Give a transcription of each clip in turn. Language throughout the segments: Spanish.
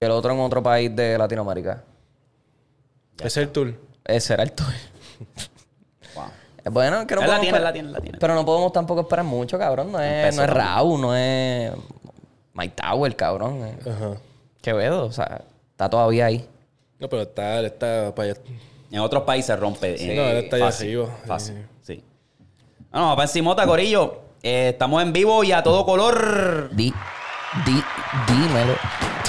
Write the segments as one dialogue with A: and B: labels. A: y el otro en otro país de Latinoamérica.
B: Ese es el tour.
A: Ese era el tour.
C: Wow.
A: Bueno, que no
C: Él la
A: podemos
C: tiene,
A: pe-
C: él la tiene, él la tiene.
A: Pero no podemos tampoco esperar mucho, cabrón. No es,
C: Empezó
A: no es
C: también.
A: Raúl, no es Mike Tower, cabrón. eh.
B: Ajá.
A: Quevedo, o sea, está todavía ahí.
B: No, pero está, él está para allá.
C: En otros países rompe. eh,
B: No, él está allá
C: fácil,
B: arriba.
C: Fácil, sí. No, no, para encimota, Corillo. Eh, estamos en vivo y a todo color.
A: Di, di, dímelo.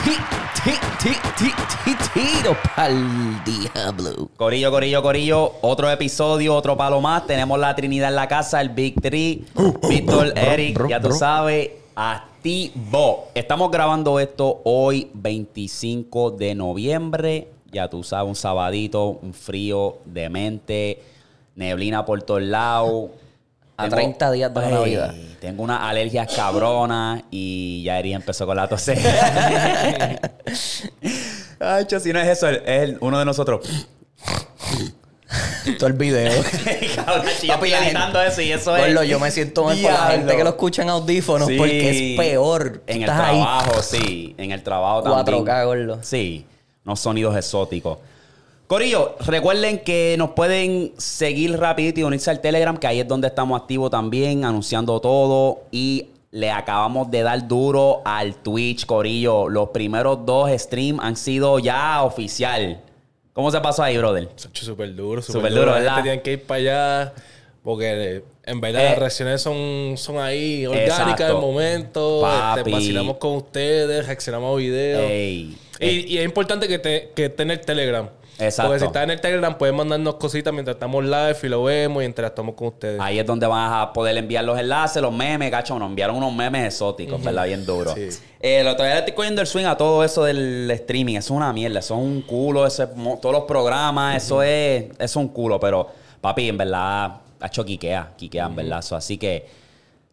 A: Ti, ti, ti, ti, ti, tiro pa'l diablo.
C: Corillo, Corillo, Corillo, otro episodio, otro palo más. Tenemos la Trinidad en la casa, el Big Three, Víctor, Eric,
A: bro,
C: ya tú
A: bro.
C: sabes, activo. Estamos grabando esto hoy, 25 de noviembre. Ya tú sabes, un sabadito, un frío de mente, neblina por todos lados.
A: A 30 días de la
C: Ey,
A: Navidad.
C: Tengo unas alergias cabronas y ya Eric empezó con la tos. Ay, cho, si no es eso, es el- uno de nosotros.
A: Todo el video.
C: Cabrón, si yo
A: Papi,
C: estoy
A: la
C: editando eso y eso es.
A: Gordo, yo me siento mal por la
C: Diablo.
A: gente que lo escucha en audífonos
C: Sí.
A: porque es peor.
C: En el
A: Estás ahí.
C: trabajo, sí. En el trabajo también.
A: 4K, gordo.
C: Sí. Unos sonidos exóticos. Corillo, recuerden que nos pueden seguir rapidito y unirse al Telegram, que ahí es donde estamos activos también, anunciando todo. Y le acabamos de dar duro al Twitch, Corillo. Los primeros dos streams han sido ya oficial. ¿Cómo se pasó ahí, brother?
B: Se ha hecho súper duro, súper
C: Súper
B: duro.
C: duro,
B: La gente
C: ¿verdad?
B: tienen que ir para allá porque eh, en verdad
C: Eh.
B: las reacciones son, son ahí orgánicas
C: Exacto.
B: del momento.
C: Papi.
B: Este, vacilamos con ustedes, reaccionamos a videos.
C: Ey. eh.
B: Y, y es importante que, te, que esté en el Telegram.
C: Exacto.
B: Porque si está en el Telegram, pueden mandarnos cositas mientras estamos live y lo vemos y interactuamos con ustedes.
C: Ahí es donde vas a poder enviar los enlaces, los memes, cacho. Nos enviaron unos memes exóticos, ¿verdad? Bien duro.
B: Sí.
C: Eh, lo todavía le estoy cogiendo el swing a todo eso del streaming. Eso es una mierda. Eso es un culo. Eso es mo- todos los programas. Eso es. Eso es un culo. Pero, papi, en verdad, ha hecho quiquea. Quiquea, en verdad. So, así que,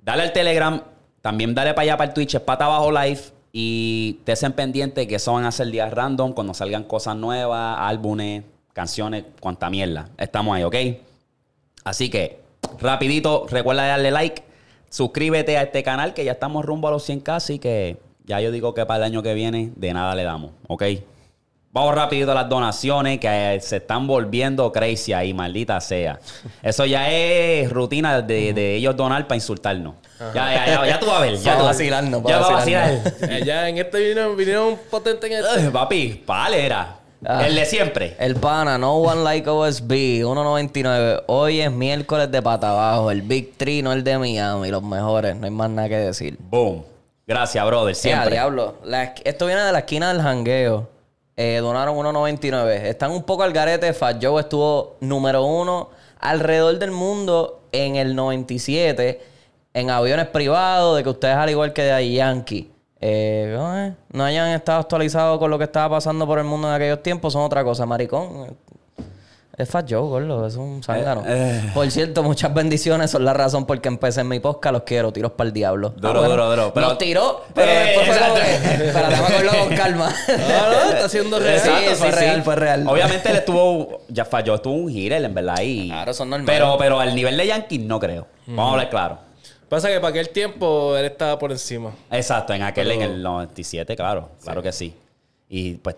C: dale al Telegram. También dale para allá para el Twitch, es pata abajo live. Y te hacen pendiente que eso van a ser días random cuando salgan cosas nuevas, álbumes, canciones, cuanta mierda. Estamos ahí, ¿ok? Así que, rapidito, recuerda darle like, suscríbete a este canal que ya estamos rumbo a los 100k, así que ya yo digo que para el año que viene de nada le damos, ¿ok? Vamos rapidito a las donaciones que eh, se están volviendo crazy ahí, maldita sea. Eso ya es rutina de, de ellos donar para insultarnos. Ya, ya, ya, ya tú vas a ver. Ya
A: Pa'
C: tú-
A: vacilarnos, pa'
C: Ya va a
A: vacilarnos.
C: vacilar.
B: Allá en este vino vinieron potentes en este.
C: Ay, Papi, vale era.
A: Ah.
C: El de siempre.
A: El pana, no one like OSB, 1.99. Hoy es miércoles de pata abajo. El Big Three, no el de Miami. Los mejores, no hay más nada que decir.
C: Boom. Gracias, brother.
A: Ya,
C: Siempre.
A: diablo. La- esto viene de la esquina del jangueo. Eh, donaron 1.99. Están un poco al garete. Fat Joe estuvo número uno alrededor del mundo en el 97. En aviones privados, de que ustedes al igual que de Yankee. eh, no, eh, no hayan estado actualizados con lo que estaba pasando por el mundo en aquellos tiempos, son otra cosa, maricón. Es Fat Joe, gordo, es un zángano. Por cierto, muchas bendiciones son la razón por que empecé en mi podcast. Los quiero, tiros para el diablo.
C: Duro, duro, duro. Pero-
A: Nos tiró, pero
C: Eh,
A: después fue como
C: exacto.
A: que, espérate, vamos a cogerlo con calma.
B: No, no, está siendo real.
A: Sí,
C: Exacto,
A: fue
C: sí,
A: real,
C: sí.
A: fue real.
C: Obviamente él estuvo, ya falló, estuvo un girel en verdad y...
A: Claro, son normales.
C: Pero, pero al nivel de Yankees no creo. Vamos a hablar claro.
B: Pasa que para aquel tiempo él estaba por encima.
C: Exacto, en aquel,
B: Pero-
C: en el 97, claro, claro que sí. Y pues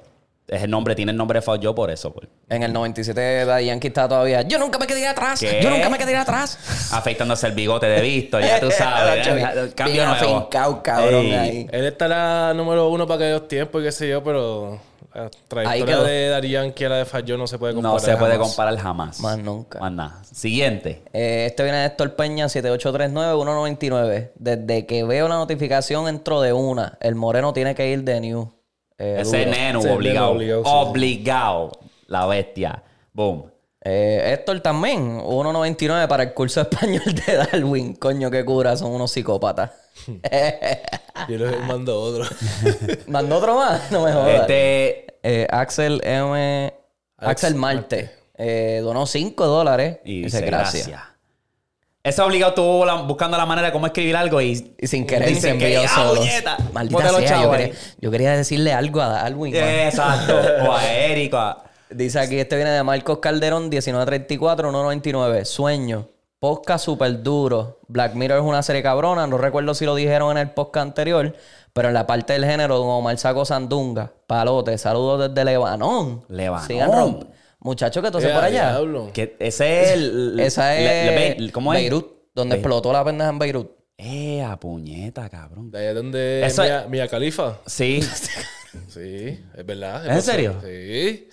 C: es el nombre, tiene el nombre de falló por eso. pues. Por,
A: En el 97, Daddy Yankee estaba todavía. Yo nunca me quedé atrás.
C: ¿Qué?
A: Yo nunca me quedé atrás.
C: afeitándose el bigote de visto, ya tú sabes.
A: Nacho,
C: ¿eh?
A: bien-
C: Cambio
A: bien
C: nuevo.
A: afincado, cabrón,
C: Ey.
A: ahí.
B: Él estará número uno para aquellos tiempos y qué sé yo, pero la trayectoria
A: quedó.
B: de Darían que la de Fayó no se puede comparar.
C: No se puede
B: jamás.
C: comparar jamás.
A: Más nunca.
C: Más nada. Siguiente.
A: Eh, este viene de Héctor Peña, 7839-199. Desde que veo la notificación, entro de una. El moreno tiene que ir de new. Eh,
C: Ese
A: duro.
C: neno
B: Ese neno
C: obligado.
B: obligado,
C: Obligado.
B: sí.
C: La bestia. Boom.
A: Eh, Héctor también, 1.99 para el curso de español de Darwin. Coño, qué cura, son unos psicópatas.
B: Yo le mando otro.
A: ¿Mandó otro más? No me jodas.
C: Este,
A: Eh, Axel M. Axel Marte. eh, donó 5 dólares.
C: Y dice, gracias. Ese obligado estuvo la- buscando la manera de cómo escribir algo y...
A: Y sin querer
C: Dice
A: se
C: que,
A: envió
C: "Ah,
A: solo.
C: puñeta,
A: Maldita
C: bótalo,
A: sea, yo
C: chavo,
A: quería,
C: ahí. Eh,
A: yo quería decirle algo a Darwin. man.
C: Exacto. O a Eric, o a-
A: Dice aquí, este viene de Marcos Calderón, 1934, 199. Sueño. Posca super duro. Black Mirror es una serie cabrona. No recuerdo si lo dijeron en el podcast anterior, Pero en la parte del género, Don Omar sacó Sandunga, Palote, saludos desde Lebanón.
C: Lebanón.
A: Sigan romp- Muchachos, que tú se por allá.
C: Que ese es el...
A: Esa es
C: le- le- ¿Cómo es?
A: Beirut, donde explotó la pendeja en Beirut.
C: Eh, a puñeta, cabrón.
B: De allá donde
C: Eso-
B: Mia, Mia Khalifa.
C: Sí.
B: Sí, es verdad.
C: ¿En serio?
B: Sí.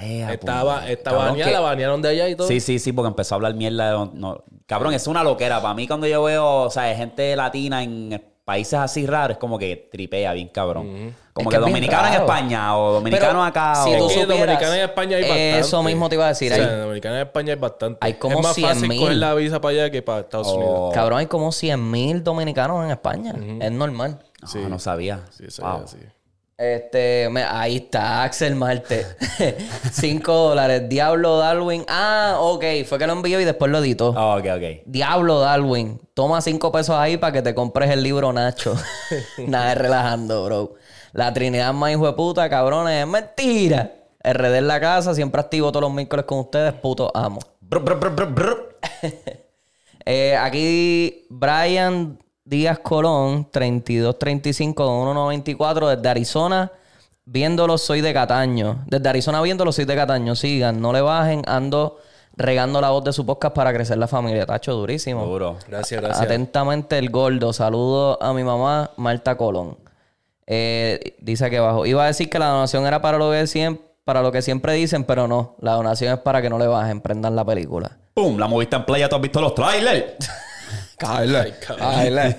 C: Eh, a
B: Estaba,
C: puñeta.
B: estaba
C: Cabrón,
B: bañada,
C: que-
B: la bañaron de allá y todo.
C: Sí, sí, sí, porque empezó a hablar mierda. de- no- Cabrón, es una loquera. Para mí, cuando yo veo, o sea, gente latina en países así raros, es como que tripea bien, cabrón.
A: Es que es
C: Como que,
A: bien
C: dominicano en
A: raro.
C: España o dominicano
A: Pero
C: acá.
A: si
C: o-
A: tú
B: Es que
A: supieras,
B: Dominicana y España hay bastante.
A: eso mismo te iba a decir,
B: O sea,
A: hay-
B: en Dominicana y España hay bastante.
A: hay como Oh.
B: es más
A: 100.000.
B: fácil coger la visa para allá que para Estados
C: o-
B: Unidos.
A: Cabrón, hay como 100.000 dominicanos en España. Es normal.
C: Ah, no sabía.
B: Sí, eso
C: Wow.
B: es así.
A: Este, me- ahí está Axel Marte. 5 dólares. Diablo Darwin. Ah, ok. Fue que lo envió y después lo editó.
C: Ah, ok, ok.
A: Diablo Darwin. Toma 5 pesos ahí para que te compres el libro Nacho. Nada, es relajando, bro. La Trinidad más hijo de puta, cabrones. Es mentira. RD en la casa. Siempre activo todos los miércoles con ustedes. Puto amo.
C: Brr, brr, brr, brr, brr.
A: Eh, aquí Brian Díaz Colón, 3235-194 desde Arizona. Viéndolo soy de Cataño. Desde Arizona viéndolo soy de Cataño. Sigan, no le bajen. Ando regando la voz de su podcast para crecer la familia. Tacho, durísimo.
C: Duro.
A: Ah,
B: Gracias, gracias.
A: Atentamente el gordo. Saludo a mi mamá, Marta Colón. Eh, dice aquí abajo. Iba a decir que la donación era para lo que siempre, para lo que siempre dicen, pero no. La donación es para que no le bajen, prendan la película.
C: ¡Pum! La moviste en playa, tú has visto los trailers.
B: Ay, cabrón.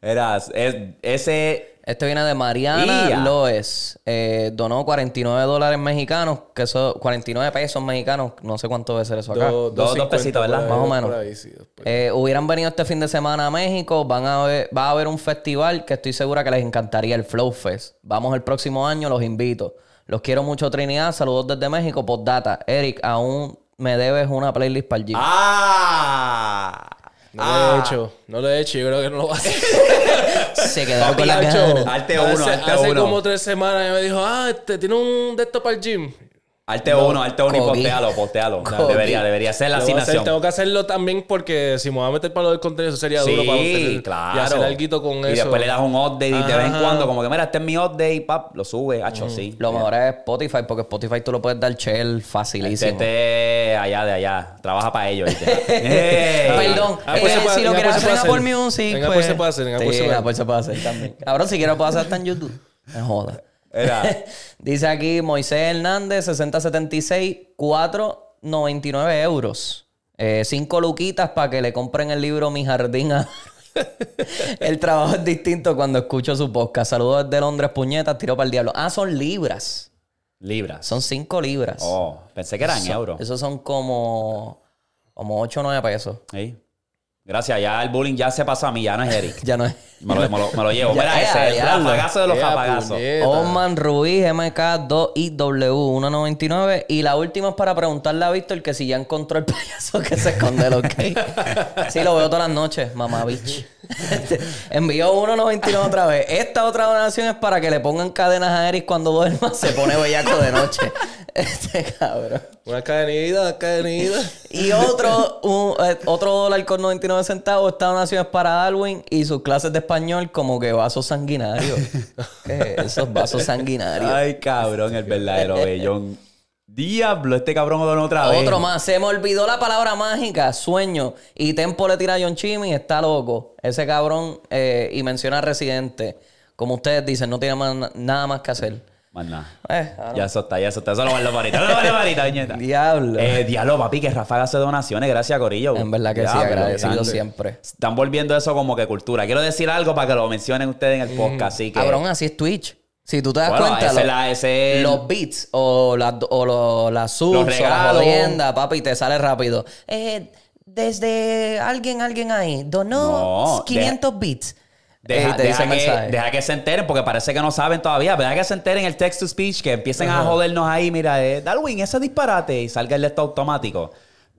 C: Era, es- ese.
A: Este viene de Mariana
C: Ia.
A: Loes. Eh, donó 49 dólares mexicanos, que eso, 49 pesos mexicanos, no sé cuánto debe ser eso acá.
B: Do-
C: Dos- dos
B: 2.50
C: pesitos, ¿verdad?
A: Más
B: por
A: o
B: ahí,
A: menos.
B: por ahí, sí, dos pesitos.
A: Eh, hubieran venido este fin de semana a México, van a ver- va a haber un festival que estoy segura que les encantaría, el Flow Fest. Vamos el próximo año, los invito. Los quiero mucho, Trinidad. Saludos desde México. Postdata, Eric, aún me debes una playlist para el gym.
C: ¡Ah!
B: No lo he hecho. No lo he hecho. Yo creo que no lo va a hacer.
A: Se quedó con la
C: Papi,
A: ganas.
C: Arte
B: hace,
C: uno, arte
B: hace
C: uno.
B: como tres semanas me dijo, ah, este tiene un de esto para el gym.
C: Arte uno, arte uno y
A: Kobe.
C: postealo, postealo. No,
A: Kobe.
C: debería, debería ser la
B: Lo voy a hacer,
C: asignación.
B: tengo que hacerlo también porque si me voy a meter para lo del contenido, eso sería duro para
C: Sí,
B: usted.
C: claro.
B: Y hacer alguito con eso.
C: Y después le das un update y de vez en
B: Ajá. Mm,
C: cuando, como que mira, este es mi update, pap, lo sube, hacho, sí.
A: Lo mejor es Spotify, porque Spotify tú lo puedes dar shell
C: Este,
A: facilísimo.
C: este, allá de allá, trabaja para ellos. ¿viste?
A: Eh,
C: ¡Ey!
A: Perdón,
B: Ah, pues
A: eh,
B: se puede-
A: si lo
B: en
A: quieres
B: Apple se
A: hacer en
B: puede
A: Apple
B: hacer.
A: Music,
B: En
A: pues...
B: Apple se puede hacer, en Apple
A: sí,
B: se
A: en
B: puede.
A: Apple se puede hacer también. Cabrón, si quiero puedo hacer hasta en YouTube. Me joda.
C: Era.
A: Dice aquí Moisés Hernández, 6076, 499 euros. Eh, cinco luquitas para que le compren el libro Mi Jardín a- el trabajo es distinto cuando escucho su podcast. Saludos desde Londres, puñetas, tiro para el diablo. Ah, son libras.
C: Libras.
A: Son cinco libras.
C: Oh, pensé que eran euros.
A: Esos son como, como 8 o 9 pesos.
C: Sí. Gracias, ya el bullying ya se pasó a mí, ya no es Eric.
A: Ya no es.
C: Me lo, me lo- me lo llevo.
A: Ya,
C: Mira
A: ya,
C: ese, el
A: ya,
C: rafagazo de los
B: Ea,
C: rafagazos.
B: puñeta.
A: Oman Ruiz, MK2IW199. Y la última es para preguntarle a Víctor que si ya encontró el payaso que se esconde los cakes. Sí, lo veo todas las noches, mamá bitch. Envió 199 otra vez. Esta otra donación es para que le pongan cadenas a Eric cuando duerma. Se pone bellaco de noche. Este cabrón.
B: Una cadenita, una cadenita.
A: Y otro, un- eh, otro dólar con 99 centavos. Esta donación es para Darwin y sus clases de español como que vasos sanguinarios. ¿Qué es Esos vasos sanguinarios.
C: Ay, cabrón, el verdadero bellón. Diablo, este cabrón donó otra vez.
A: Otro más. Se me olvidó la palabra mágica, sueño. Y Tempo le tira a John Chimmy, está loco. Ese cabrón, eh, y menciona a Residente. Como ustedes dicen, no tiene más- nada más que hacer.
C: Más nada.
A: Eh, ah,
C: Ya eso está, ya eso está. Eso lo guardo para ahorita. Eso lo guardo para ahorita, ñeta.
A: Diablo.
C: Eh, diablo, papi, que rafagazo de donaciones. Gracias, Corillo.
A: En verdad que sí,
C: Diablo,
A: agradecido
C: están-
A: siempre.
C: Están volviendo eso como que cultura. Quiero decir algo para que lo mencionen ustedes en el podcast. Así que.
A: Mm. Cabrón, así es Twitch. Si tú te das
C: Bueno,
A: cuenta,
C: ese
A: lo-
C: la- ese-
A: los beats o las o lo- las subs o
C: Los
A: la
C: regalos.
A: jodienda, papi, te sale rápido. Eh, desde alguien, alguien ahí donó
C: No,
A: 500 bits. Eh,
C: Deja,
A: y te dice
C: deja que,
A: mensaje.
C: deja que se enteren, porque parece que no saben todavía. Pero Deja que se enteren el text to speech, que empiecen a jodernos ahí. Mira, eh, Darwin, ese disparate. Y salga el de esto automático.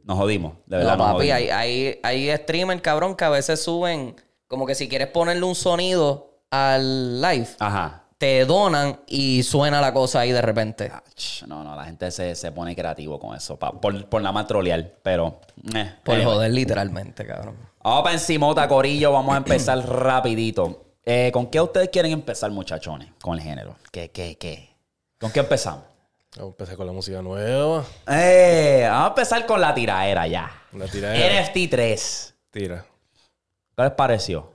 C: Nos jodimos, de
A: No,
C: verdad. nos
A: papi,
C: jodimos.
A: hay, hay, hay streamers, cabrón, que a veces suben, como que si quieres ponerle un sonido al live,
C: Ajá.
A: te donan y suena la cosa ahí de repente.
C: Ach, No, no, la gente se, se pone creativo con eso. pa- por, por nada más trolear, pero. eh,
A: Por
C: anyway.
A: joder, literalmente, cabrón.
C: Vamos para encimota, Corillo. Vamos a empezar rapidito. Eh, ¿Con qué ustedes quieren empezar, muchachones? Con el género. ¿Qué, qué, qué? ¿Con qué empezamos?
B: Vamos a empezar con la música nueva.
C: Eh, vamos a empezar con la tiraera ya.
B: La tiradera.
C: NFT 3.
B: Tira.
C: ¿Qué les pareció?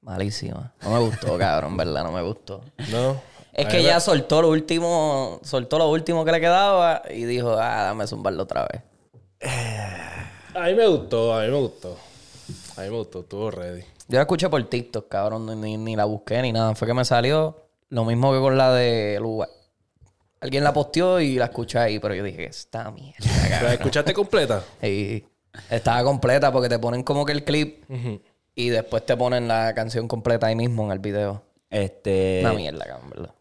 A: Malísima. No me gustó, cabrón, ¿verdad? No me gustó.
B: No.
A: Es
B: A
A: que
B: mí
A: ya soltó lo último, soltó lo último que le quedaba y dijo, ah, dame zumbarlo otra vez.
B: me- A mí me gustó, a mí me gustó. A mí me gustó, estuvo ready.
A: Yo la escuché por TikTok, cabrón, ni- ni, ni la busqué ni nada. Fue que me salió lo mismo que con la de Lugar. Alguien la posteó y la escuché ahí, pero yo dije, esta mierda.
B: ¿La escuchaste completa?
A: Y estaba completa porque te ponen como que el clip y después te ponen la canción completa ahí mismo en el video.
C: Este.
A: Una mierda, cabrón, ¿verdad?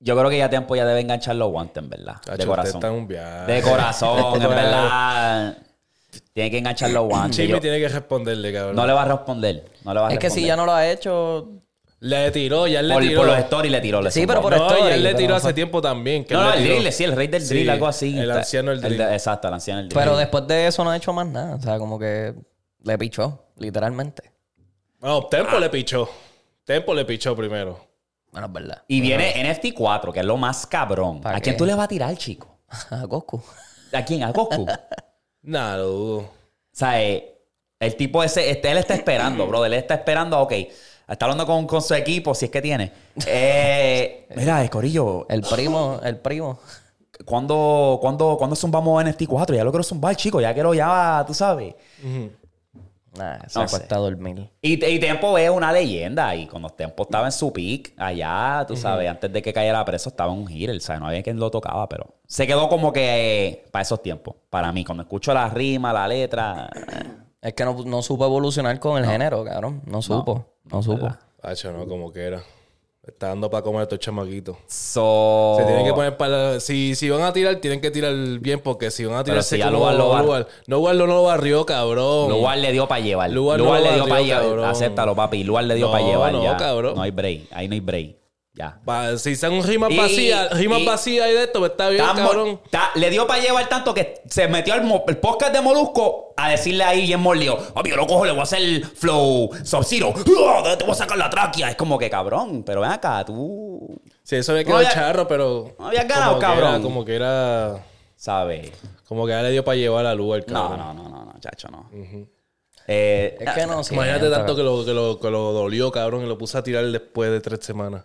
C: Yo creo que ya tiempo ya debe enganchar los guantes, en verdad.
B: Hacho,
C: de
B: usted
C: corazón.
B: está en un viaje.
C: De corazón, en
B: Bueno.
C: verdad. Tiene que enganchar los guantes.
B: Chimi
C: Yo-
B: tiene que responderle, cabrón.
C: no le va a responder. No le va a
A: Es
C: responder.
A: que si ya no lo ha hecho.
B: Le tiró, ya él le
C: por,
B: tiró.
C: por los stories le tiró. le
A: Sí,
C: zumbó.
A: pero por
B: no,
A: story,
B: ya él le
A: pero
B: tiró
A: no
B: hace
A: fue-
B: tiempo también. que
C: No,
B: él
C: no,
B: le
C: el
B: tiró.
C: drill, sí, el rey del drill,
B: Sí,
C: algo así.
B: el
C: Está-
B: anciano del
C: de-
B: drill.
C: exacto, el anciano del drill.
A: Pero después de eso no ha hecho más nada. O sea, como que le pichó, literalmente.
B: No, Tempo
C: ah.
B: le pichó. Tempo le pichó primero.
A: Bueno, es verdad.
C: Y viene NFT 4, que es lo más cabrón.
A: ¿Para
C: ¿A quién
A: qué?
C: tú le vas a tirar, chico?
A: A Goku.
C: ¿A quién? ¿A Goku? o
B: Nada, lo dudo.
C: sea, eh, el tipo ese, este, él está esperando, bro. Él está esperando, ok. Está hablando con, con su equipo, si es que tiene. Eh, mira, Escorillo,
A: El primo, el primo.
C: ¿Cuándo, cuándo, cuándo zumbamos NFT 4? Ya lo quiero zumbar, chico. Ya quiero, ya, tú sabes.
A: Nah, se
C: No sé.
A: acuesta a dormir.
C: Y, y Tempo es una leyenda. Y cuando Tempo estaba en su pick, allá, tú sabes, antes de que cayera preso, estaba un healer. O sea, no había quien lo tocaba, pero se quedó como que eh, para esos tiempos. Para mí, cuando escucho la rima, la letra.
A: Es que no, no supo evolucionar con el género, cabrón. No supo. No, supo.
B: Hacho, no, como que era. Está dando para comer a estos chamaquitos.
C: So...
B: Se tienen que poner para. Si, si van a tirar, tienen que tirar bien, porque si van a tirarse
C: si ya
B: con
C: Lugar lo bar-
B: Lugar. No, Lugar no lo barrió, cabrón.
C: Lugar le dio para llevar.
B: Lugar
C: Lugar,
B: no lo
C: le dio para
B: barrió,
C: llevar.
B: cabrón.
C: Acéptalo, papi. Lugar le dio
B: No,
C: para llevar.
B: no,
C: ya.
B: cabrón.
C: No hay break. Ahí no hay break. Ya.
B: Pa- si son rimas
C: Y-
B: vacías,
C: y-
B: rimas
C: y-
B: vacías y de esto, pues está bien,
C: Tan mo-
B: cabrón.
C: ta- le dio para llevar tanto que se metió al mo- el podcast de Molusco a decirle ahí bien molido. Papi, yo lo cojo, le voy a hacer flow, sub-zero. ¡Ah! Te voy a sacar la tráquea. Es como que cabrón, pero ven acá, tú.
B: Sí, eso había
C: No
B: quedado
C: había-
B: charro, pero.
C: no había ganado,
B: como que era-
C: cabrón.
B: como que era.
C: ¿Sabes?
B: Como que ya le dio para llevar a Lugar,
C: No,
B: cabrón.
C: no, no, no, no, chacho, no. Eh,
A: Es que no
B: Imagínate
A: siento,
B: tanto que lo, que, lo, que lo dolió, cabrón, y lo puse a tirar después de tres semanas.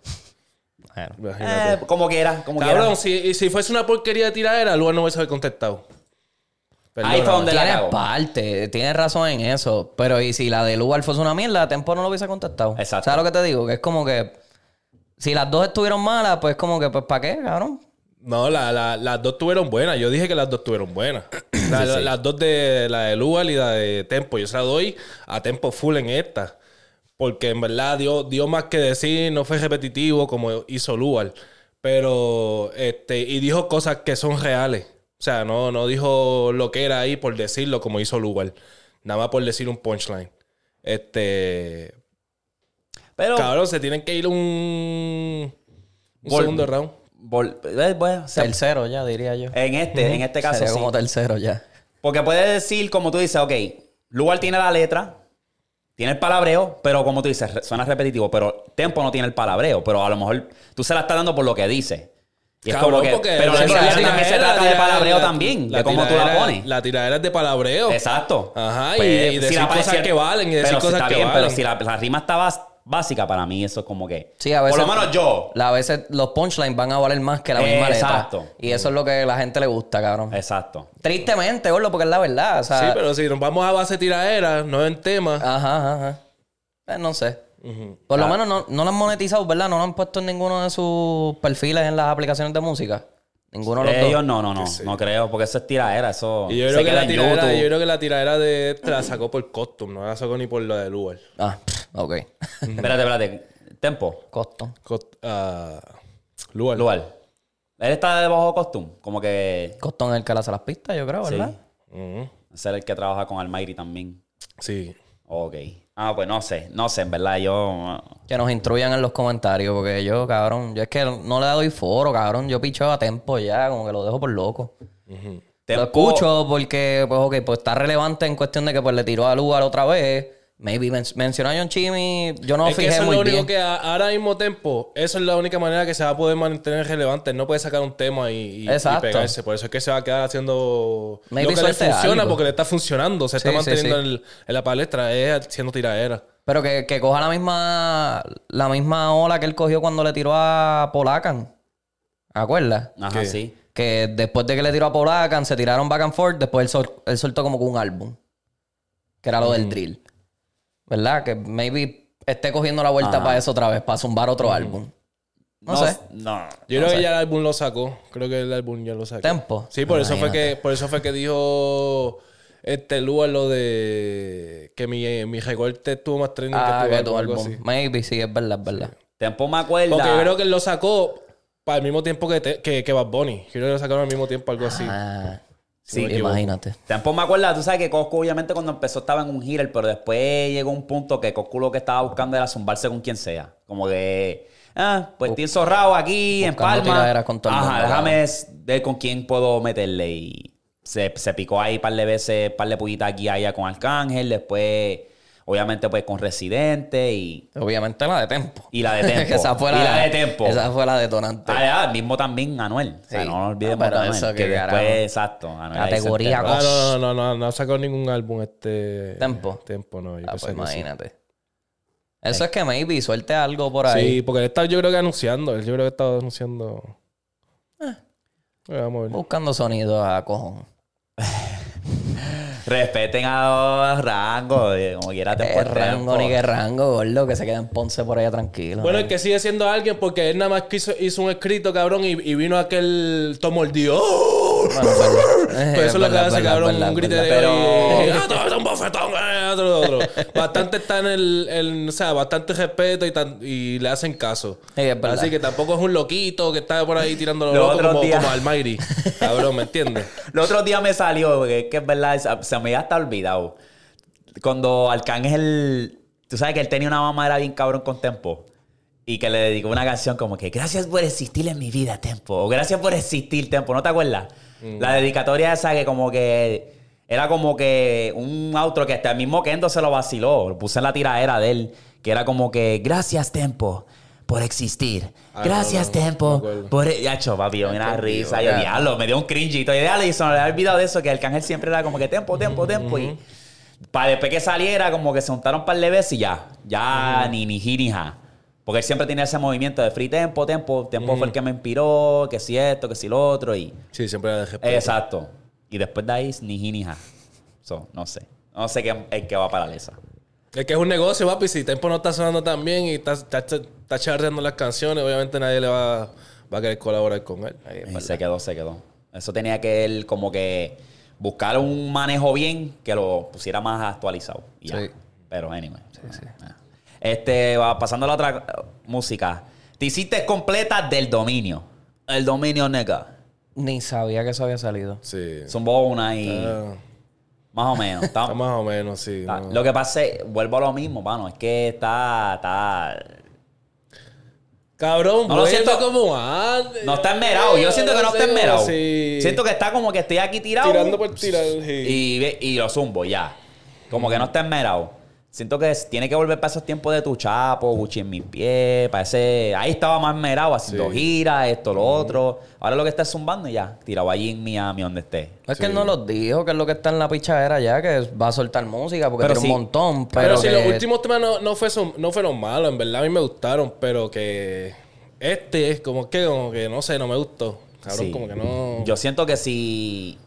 A: Bueno.
B: Imagínate.
C: eh, como quiera, como
B: Cabrón,
C: quiera.
B: si, y si fuese una porquería de tiradera, Lugar no hubiese contestado.
C: Ahí fue donde la
A: Tienes
C: cagó.
A: parte, tienes razón en eso. Pero y si la de Lugar fuese una mierda, Tempo no lo hubiese contestado.
C: Exacto.
A: ¿Sabes lo que te digo? Que es como que. Si las dos estuvieron malas, pues como que, pues, ¿para qué, cabrón?
B: No, la- la- las dos tuvieron buenas. Yo dije que las dos tuvieron buenas. La- la- Las dos de la de Lugar y la de Tempo. Yo se la doy a Tempo full en esta. Porque en verdad dio, dio más que decir, no fue repetitivo como hizo Lugar. Pero, este, y dijo cosas que son reales. O sea, no, no dijo lo que era ahí por decirlo como hizo Lugar. Nada más por decir un punchline. Este.
C: Pero,
B: Cabrón, se tienen que ir un. Un
C: Vol-
B: segundo round.
C: vol- eh, bueno, se-
A: Tercero ya, diría yo.
C: en este, en este caso
A: Sería
C: sí.
A: como tercero ya.
C: Porque puede decir, como tú dices, ok, Lugar tiene la letra, tiene el palabreo, pero como tú dices, re- suena repetitivo, pero Tempo no tiene el palabreo, pero a lo mejor tú se la estás dando por lo que dice. Y es
B: Cabrón,
C: como que,
B: porque
C: pero la
B: sí,
C: letra
B: tiradera-
C: también se
B: la
C: trata de
B: tiradera-
C: palabreo
B: la-
C: también,
B: la
C: de cómo tú la
B: tiradera-
C: pones.
B: La tiradera es de palabreo.
C: Exacto. Pues,
B: Ajá, y- y decir
C: la pa-
B: cosas que valen, y decir
C: pero si
B: cosas
C: está
B: que
C: bien,
B: valen.
C: Pero si la, la rima está bas- básica para mí, eso es como que...
A: Sí, a veces-
C: Por lo menos yo.
A: La- a veces los punchlines van a valer más que la misma
C: Exacto.
A: letra. Y eso es lo que a la gente le gusta, cabrón.
C: Exacto.
A: Tristemente, gordo, porque es la verdad. O sea,
B: Sí, pero si nos vamos a base tiradera, no en tema.
A: Ajá, ajá, ajá. Eh, no sé. Por
B: Ah.
A: lo menos no, no lo han monetizado, ¿verdad? No lo han puesto en ninguno de sus perfiles en las aplicaciones de música. Ninguno
B: Eh,
A: de los
C: Ellos
A: dos.
C: Eh, no, no, no. No creo, porque eso es tiradera, eso
B: y yo
C: Ah, se
B: creo, que
C: queda
B: la
C: en
B: tiradera,
C: YouTube.
B: yo creo que la tiradera de esta la sacó por costume, no la sacó ni por la de Lugar.
A: Ah, pff, ok.
C: Espérate, espérate. Tempo.
A: Costón.
B: Cost- ah, Lugar.
C: lugar. Él está de bajo costume, como que
A: Costón es el que le hace las pistas, yo creo, ¿verdad?
B: Ujú.
C: ser el que trabaja con Almighty también.
B: Sí.
C: Ok. Ah, pues no sé, no sé, en verdad yo... ah,
A: Que nos instruyan en los comentarios, porque yo, cabrón, yo es que no le doy foro, cabrón. Yo picheo a tempo ya, como que lo dejo por loco.
C: Tempo-
A: Lo escucho porque, pues, ok, pues está relevante en cuestión de que pues le tiró a lugar otra vez. Maybe men- mencionó a John Chimmy. Yo no
B: es que
A: fijé
B: eso es
A: muy
B: lo único
A: bien.
B: que a- ahora mismo tempo, eso es la única manera que se va a poder mantener relevante. Él No puede sacar un tema y, y- y
A: Exacto.
B: pegarse. Por eso es que se va a quedar haciendo
A: Maybe
B: lo que le
A: suelte
B: funciona
A: algo.
B: porque le está funcionando. Se
A: Sí,
B: está
A: sí,
B: manteniendo
A: sí.
B: En, el- en la palestra, es haciendo tiradera.
A: Pero que, que coja la misma, la misma ola que él cogió cuando le tiró a Polacan. ¿Acuerdas?
C: Ajá,
B: ¿Qué?
C: sí.
A: Que después de que le tiró a Polacan, se tiraron back and forth. Después él, sol- él soltó como que un álbum. Que era lo del drill. ¿Verdad? Que maybe esté cogiendo la vuelta
C: Ajá.
A: para eso otra vez, para zumbar otro álbum. No, sé.
C: No.
B: Yo creo que ya el álbum lo sacó. Creo que el álbum ya lo sacó.
A: Tempo.
B: Sí, por eso fue que, por eso fue que dijo este Lua lo de que mi, mi recorte estuvo más trending
A: Ah,
B: que
A: que tu
B: algo
A: álbum.
B: así.
A: Maybe, sí, es verdad, es verdad.
C: Tempo me acuerda.
B: Porque yo creo que él lo sacó para el mismo tiempo que, te- que, que Bad Bunny. Creo que lo sacaron al mismo tiempo, algo así.
A: Ah,
B: Si no me equivoco.
A: imagínate.
C: Tampoco me acuerdo, tú sabes que Coscu obviamente cuando empezó estaba en un healer, pero después llegó un punto que Coscu lo que estaba buscando era zumbarse con quien sea. Como que, ah, pues estoy encerrado aquí, en
A: buscando
C: Palma.
A: tiraderas con todo el
C: Ajá,
A: mundo,
C: déjame s- ver con quién puedo meterle. Y se, se picó ahí un par de veces, un par de pullitas aquí y allá con Arcángel, después obviamente pues con Residente y,
A: Obviamente la de Tempo.
C: y la de Tempo.
A: esa fue la,
C: y la de Tempo.
A: Esa fue la detonante.
C: Ah, ah, mismo también Anuel. O sea,
A: Sí.
C: no nos olvidemos
A: Ah, pero
C: de Anuel,
A: eso que
C: que después,
A: carajo.
C: exacto. Anuel ahí se
A: Categoría
C: enterró.
B: Ah, no, no, no, no, no ha sacado ningún álbum este.
A: ¿Tempo?
B: Tempo, no. Yo
A: Ah,
B: pensé
A: pues
B: que sí.
A: imagínate. Eso es que maybe suelte algo por
B: sí.
A: ahí.
B: porque él está, yo creo que anunciando. Él, yo creo que estaba anunciando. Eh, vamos a ver.
A: Buscando sonido a cojón.
C: Respeten a los rangos, eh, como quiera te
A: Qué rango ni qué rango, gordo, que se queda en Ponce por allá tranquilo. Eh,
B: Bueno,
A: ¿no?
B: el que sigue siendo alguien porque él nada más quiso, hizo un escrito, cabrón, y, y vino aquel tomo el dios.
A: Bueno, es verdad.
B: Pues eso es lo que
A: verdad,
B: hace,
A: verdad,
B: cabrón,
A: verdad,
B: un grito de
A: verdad.
B: pero... ¡Ah, te voy a dar un bofetón! eh, otro, otro. Bastante está en el, en- O sea, bastante respeto y, tan- y le hacen caso.
A: Sí, es verdad.
B: Así que tampoco es un loquito que está por ahí tirando los
C: Los
B: locos
C: otros
B: como,
C: días.
B: como Almighty. Cabrón, ¿me entiendes?
C: El otro día me salió, porque es que es verdad, es- se me había hasta olvidado. Cuando Arcángel, tú sabes que él tenía una mamadera bien cabrón con Tempo. Y que le dedicó una canción como que gracias por existir en mi vida, Tempo. O gracias por existir, Tempo. ¿No te acuerdas?
B: Mm.
C: La dedicatoria esa que como que era como que un outro que hasta el mismo Kendo se lo vaciló. Lo puse en la tiradera de él. Que era como que gracias, Tempo, por existir.
B: Ah,
C: Gracias,
B: no, no, no me
C: Tempo,
B: acuerdo.
C: por... e, Yacho, papi, una risa. Yo,
A: ya.
C: diablo, me dio un cringito. Y diablo, y se me había olvidado de eso, que Arcángel siempre era como que tempo, tempo, tempo. Y para después que saliera, como que se juntaron un par de veces y ya. Ya, ni ni ji, ni ja. Porque él siempre tenía ese movimiento de free tempo, tempo. Tempo fue el que me inspiró, que si esto, que si lo otro. Y...
B: Sí, siempre le
C: Eh.
B: dejé.
C: Exacto. Y después de ahí, ni ji, ni ja. So, no sé. No sé qué, el que va para la esa.
B: Es que es un negocio, papi. Si Tempo no está sonando tan bien y está, está, está charreando las canciones, obviamente nadie le va, va a querer colaborar con él.
C: Y se quedó, se quedó. Eso tenía que él como que buscar un manejo bien que lo pusiera más actualizado. Y ya.
A: Sí.
C: Pero anyway. Ah. Este, va pasando a la otra eh, música. Te hiciste completa del dominio. El dominio nega.
A: Ni sabía que eso había salido.
B: Sí.
C: Son una y
B: Ah,
C: más o menos.
B: está
C: estamos-
B: más o menos, sí.
C: está-
B: no.
C: Lo que pasa es, vuelvo a lo mismo, mano. Es que está, está
B: Cabrón,
C: No lo
B: vuelve
C: siento-
B: como antes.
C: No está enmerado. Yo siento que no está enmerado.
B: Sí.
C: Siento que está como que estoy aquí tirado.
B: Tirando por tirar, sí.
C: Y, ve- y lo zumbo ya. Como que no está enmerado. Siento que tiene que volver para esos tiempos de tu chapo, Gucci en mis pies. Parece. Ahí estaba más enmerado haciendo
B: Sí.
C: giras, esto, lo otro. Ahora lo que está es zumbando y ya. Tirado allí en Miami, donde esté.
A: Es que
B: Sí.
A: él no los dijo, que es lo que está en la pichadera ya, que va a soltar música porque
C: Pero
A: tiene
C: sí.
A: un montón. Pero,
B: Pero, si
A: que-
B: los últimos temas no, no, fue son- no fueron malos, en verdad a mí me gustaron, pero que este es como que, como que no sé, no me gustó. Cabrón,
C: Sí.
B: como que no.
C: Yo siento que si.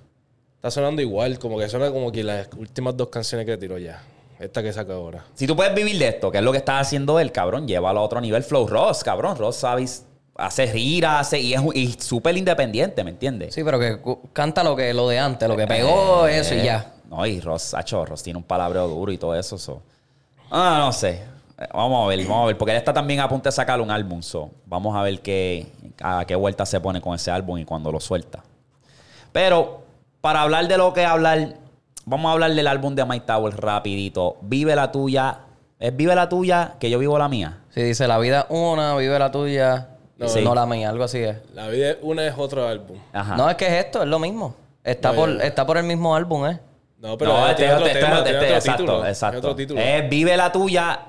B: Está sonando igual, como que suena como que las últimas dos canciones que tiró ya. Esta que saca ahora.
C: Si tú puedes vivir de esto, que es lo que está haciendo él, cabrón, llévalo a otro nivel. Flow Ross, cabrón. Ross, ¿sabes? Hace giras, hace. Y es un- y súper independiente, ¿me entiendes?
A: Sí, pero que cu- canta lo que lo de antes, lo que pegó,
C: Eh,
A: eso y ya.
C: No, y Ross, acho, Ross tiene un palabreo duro y todo eso. so. Ah, no sé. Eh, Vamos a ver, vamos a ver. Porque él está también a punto de sacar un álbum. So. Vamos a ver qué, a qué vuelta se pone con ese álbum y cuando lo suelta. Pero para hablar de lo que hablar, vamos a hablar del álbum de Mike Tower rapidito. Vive la tuya. Es vive la tuya que yo vivo la mía.
A: Si dice la vida es una, vive la tuya,
B: No,
A: no,
B: sí.
A: la mía, algo así es.
B: La vida es una es otro álbum.
C: Ajá.
A: No, es que es esto, es lo mismo. Está,
B: No,
A: por,
B: ya, ya.
A: está por el mismo álbum, ¿eh?
B: No, pero
C: No,
B: tiene
C: este es
B: otro
C: otro
B: tema,
C: tema,
B: tiene
C: este-
B: otro título,
C: exacto,
B: tiene otro
C: exacto. Eh.
B: título.
C: Es vive la tuya.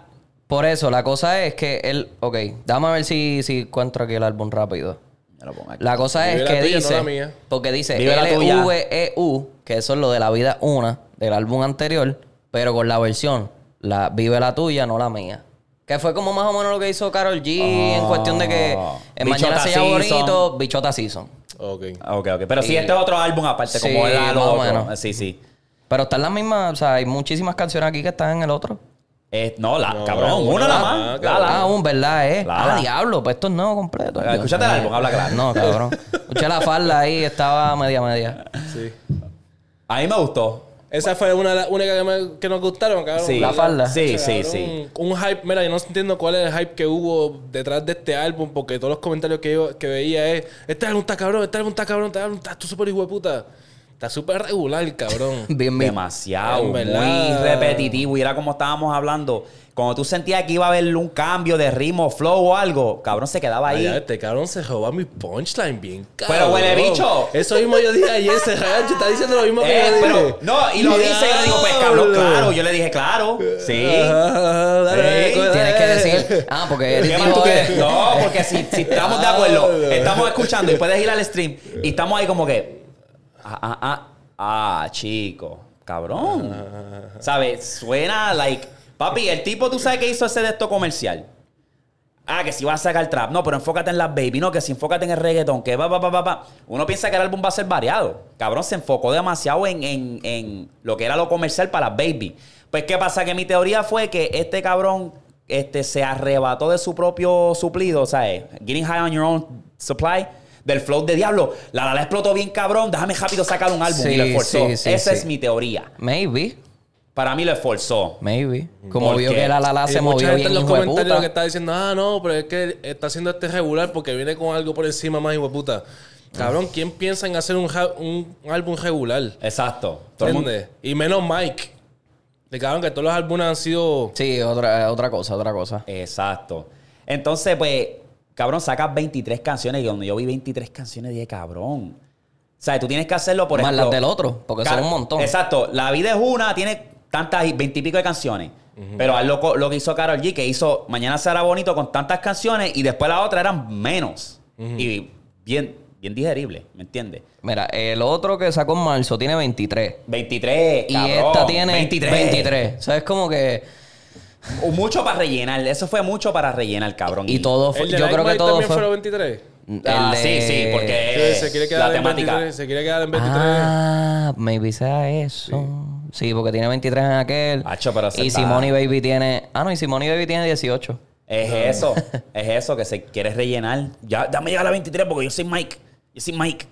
A: Por eso, la cosa es que él. Ok, dame a ver si, si encuentro aquí el álbum rápido.
C: Me lo pongo aquí.
A: La cosa
B: Vive
A: es
B: la
A: que
B: tuya, no
A: dice.
B: la mía.
A: Porque dice
C: Vive la tuya.
A: LVEU, E que eso es lo de la vida una del álbum anterior, pero con la versión. La vive la tuya, no la mía. Que fue como más o menos lo que hizo Carol G en cuestión de que
B: Ah.
A: en
C: Bichota
A: mañana se llama
C: Season.
A: bonito, bichota season.
B: Ok.
C: Ok, ok. Pero
B: Eh,
C: sí, este es otro álbum aparte,
A: Sí,
C: como el
A: más
C: lo
A: o
C: otro.
A: menos.
C: Eh, Sí, sí.
A: Pero están las mismas, o sea, hay muchísimas canciones aquí que están en el otro.
C: Eh, no, la,
B: No,
C: cabrón,
B: una
C: una
B: nada
C: la
B: más,
C: más. La,
B: cabrón.
A: Ah,
C: la.
A: aún, ¿verdad? Eh?
C: Claro.
A: Ah, diablo, pues esto es nuevo completo.
C: Ah, escúchate
A: Dios
C: el
A: mío.
C: álbum, habla claro.
A: No, cabrón. Escuché la falda ahí, estaba media media.
B: Sí.
C: A mí me gustó.
B: Esa fue una de las únicas que, me- que nos gustaron, cabrón.
C: Sí.
A: La falda.
C: Sí, sí,
B: Cabrón,
C: sí.
B: Un hype, mira, yo no entiendo cuál es el hype que hubo detrás de este álbum, porque todos los comentarios que, yo, que veía es: Este álbum está cabrón, este álbum está cabrón, este álbum está tú súper hijo de puta. Está súper regular, cabrón.
A: Bien, bien.
C: Demasiado,
B: En verdad.
C: muy repetitivo. Y era como estábamos hablando. Cuando tú sentías que iba a haber un cambio de ritmo, flow o algo, cabrón se quedaba ahí.
B: Allá, este cabrón se roba mi punchline bien cabrón.
C: Pero huele bicho.
B: Eso mismo yo dije ayer, se ragancho está diciendo lo mismo que
C: Eh,
B: yo dije.
C: pero, no, y lo dice, y yo digo, pues cabrón, claro. Yo le dije, claro. Sí.
B: Ajá, dale,
C: Sí,
B: dale.
A: Tienes que decir. Ah, porque él
C: ¿Qué más
A: dijo
C: tú
A: que-
C: quieres? No, porque si, si estamos de acuerdo, estamos escuchando y puedes ir al stream y estamos ahí como que. Ah, ah, ah, ah, chico, cabrón. ¿Sabes? Suena like. Papi, el tipo, tú sabes que hizo ese de esto comercial. Ah, que si va a sacar trap. No, pero enfócate en las baby. No, que si enfócate en el reggaetón. Que va, va, va, va, va. Uno piensa que el álbum va a ser variado. Cabrón, se enfocó demasiado en, en- en lo que era lo comercial para las baby. Pues, ¿qué pasa? Que mi teoría fue que este cabrón este, se arrebató de su propio suplido. O sea, eh, getting high on your own supply. Del flow de diablo. La la, la explotó bien, cabrón. Déjame rápido sacar un álbum.
A: Sí,
C: y lo esforzó.
A: sí, sí,
C: Esa
A: sí.
C: es mi teoría.
A: Maybe,
C: Para mí lo esforzó.
A: maybe. Como
C: ¿Por
A: vio
C: qué?
A: que la Lala
B: Y
A: se
B: Eh, mucha
A: movió
B: gente
A: bien,
B: en los
A: hijo de
B: comentarios
A: puta.
B: que está diciendo, ah, no, pero es que está haciendo este regular porque viene con algo por encima más, hijo de puta. Cabrón,
A: Ah.
B: ¿quién piensa en hacer un, ja- un álbum regular?
C: Exacto. Todo el mundo-
B: ¿Entiendes? Y menos Mike. De cabrón, que todos los álbumes han sido.
A: Sí, otra, eh, otra cosa, otra cosa.
C: Exacto. Entonces, pues, cabrón, sacas 23 canciones. Y cuando yo vi 23 canciones, dije, cabrón. O sea, tú tienes que hacerlo por
A: Más
C: ejemplo.
A: las del otro, porque son
C: Ca-
A: un montón.
C: Exacto. La vida es una, tiene tantas, veintipico de canciones. Pero haz lo, co- lo que hizo Carol G, que hizo Mañana será bonito con tantas canciones y después la otra eran menos. Y bien, bien digerible, ¿me entiendes?
A: Mira, el otro que sacó en marzo tiene 23.
C: 23,
A: Y
C: cabrón,
A: esta tiene 23.
C: 23.
A: 23. O sea, es como que.
C: Mucho para rellenar. Eso fue mucho para rellenar, cabrón.
A: Y todo fue.
B: ¿El de
A: Yo
B: Like
A: creo que
B: Mike
A: todo
B: también fue los
A: fue.
B: 23?
A: el
C: Ah,
A: de-
C: Sí, sí, porque
B: Sí, se quiere quedar
C: la
B: en
C: temática.
B: 23. Se quiere quedar en 23.
A: Ah, maybe sea eso. Sí, porque tiene 23 en aquel.
C: Acho, pero se
A: y
C: está-
A: Simone Baby tiene. Ah, no, y Simone Baby tiene 18.
C: Es
A: Ah.
C: eso, es eso que se quiere rellenar. Ya, dame llegar a la 23 porque yo soy Mike. Yo soy Mike.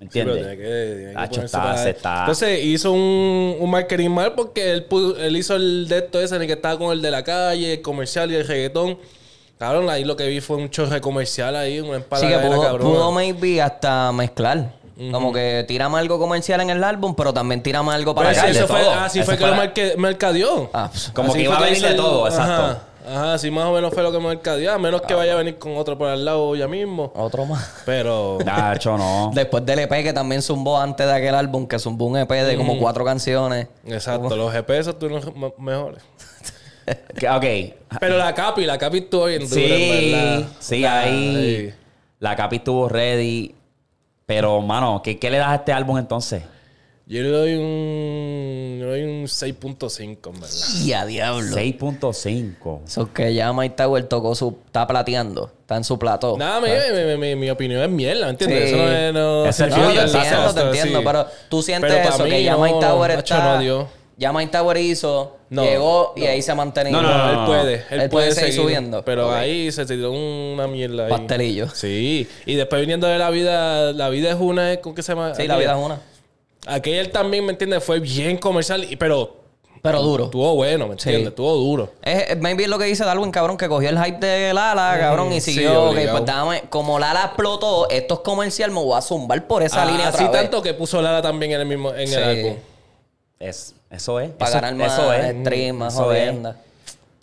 B: Sí, pero
C: ¿Entiendes?
B: tiene que- tiene que
C: Tacho,
B: ponerse
C: está-
B: para-
C: se está-
B: Entonces hizo un, un marketing mal porque él, pu- él hizo el de esto ese en el que estaba con el de la calle, el comercial y el reggaetón. Cabrón, ahí lo que vi fue un chorre comercial ahí,
A: Sí,
B: una empalada
A: que pudo,
B: cabrón.
A: pudo maybe hasta mezclar. Como que tirame algo comercial en el álbum, pero también tirame algo para acá.
C: sí,
B: eso
C: de
B: fue,
C: todo.
B: así
C: Eso
B: fue que
C: fue
B: lo
C: la-
B: marque- mercadeó.
A: Ah, pues,
C: Como
B: Así
C: que
B: fue
C: iba a venir
B: hizo
C: de
B: el-
C: todo, exacto.
B: Ajá, ajá, sí, más o menos fue lo que mercadeó, a menos que vaya a venir con otro por al lado ya mismo.
A: otro más.
B: Pero...
C: Nacho, no.
A: Después del EP que también zumbó antes de aquel álbum, que zumbó un EP de como cuatro canciones.
B: Exacto, los GPS tuvieron los me- mejores.
C: Que- ok.
B: Pero la Capi, la Capi estuvo bien dura, en
C: Sí,
B: verdad.
C: sí, ahí. La Capi estuvo ready. Pero, mano, ¿qué, ¿qué le das a este álbum entonces?
B: Yo le doy un. Yo le doy un 6.5, en verdad.
A: Y a diablo.
C: 6.5.
A: Eso que ya Mike Tower tocó su. Está plateando. Está en su plató.
B: Nada, mi, mi, mi- mi opinión es mierda, ¿me entiendes?
A: Sí.
B: Eso no es. No,
C: Es el
A: No,
B: no,
C: tuyo,
A: te
C: exacto,
A: entiendo, te
B: sí.
A: entiendo. Pero tú sientes
B: Pero pa'
A: eso,
B: mí
A: que ya
B: no,
A: Mike Tower
B: macho,
A: está.
B: no dio.
A: ya Mike Tower hizo,
B: No,
A: llegó y ahí se ha mantenido.
C: No, no, no,
B: él puede. Él, puede, seguir
A: subiendo.
B: Pero
A: Ok.
B: ahí se tiró una mierda. Ahí.
A: Pastelillo.
B: Sí. Y después viniendo de la vida. La vida es una. ¿Con qué se llama?
A: Sí, la vida es una.
B: Aquel también, ¿me entiendes? Fue bien comercial, y- pero
A: Pero duro.
B: estuvo bueno, ¿me entiendes? Estuvo duro.
A: Es, es- maybe es lo que dice Darwin, cabrón, que cogió el hype de Lala, cabrón, y
B: Mm, sí,
A: siguió. ok,
B: obligado.
A: pues dame, como Lala explotó, esto es comercial, me voy a zumbar por esa
B: Ah,
A: línea
B: así
A: otra vez.
B: tanto que puso Lala también en el mismo en
A: Sí.
B: el álbum.
C: Es, eso es.
A: Para
C: eso,
A: ganar más
C: eso es.
A: stream, más
C: Eso es.
A: jodienda.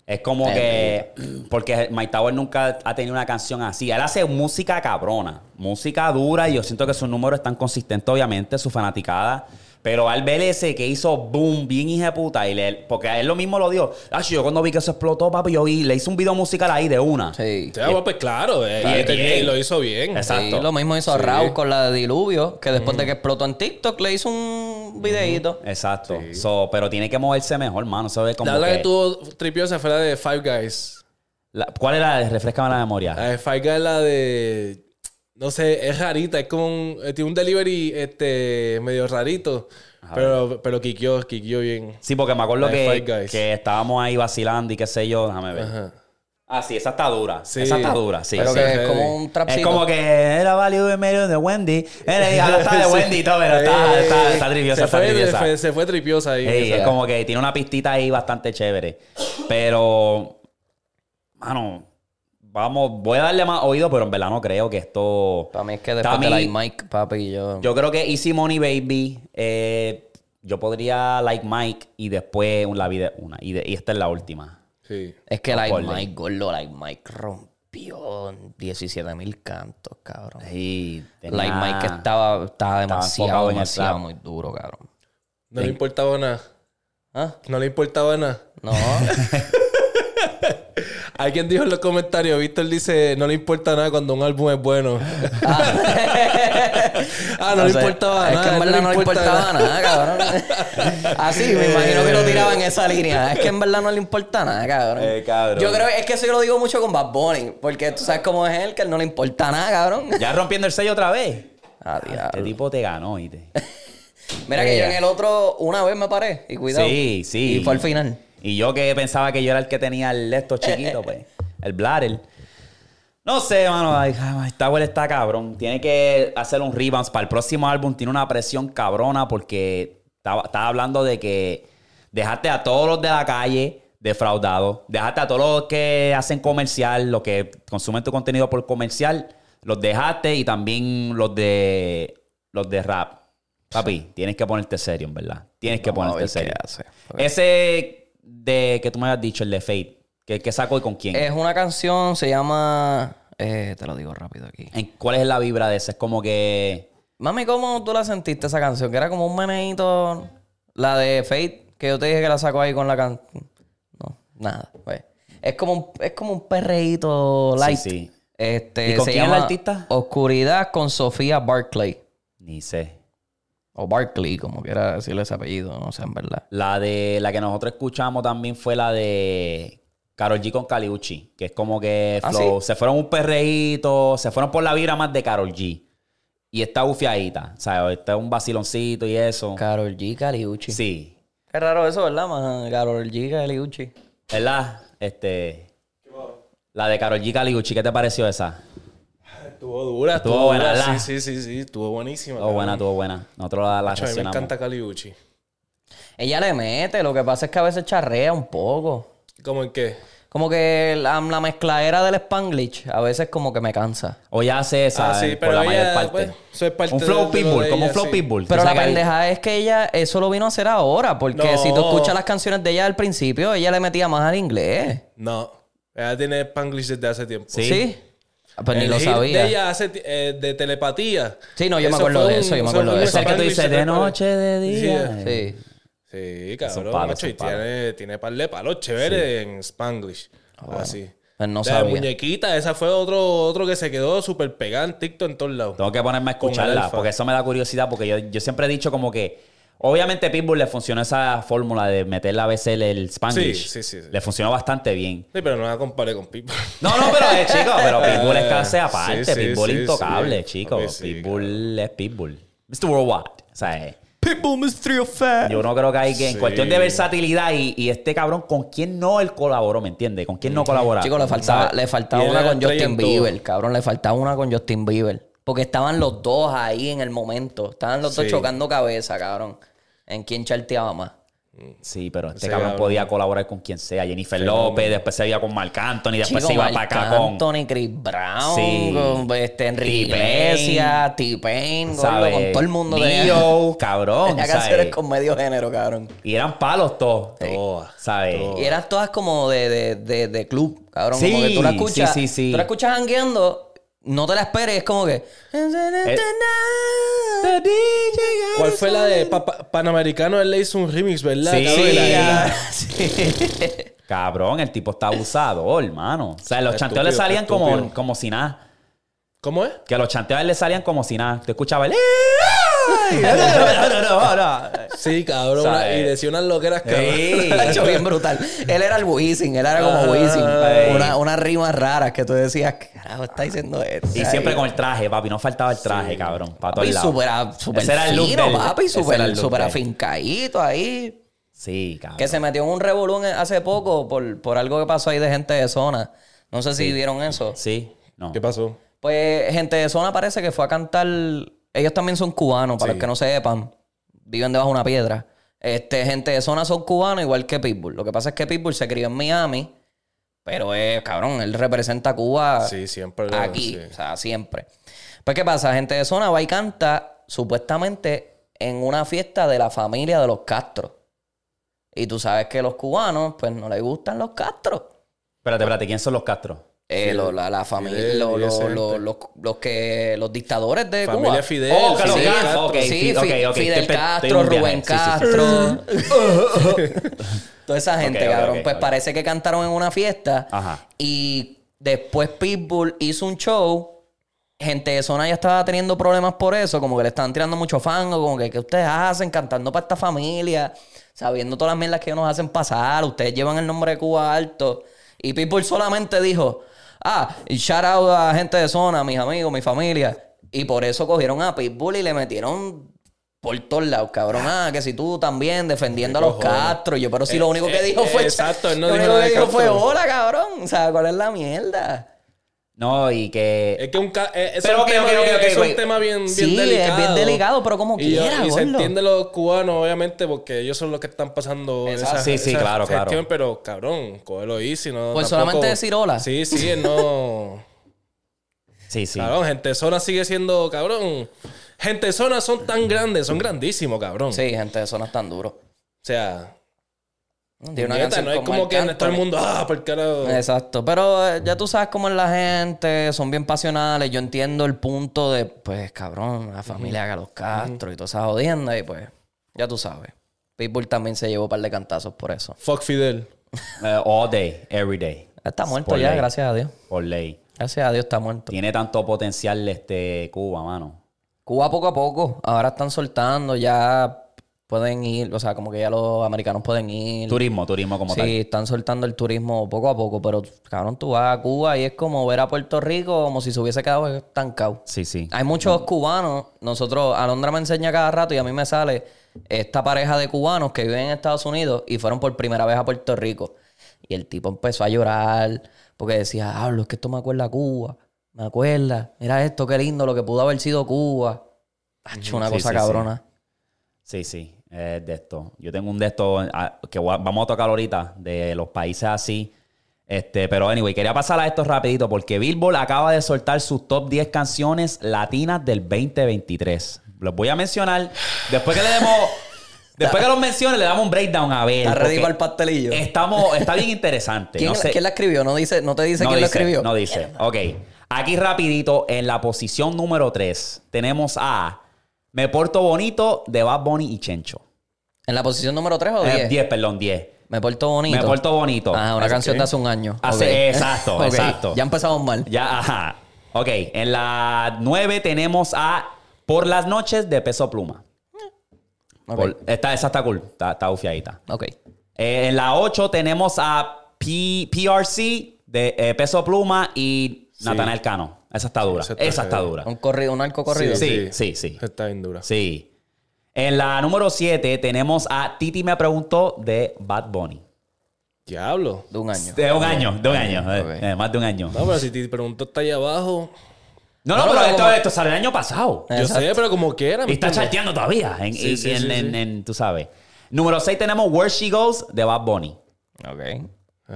C: Es como
A: Eh,
C: que. Porque Mike Tower nunca ha tenido una canción así. Él hace música cabrona. Música dura. Y yo siento que sus números están consistentes, obviamente, su fanaticada. Pero al ver ese que hizo boom, bien hija de puta. Y le- porque a él lo mismo lo dio. Ah, yo cuando vi que eso explotó, papi, yo vi- le hice un video musical ahí de una.
A: Sí.
B: Sí, ah, pues claro, eh,
C: Y
B: y
C: es
B: tenía-
C: bien.
B: y lo hizo bien.
C: Exacto.
A: Sí, lo mismo hizo Raúl con la de Diluvio, que
B: Mm.
A: después de que explotó en TikTok le hizo un videíto.
C: Exacto. So, pero tiene que moverse mejor, mano. Eso es como
B: La otra
C: que-
B: que tuvo tripiosa fue la de Five Guys.
C: la- ¿Cuál era? Refrescame la memoria.
B: La de Five Guys, la de. No sé, es rarita, es como un. eh, Tiene un delivery este, medio rarito. Pero, pero quiqueó, quiqueó bien.
C: Sí, porque me acuerdo
B: La de Five
C: que,
B: Guys.
C: que estábamos ahí vacilando y qué sé yo. Déjame ver.
B: Ajá.
C: Ah, sí, esa está dura.
B: Sí.
C: Esa está dura, sí.
A: pero
C: sí.
A: que
B: sí,
A: es
B: heavy.
A: como un trapcito.
C: Es como que era válido en medio de Wendy. Era y ahora "Ah, está de
B: Sí.
C: Wendy y todo, pero está,
B: Eh,
C: está, está triviosa,
B: Se
C: está
B: fue,
C: triviosa.
B: fue- se fue tripiosa ahí.
C: Ey, es
A: esa.
C: como que tiene una pistita ahí bastante chévere. Pero, mano, vamos, voy a darle más oído, pero en verdad no creo que esto.
A: Para mí es que después de
C: Tami-
A: Like Mike, papi, yo...
C: Yo creo que Easy Money Baby, eh, yo podría Like Mike y después un- la vida es una. Y, de- y esta es la última.
B: Sí.
A: Es que Like
C: Acorde.
A: Mike, gordo, Like Mike rompió 17 mil cantos, cabrón.
C: Y tenía-
A: Like Mike estaba, estaba demasiado,
C: enfocado en el
A: demasiado
C: trap.
A: muy duro, cabrón.
B: No le importaba nada.
A: ¿Ah?
B: No le importaba nada.
A: No,
B: Alguien dijo en los comentarios, Víctor dice, no le importa nada cuando un álbum es bueno. ah, no
A: O
B: le
A: sea,
B: importaba
A: Es
B: nada.
A: que en verdad no le
B: importa
A: importaba nada, Eh. cabrón. Así, me imagino que lo tiraba en esa línea. Es que en verdad no le importa nada, cabrón.
C: Eh, cabrón.
A: Yo creo, es que eso yo lo digo mucho con Bad Bunny. Porque tú sabes cómo es él, que él no le importa nada, cabrón.
C: Ya rompiendo el sello otra vez.
A: Ah, diablo.
C: Este tipo te ganó, oíste.
A: Mira que yo en el otro una vez me paré y cuidado.
C: Sí, sí.
A: Y fue al final.
C: Y yo que pensaba que yo era el que tenía el esto chiquito, pues. El bladder. No sé, mano. Ay, esta güey está cabrón. Tiene que hacer un rebound. Para el próximo álbum tiene una presión cabrona porque estaba, estaba hablando de que dejaste a todos los de la calle defraudados. Dejaste a todos los que hacen comercial, los que consumen tu contenido por comercial. Los dejaste y también los de los de rap. Papi, tienes que ponerte serio, en verdad. Tienes que
A: Vamos a
C: ponerte
A: ver
C: serio.
A: qué hace.
C: Ese de que tú me habías dicho, el de Fate, que, que sacó y con quién.
B: Eh,
A: Es una canción, se llama. eh, te lo digo rápido aquí.
C: ¿En- ¿Cuál es la vibra de ese? Es como que.
A: Mami, ¿cómo tú la sentiste esa canción? Que era como un meneito. La de Fate, que yo te dije que la sacó ahí con la can. No, nada. pues. Es como un, es como un perreíto
C: Sí,
A: light.
C: sí.
A: Este,
C: ¿Y con
A: se
C: quién es la
A: llama
C: artista?
A: Oscuridad con Sofía Barclay.
C: Ni sé.
A: O Barclay, como quiera decirle ese apellido, no sé, en verdad.
C: La de la que nosotros escuchamos también fue la de Carol G con Caliucci, que es como que
A: Ah,
C: flow, se fueron un perreíto, se fueron por la vibra más de Carol G. Y está bufiadita, o sea, está un vaciloncito y eso.
A: Carol G. Caliucci.
C: Sí,
A: Qué raro eso, ¿verdad, man? Carol G. Caliucci.
C: ¿verdad? Este la de Carol G Caliucci, ¿qué te pareció esa?
B: Estuvo dura, estuvo,
C: Estuvo buena,
B: buena.
C: ¿verdad?
B: Sí, sí, sí, sí, estuvo buenísima.
C: Todo buena,
B: cabrón.
C: todo buena. Nosotros la,
B: Chacho, a mí
C: la
B: me
C: reaccionamos.
B: encanta Caliucci.
A: Ella le mete, lo que pasa es que a veces charrea un poco.
B: ¿Cómo en qué?
A: Como que la, la mezcladera del Spanglish a veces como que me cansa.
C: O ya hace esa
B: Ah, sí,
C: eh, por
B: pero
C: la mayor
B: ella,
C: parte.
B: pues, eso es parte
C: un
B: de-
C: flow
B: de lo
C: pitbull,
B: de
C: como un
B: ella,
C: flow
B: sí.
C: pitbull.
A: Pero
C: Tú
A: la
C: sabes que-
A: pendeja es que ella eso lo vino a hacer ahora, porque
B: No.
A: si tú escuchas las canciones de ella al principio, ella le metía más al inglés.
B: No. Ella tiene Spanglish desde hace tiempo.
A: ¿Sí?
C: Sí.
A: Ah, Pues ni
B: El
A: lo
B: hit
A: sabía.
B: De ella hace ti- eh, de telepatía.
A: Sí, no, yo me acuerdo
B: fue
A: de eso, yo me acuerdo
B: fue
A: de
B: un
A: eso.
C: Es el que tú
B: Spanglish
C: dices de noche, de
B: Sí, eh.
C: día. eh,
A: Sí.
B: Sí, cabrón,
C: Son palos,
B: macho,
C: son
B: y tiene, tiene par de palos chéveres en Spanglish. Así.
A: Pues no
B: La de
A: sabía.
B: muñequita, esa fue otro, otro que se quedó súper pegada en TikTok en todos lados.
C: Tengo que ponerme a
B: Con el
C: escucharla,
B: alfa.
C: porque eso me da curiosidad, porque yo, yo siempre he dicho como que, obviamente Pitbull le funcionó esa fórmula de meterle a veces el, el Spanglish.
B: Sí, sí, sí, sí.
C: Le funcionó bastante bien.
B: Sí, pero no la comparé con Pipa.
C: No, no, pero eh, chico, pero Pitbull es clase
B: Eh,
C: aparte,
B: sí, sí,
C: Pitbull
B: sí,
C: intocable,
B: sí.
C: chico.
B: Ok, sí,
C: pitbull es Pitbull. Mr. Worldwide. O sea, eh,
B: People Mystery of Fat.
C: Yo no creo que hay que, en
B: Sí.
C: cuestión de versatilidad y, y este cabrón, ¿con quién no él colaboró? ¿Me entiendes? ¿Con quién no colaboró?
A: Chicos, le faltaba,
C: ¿Sabes?
A: le faltaba
B: Y él
A: una
B: era
A: con
B: estrella
A: Justin
B: en todo.
A: Bieber, cabrón. Le faltaba una con Justin Bieber. Porque estaban los dos ahí en el momento. Estaban los dos
B: Sí.
A: chocando cabeza, cabrón. En quién charteaba más.
C: Sí, pero este
B: Ese
C: cabrón
B: cabrón.
C: podía colaborar con quien sea. Jennifer López, después se iba con Marc Anthony, después
A: Chico,
C: se iba
A: Marc
C: para acá con...
A: Anthony, Chris Brown,
C: Sí.
A: con este, Enrique
C: T-Pain.
A: Iglesias, T-Pain, gordo,
C: ¿sabes?
A: con todo el mundo. tenía-
C: Neo, cabrón,
A: tenía
C: ¿sabes?
A: canciones con medio género, cabrón.
C: Y eran palos todos.
B: Todas,
C: ¿Sabes?
B: todas.
A: Y eran todas como de, de, de, de club, cabrón.
C: Sí,
A: como que tú la escuchas.
C: sí, sí, sí.
A: Tú la escuchas jangueando, no te la esperes, es como que.
C: Eh,
B: ¿Cuál fue la de Pa- Pa- Panamericano? Él le hizo un remix, ¿verdad?
C: Sí.
B: cabrón? Y la- y la-
C: Cabrón, el tipo está abusador, hermano. O sea, los
B: Estúpido,
C: chanteos le salían como,
B: estúpido.
C: como si nada.
B: ¿Cómo es?
C: Que a los chanteos le salían como si nada. Tú escuchabas el... ¡Ay! No, no, no, no, no.
B: Sí, cabrón.
C: ¿Sabes?
B: una- y decía unas loqueras, cabrón.
C: Sí.
A: Ha hecho bien brutal. Él era el Wisin, él era como Wisin.
C: Ah, Ay.
A: Una- Unas rimas raras que tú decías, ¿qué carajo está diciendo esto?
C: Y siempre con el traje, papi. No faltaba el traje, cabrón. Para todos
A: Papi,
C: lados.
A: súper a- súper
C: Ese era el look
A: fino,
C: del-
A: papi,
C: ese era el
A: súper
C: look
A: súper
C: del- Ah,
A: afincadito ahí.
C: Sí, cabrón.
A: Que se metió en un revolú en- hace poco por, por algo que pasó ahí de gente de zona. No sé si vieron eso.
C: Sí. No.
B: ¿Qué pasó?
A: Pues gente de zona parece que fue a cantar. Ellos también son cubanos, para los que no sepan. Viven debajo de una piedra. Este, gente de zona son cubanos igual que Pitbull. Lo que pasa es que Pitbull se crió en Miami, pero es, cabrón, él representa a Cuba
C: Ah.
B: Sí, siempre. lo-
A: aquí.
B: sí.
A: O sea, siempre. Pues, ¿qué pasa? Gente de zona va y canta supuestamente en una fiesta de la familia de los Castro. Y tú sabes que los cubanos, pues, no les gustan los Castro.
C: Espérate, espérate. ¿Quién son los Castro?
A: Eh, lo- la, la familia,
B: Fidel
A: lo-
B: y
A: lo-
B: esa gente.
A: lo- los, los que los dictadores de
B: Familia
A: Cuba.
B: Fidel.
C: Oh, que los
A: Sí,
B: Fidel
C: Castro,
B: Castro.
C: ok,
A: sí,
C: sí, ok,
A: Fi-
C: ok,
A: Fidel
C: estoy pe-
A: Castro,
C: estoy en un
A: Rubén
C: viaje, sí, sí.
A: Castro. Toda esa gente,
C: Ok, ok,
A: cabrón.
C: ok,
A: pues
C: ok.
A: parece que cantaron en una fiesta.
C: Ajá.
A: Y después Pitbull hizo un show. Gente de zona ya estaba teniendo problemas por eso, como que le estaban tirando mucho fango, como que ¿qué ustedes hacen cantando para esta familia, sabiendo todas las mierdas que ellos nos hacen pasar, ustedes llevan el nombre de Cuba alto. Y Pitbull solamente dijo, ah, y shout out a gente de zona, mis amigos, mi familia. Y por eso cogieron a Pitbull y le metieron por todos lados, cabrón. Ah, que si tú también defendiendo a los
B: cojones.
A: Castro. Y yo, pero si lo
B: Eh,
A: único que
B: eh,
A: dijo fue.
B: exacto, él no
A: lo
B: dijo
A: único
B: nada
A: que
B: de
A: dijo fue
B: Castro.
A: hola, cabrón. O sea, ¿cuál es la mierda?
C: No, y que...
B: Es que un ca- eh, es
C: Pero
B: un
C: ok,
B: tema
C: ok, ok,
B: bien-
C: ok,
B: es un
C: güey.
B: tema bien, bien
A: Sí, es bien
B: delicado.
A: delicado, pero como
B: y,
A: quiera,
B: Y se
A: gordo.
B: entiende los cubanos, obviamente, porque ellos son los que están pasando
A: Exacto.
B: esa,
C: Sí, sí,
B: esa
C: claro,
B: gestión,
C: claro.
B: Pero, cabrón, cógelo easy. No,
A: Pues
B: tampoco-
A: solamente decir hola.
B: Sí, sí, él no...
C: Sí, sí.
B: Cabrón, gente zona sigue siendo, cabrón... Gente zona son tan grandes, son grandísimos, cabrón.
A: Sí, gente, eso no es tan duro.
B: O sea,
A: Tiene una
B: neta,
A: canción
B: no es
A: con
B: como
A: Marc
B: que todo el
A: Anthony.
B: mundo... Ah, por carajo.
A: Exacto, pero eh, ya tú sabes cómo es la gente, son bien pasionales, yo entiendo el punto de, pues, cabrón, la familia haga los Castro y todas esas jodiendas y pues, ya tú sabes. Pitbull también se llevó un par de cantazos por eso.
B: Fuck Fidel.
C: Eh, all day, every day.
A: Está muerto
C: Por
A: ya,
C: ley.
A: gracias a Dios.
C: Por ley.
A: Gracias a Dios está muerto.
C: Tiene tanto potencial este Cuba, mano.
A: Cuba poco a poco, ahora están soltando, ya pueden ir, o sea, como que ya los americanos pueden ir.
C: Turismo, turismo como
A: sí,
C: tal.
A: están soltando el turismo poco a poco, pero cabrón, tú vas a Cuba y es como ver a Puerto Rico como si se hubiese quedado estancado.
C: Sí, sí.
A: Hay muchos cubanos, nosotros, Alondra me enseña cada rato y a mí me sale esta pareja de cubanos que viven en Estados Unidos y fueron por primera vez a Puerto Rico. Y el tipo empezó a llorar porque decía, hablo, es que esto me acuerda a Cuba, me acuerda, mira esto, qué lindo lo que pudo haber sido Cuba. Hacho, una
C: Sí,
A: cosa
C: sí, sí.
A: cabrona.
C: Sí, sí, es de esto. Yo tengo un de esto ah, que voy a- vamos a tocar ahorita de los países así. Este, pero anyway, quería pasar a esto rapidito porque Billboard acaba de soltar sus top 10 canciones latinas del 2023. Los voy a mencionar. Después que le demos, después que los mencione, le damos un breakdown a ver.
A: Está ready
C: porque
A: para el pastelillo.
C: Estamos, está bien interesante.
A: ¿Quién,
C: no sé-
A: quién la escribió? No dice, no te dice
C: no
A: quién
C: dice,
A: lo escribió.
C: No dice. Ok. Aquí rapidito, en la posición número 3, tenemos a Me Porto Bonito de Bad Bunny y Chencho.
A: ¿En la posición número 3 o
C: Eh,
A: 10?
C: 10, perdón, 10.
A: Me porto Oh, bonito.
C: Me porto bonito.
A: Ajá, una
C: Ok.
A: canción de hace un año.
C: Hace-
A: Ok.
C: exacto,
A: Ok,
C: exacto.
A: Ya empezamos mal.
C: Ya, ajá. Ok, en la 9 tenemos a Por las noches de Peso Pluma.
A: Ok.
C: Por- esta, esa está cool, está, está ufiadita.
A: Ok.
C: Eh, en la 8 tenemos a P- PRC de eh, Peso Pluma y Natanael Cano. Esa está dura.
B: esa está
C: esa está
B: heavy.
C: dura.
A: Un, corrido, un arco corrido.
C: Sí, sí, sí.
B: Está bien dura.
C: Sí. En la número 7 tenemos a Titi me preguntó de Bad Bunny.
B: Diablo.
A: De un año.
C: De un año, de un año,
A: ok.
C: eh, eh, más de un año.
B: No, pero si te pregunto está ahí abajo.
C: No, no,
A: No,
C: pero
A: pero
C: esto,
A: como-
C: esto sale el año pasado.
A: Exacto.
B: Yo sé, pero como quiera. ¿me
C: Y está
B: entiendes?
C: charteando todavía. En,
B: Sí,
C: y-
B: sí,
C: y en-
B: sí,
C: en-
B: sí.
C: en- tú sabes. Número 6 tenemos Where She Goes de Bad Bunny.
A: Ok.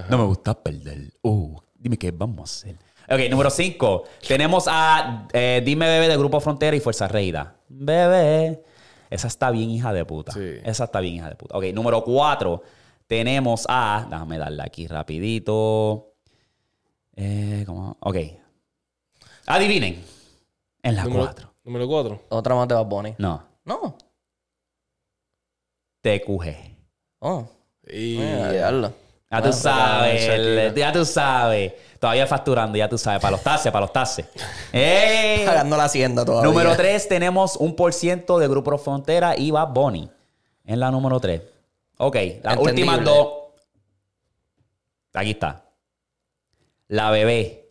C: No me gusta perder. Uh, dime qué vamos a hacer. Ok, número 5. Tenemos a eh, Dime Bebé de Grupo Frontera y Fuerza Reida. Bebé. Esa está bien, hija de puta.
B: Sí.
C: Esa está bien, hija de puta. Ok, número 4. Tenemos a. Déjame darle aquí rapidito. Eh, ¿cómo? Ok. Adivinen. En la
B: Número-
C: 4.
B: Número 4.
A: Otra más de Bad Bunny.
C: No.
A: No.
C: TQG.
A: Oh.
B: Y...
A: Mira, diablo.
C: Eh, Ya tú
A: Bueno,
C: sabes,
B: pero,
C: el-
B: Shakira.
C: ya tú sabes. Todavía facturando, ya tú sabes. Para los tases, para los tases. ¡Ey!
A: Pagando la hacienda todavía.
C: Número 3 tenemos un por ciento de Grupo Frontera y Bad Bunny. En la número 3. Ok, las
A: Entendible.
C: últimas dos. Aquí está. La bebé.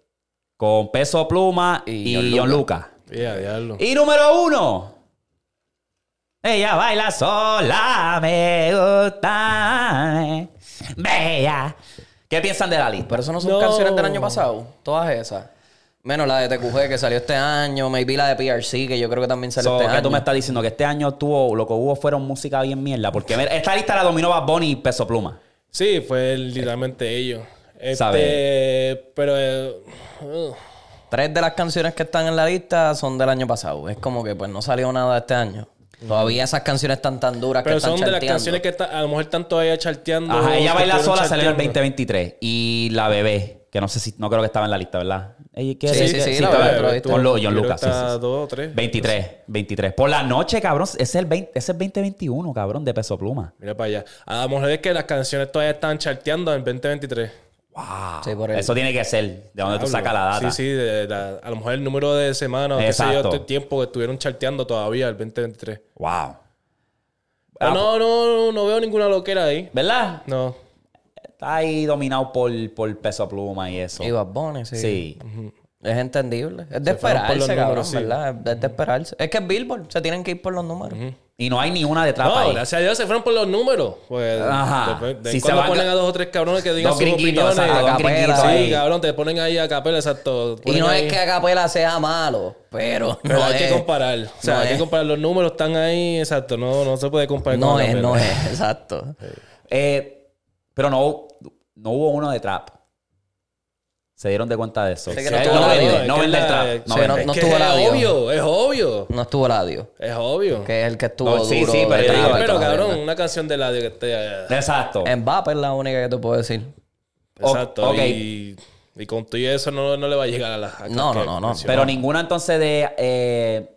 C: Con peso pluma
A: Y
C: y,
A: John
C: John Lucas.
B: Yeah, diablo.
C: Y número uno. Ella baila sola, me gusta. eh. Bella. ¿Qué piensan de Pues, la lista?
A: Pero eso no son
B: No.
A: canciones del año pasado. Todas esas. Menos la de TQG que salió este año. Maybe la de PRC que yo creo que también salió
C: So,
A: este
C: que
A: año.
C: tú me estás diciendo que este año tuvo, lo que hubo fueron música bien mierda. Porque mira, esta lista la dominó Bad Bunny y Peso Pluma.
B: Sí, fue literalmente ellos. Este,
C: Sabe.
B: Pero... eh, uh,
A: Tres de las canciones que están en la lista son del año pasado. Es como que pues no salió nada este año. Todavía esas canciones están tan duras que
B: pero
A: están
B: son de las
A: charteando.
B: canciones que está- a lo mejor están todavía charteando.
C: Ajá, ella
B: que
C: baila
B: estuvieron
C: sola, salió en el
B: charteando.
C: 2023. Y la bebé, que no sé si, no creo que estaba en la lista, ¿verdad? Ella- ¿qué-
A: Sí,
C: qué-
A: sí, sí, la
C: estaba-
A: bebé, pero ahí está.
C: ponlo, John
B: Creo que
C: Lucas. sí,
B: está
C: sí, sí.
B: dos o tres.
C: 23, 23. Por la noche, cabrón. Ese es el 20, ese es el 2021, cabrón, de peso pluma.
B: Mira para allá. A lo mejor es que las canciones todavía están charteando en el 2023.
C: Wow.
A: Sí, por ahí.
C: Eso tiene que ser de donde tú sacas la data.
B: Sí, sí, de la- a lo mejor el número de semanas, o qué sé yo,
C: Exacto.
B: este tiempo que estuvieron charteando todavía el 2023.
C: Wow.
B: Ah,
C: pues.
B: no, no, no, no veo ninguna loquera ahí.
C: ¿Verdad?
B: No.
C: Está ahí dominado por, por peso pluma y eso.
A: Y Bad Bunny, sí.
C: Sí.
A: Es entendible. Es de
B: fueron por los
A: esperarse, cabrón,
B: números, sí.
A: ¿verdad? Es de esperarse. Es que es Billboard. Se tienen que ir por los números.
C: Y no hay ni una detrás
B: No,
C: para ahí.
B: gracias a Dios se fueron por los números. Pues,
C: Ah, Ajá.
B: después- de
C: Si se
B: cuando
C: van-
B: ponen a dos o tres cabrones que digan
C: Dos
B: sus
C: gringuitos,
B: opiniones.
C: exacto,
A: dos gringuitos
B: Sí,
A: ahí.
B: cabrón, te ponen ahí a capela, exacto.
A: Y
B: Ponen
A: no
B: ahí.
A: es que a capela sea malo, pero,
B: Pero
A: no
B: hay
A: es.
B: que comparar. O sea,
A: no
B: hay
A: es.
B: que comparar. Los números están ahí, exacto. No, no se puede comparar
A: No
B: con
A: es,
B: Acapela.
A: no es, exacto.
C: Eh, pero no, no hubo uno de trap. Se dieron de cuenta de eso.
A: Sí, que
C: Sí,
A: no
C: no,
A: tuvo la-
C: vende,
A: es
C: no
B: que
C: vende el
B: la-
C: trap. No
A: sí, no-
C: vende.
A: no
B: Que
A: estuvo
B: es
A: la Dios.
B: obvio, es obvio.
A: No estuvo Ladio,
B: Es obvio. Eh,
A: que es el que estuvo
C: No, sí,
A: duro.
C: sí,
A: de
C: pero yo
A: trap
B: Pero,
C: digo,
A: y
B: pero,
A: toda la
B: cabrón,
A: vaina.
B: una canción de la que esté. eh,
C: Exacto.
A: Mbappé es la única que te puedo decir.
B: Exacto.
C: ok.
B: Y, y con todo y eso no, no le va a llegar a la.
A: No,
B: a
A: no,
B: cualquier
A: no, no.
B: canción.
C: Pero ninguna entonces de. eh,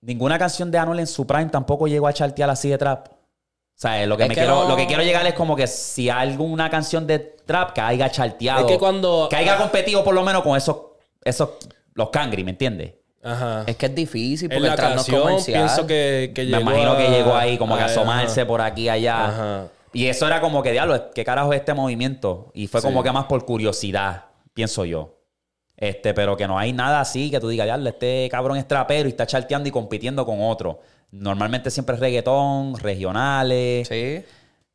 C: ninguna canción de Anuel en su prime tampoco llegó a chartear así de trap. O sea, eh, lo que,
A: Es
C: me
A: que
C: quiero,
A: no-
C: lo que quiero llegar es como que si alguna canción de trap que haya charteado.
B: Es que cuando.
C: que haya competido por lo menos con esos. esos los cangri, ¿me entiendes?
B: Ajá.
A: Es que es difícil
B: En
A: porque el
B: la
A: trap no es
B: canción
A: comercial.
B: pienso que, que
C: Me
B: llegó.
C: imagino que
B: a-
C: llegó ahí como que
B: a-
C: asomarse por aquí allá.
B: Ajá.
C: Y eso era como que, diablo, ¿qué carajo es este movimiento? Y fue
B: Sí.
C: como que más por curiosidad, pienso yo. Este, pero que no hay nada así que tú digas, diablo, este cabrón es trapero y está charteando y compitiendo con otro. Normalmente siempre es reggaetón, regionales.
A: Sí.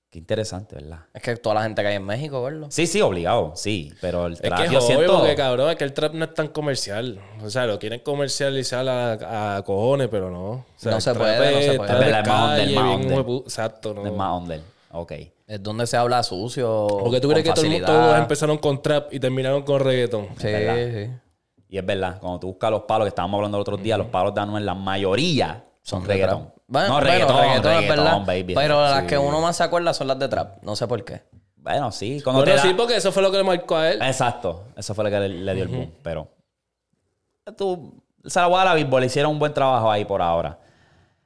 C: Qué interesante, ¿verdad?
A: Es que toda la gente que hay en México, verlo.
C: Sí, sí, obligado, sí. Pero el
B: Es
C: trap
B: que es
C: yo
B: obvio
C: siento...
B: porque, cabrón, es que el trap no es tan comercial. O sea, lo quieren comercializar a, a cojones, pero no. O sea,
A: No
B: el
A: se
B: trap
A: puede, no
B: es-
A: se puede.
B: está
A: Es
B: de
C: verdad, es más under,
B: calle,
C: más
B: bien
C: under.
B: huepu- Exacto,
C: Es
B: no.
C: más under. Ok.
A: Es donde se habla sucio.
B: Porque tú crees que
A: con
B: todo el mundo,
A: facilidad.
B: todos empezaron con trap y terminaron con reggaetón.
A: Sí, sí.
C: Y es verdad, cuando tú buscas los palos que estábamos hablando el otro día, los palos de Anuel, la mayoría son reggaetón.
A: Bueno,
C: no,
A: bueno,
C: reggaetón,
A: reggaetón es
C: reggaetón,
A: verdad,
C: baby.
A: Pero las
C: Sí.
A: que uno más se acuerda son las de trap. No sé por qué.
C: Bueno, sí. Cuando
B: Bueno,
C: te da-
B: sí, porque eso fue lo que le marcó a él.
A: Eh.
C: Exacto. Eso fue lo que le, le dio el boom. Pero. Tú, se la voy a dar a béisbol. Hicieron un buen trabajo ahí por ahora.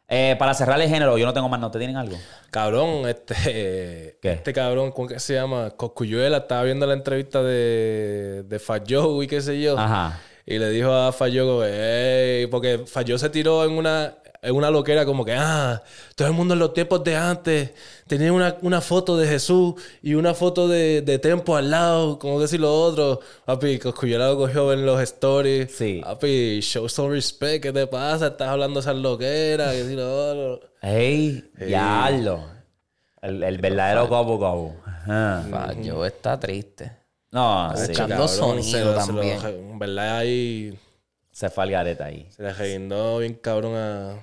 C: Eh, para cerrar el género, yo no tengo más. ¿No te tienen algo?
B: Cabrón, este.
C: ¿Qué?
B: Este cabrón, ¿cómo que se llama? Coscuyuela estaba viendo la entrevista de, de Fat Joe y qué sé yo.
C: Ajá.
B: Y le dijo a Fayó como, "Ey", porque Fayó se tiró en una, en una loquera como que, ah, todo el mundo en los tiempos de antes tenía una, una foto de Jesús y una foto de, de Tempo al lado, como decir lo otro. Papi, Coscuyola lo cogió en los stories.
C: Sí.
B: Papi, show some respect, ¿qué te pasa? Estás hablando esas loqueras, que si lo otro.
C: ¡Ey! ¡Diablo! El, el verdadero Gobu Gobu. Ajá.
A: Fa, Yo está triste.
C: No, sí.
A: Buscando
B: Cabrón,
A: sonido
B: se lo- se lo-
A: también.
B: en verdad ahí
C: Se fue al garete ahí.
B: se le reguindó bien cabrón a...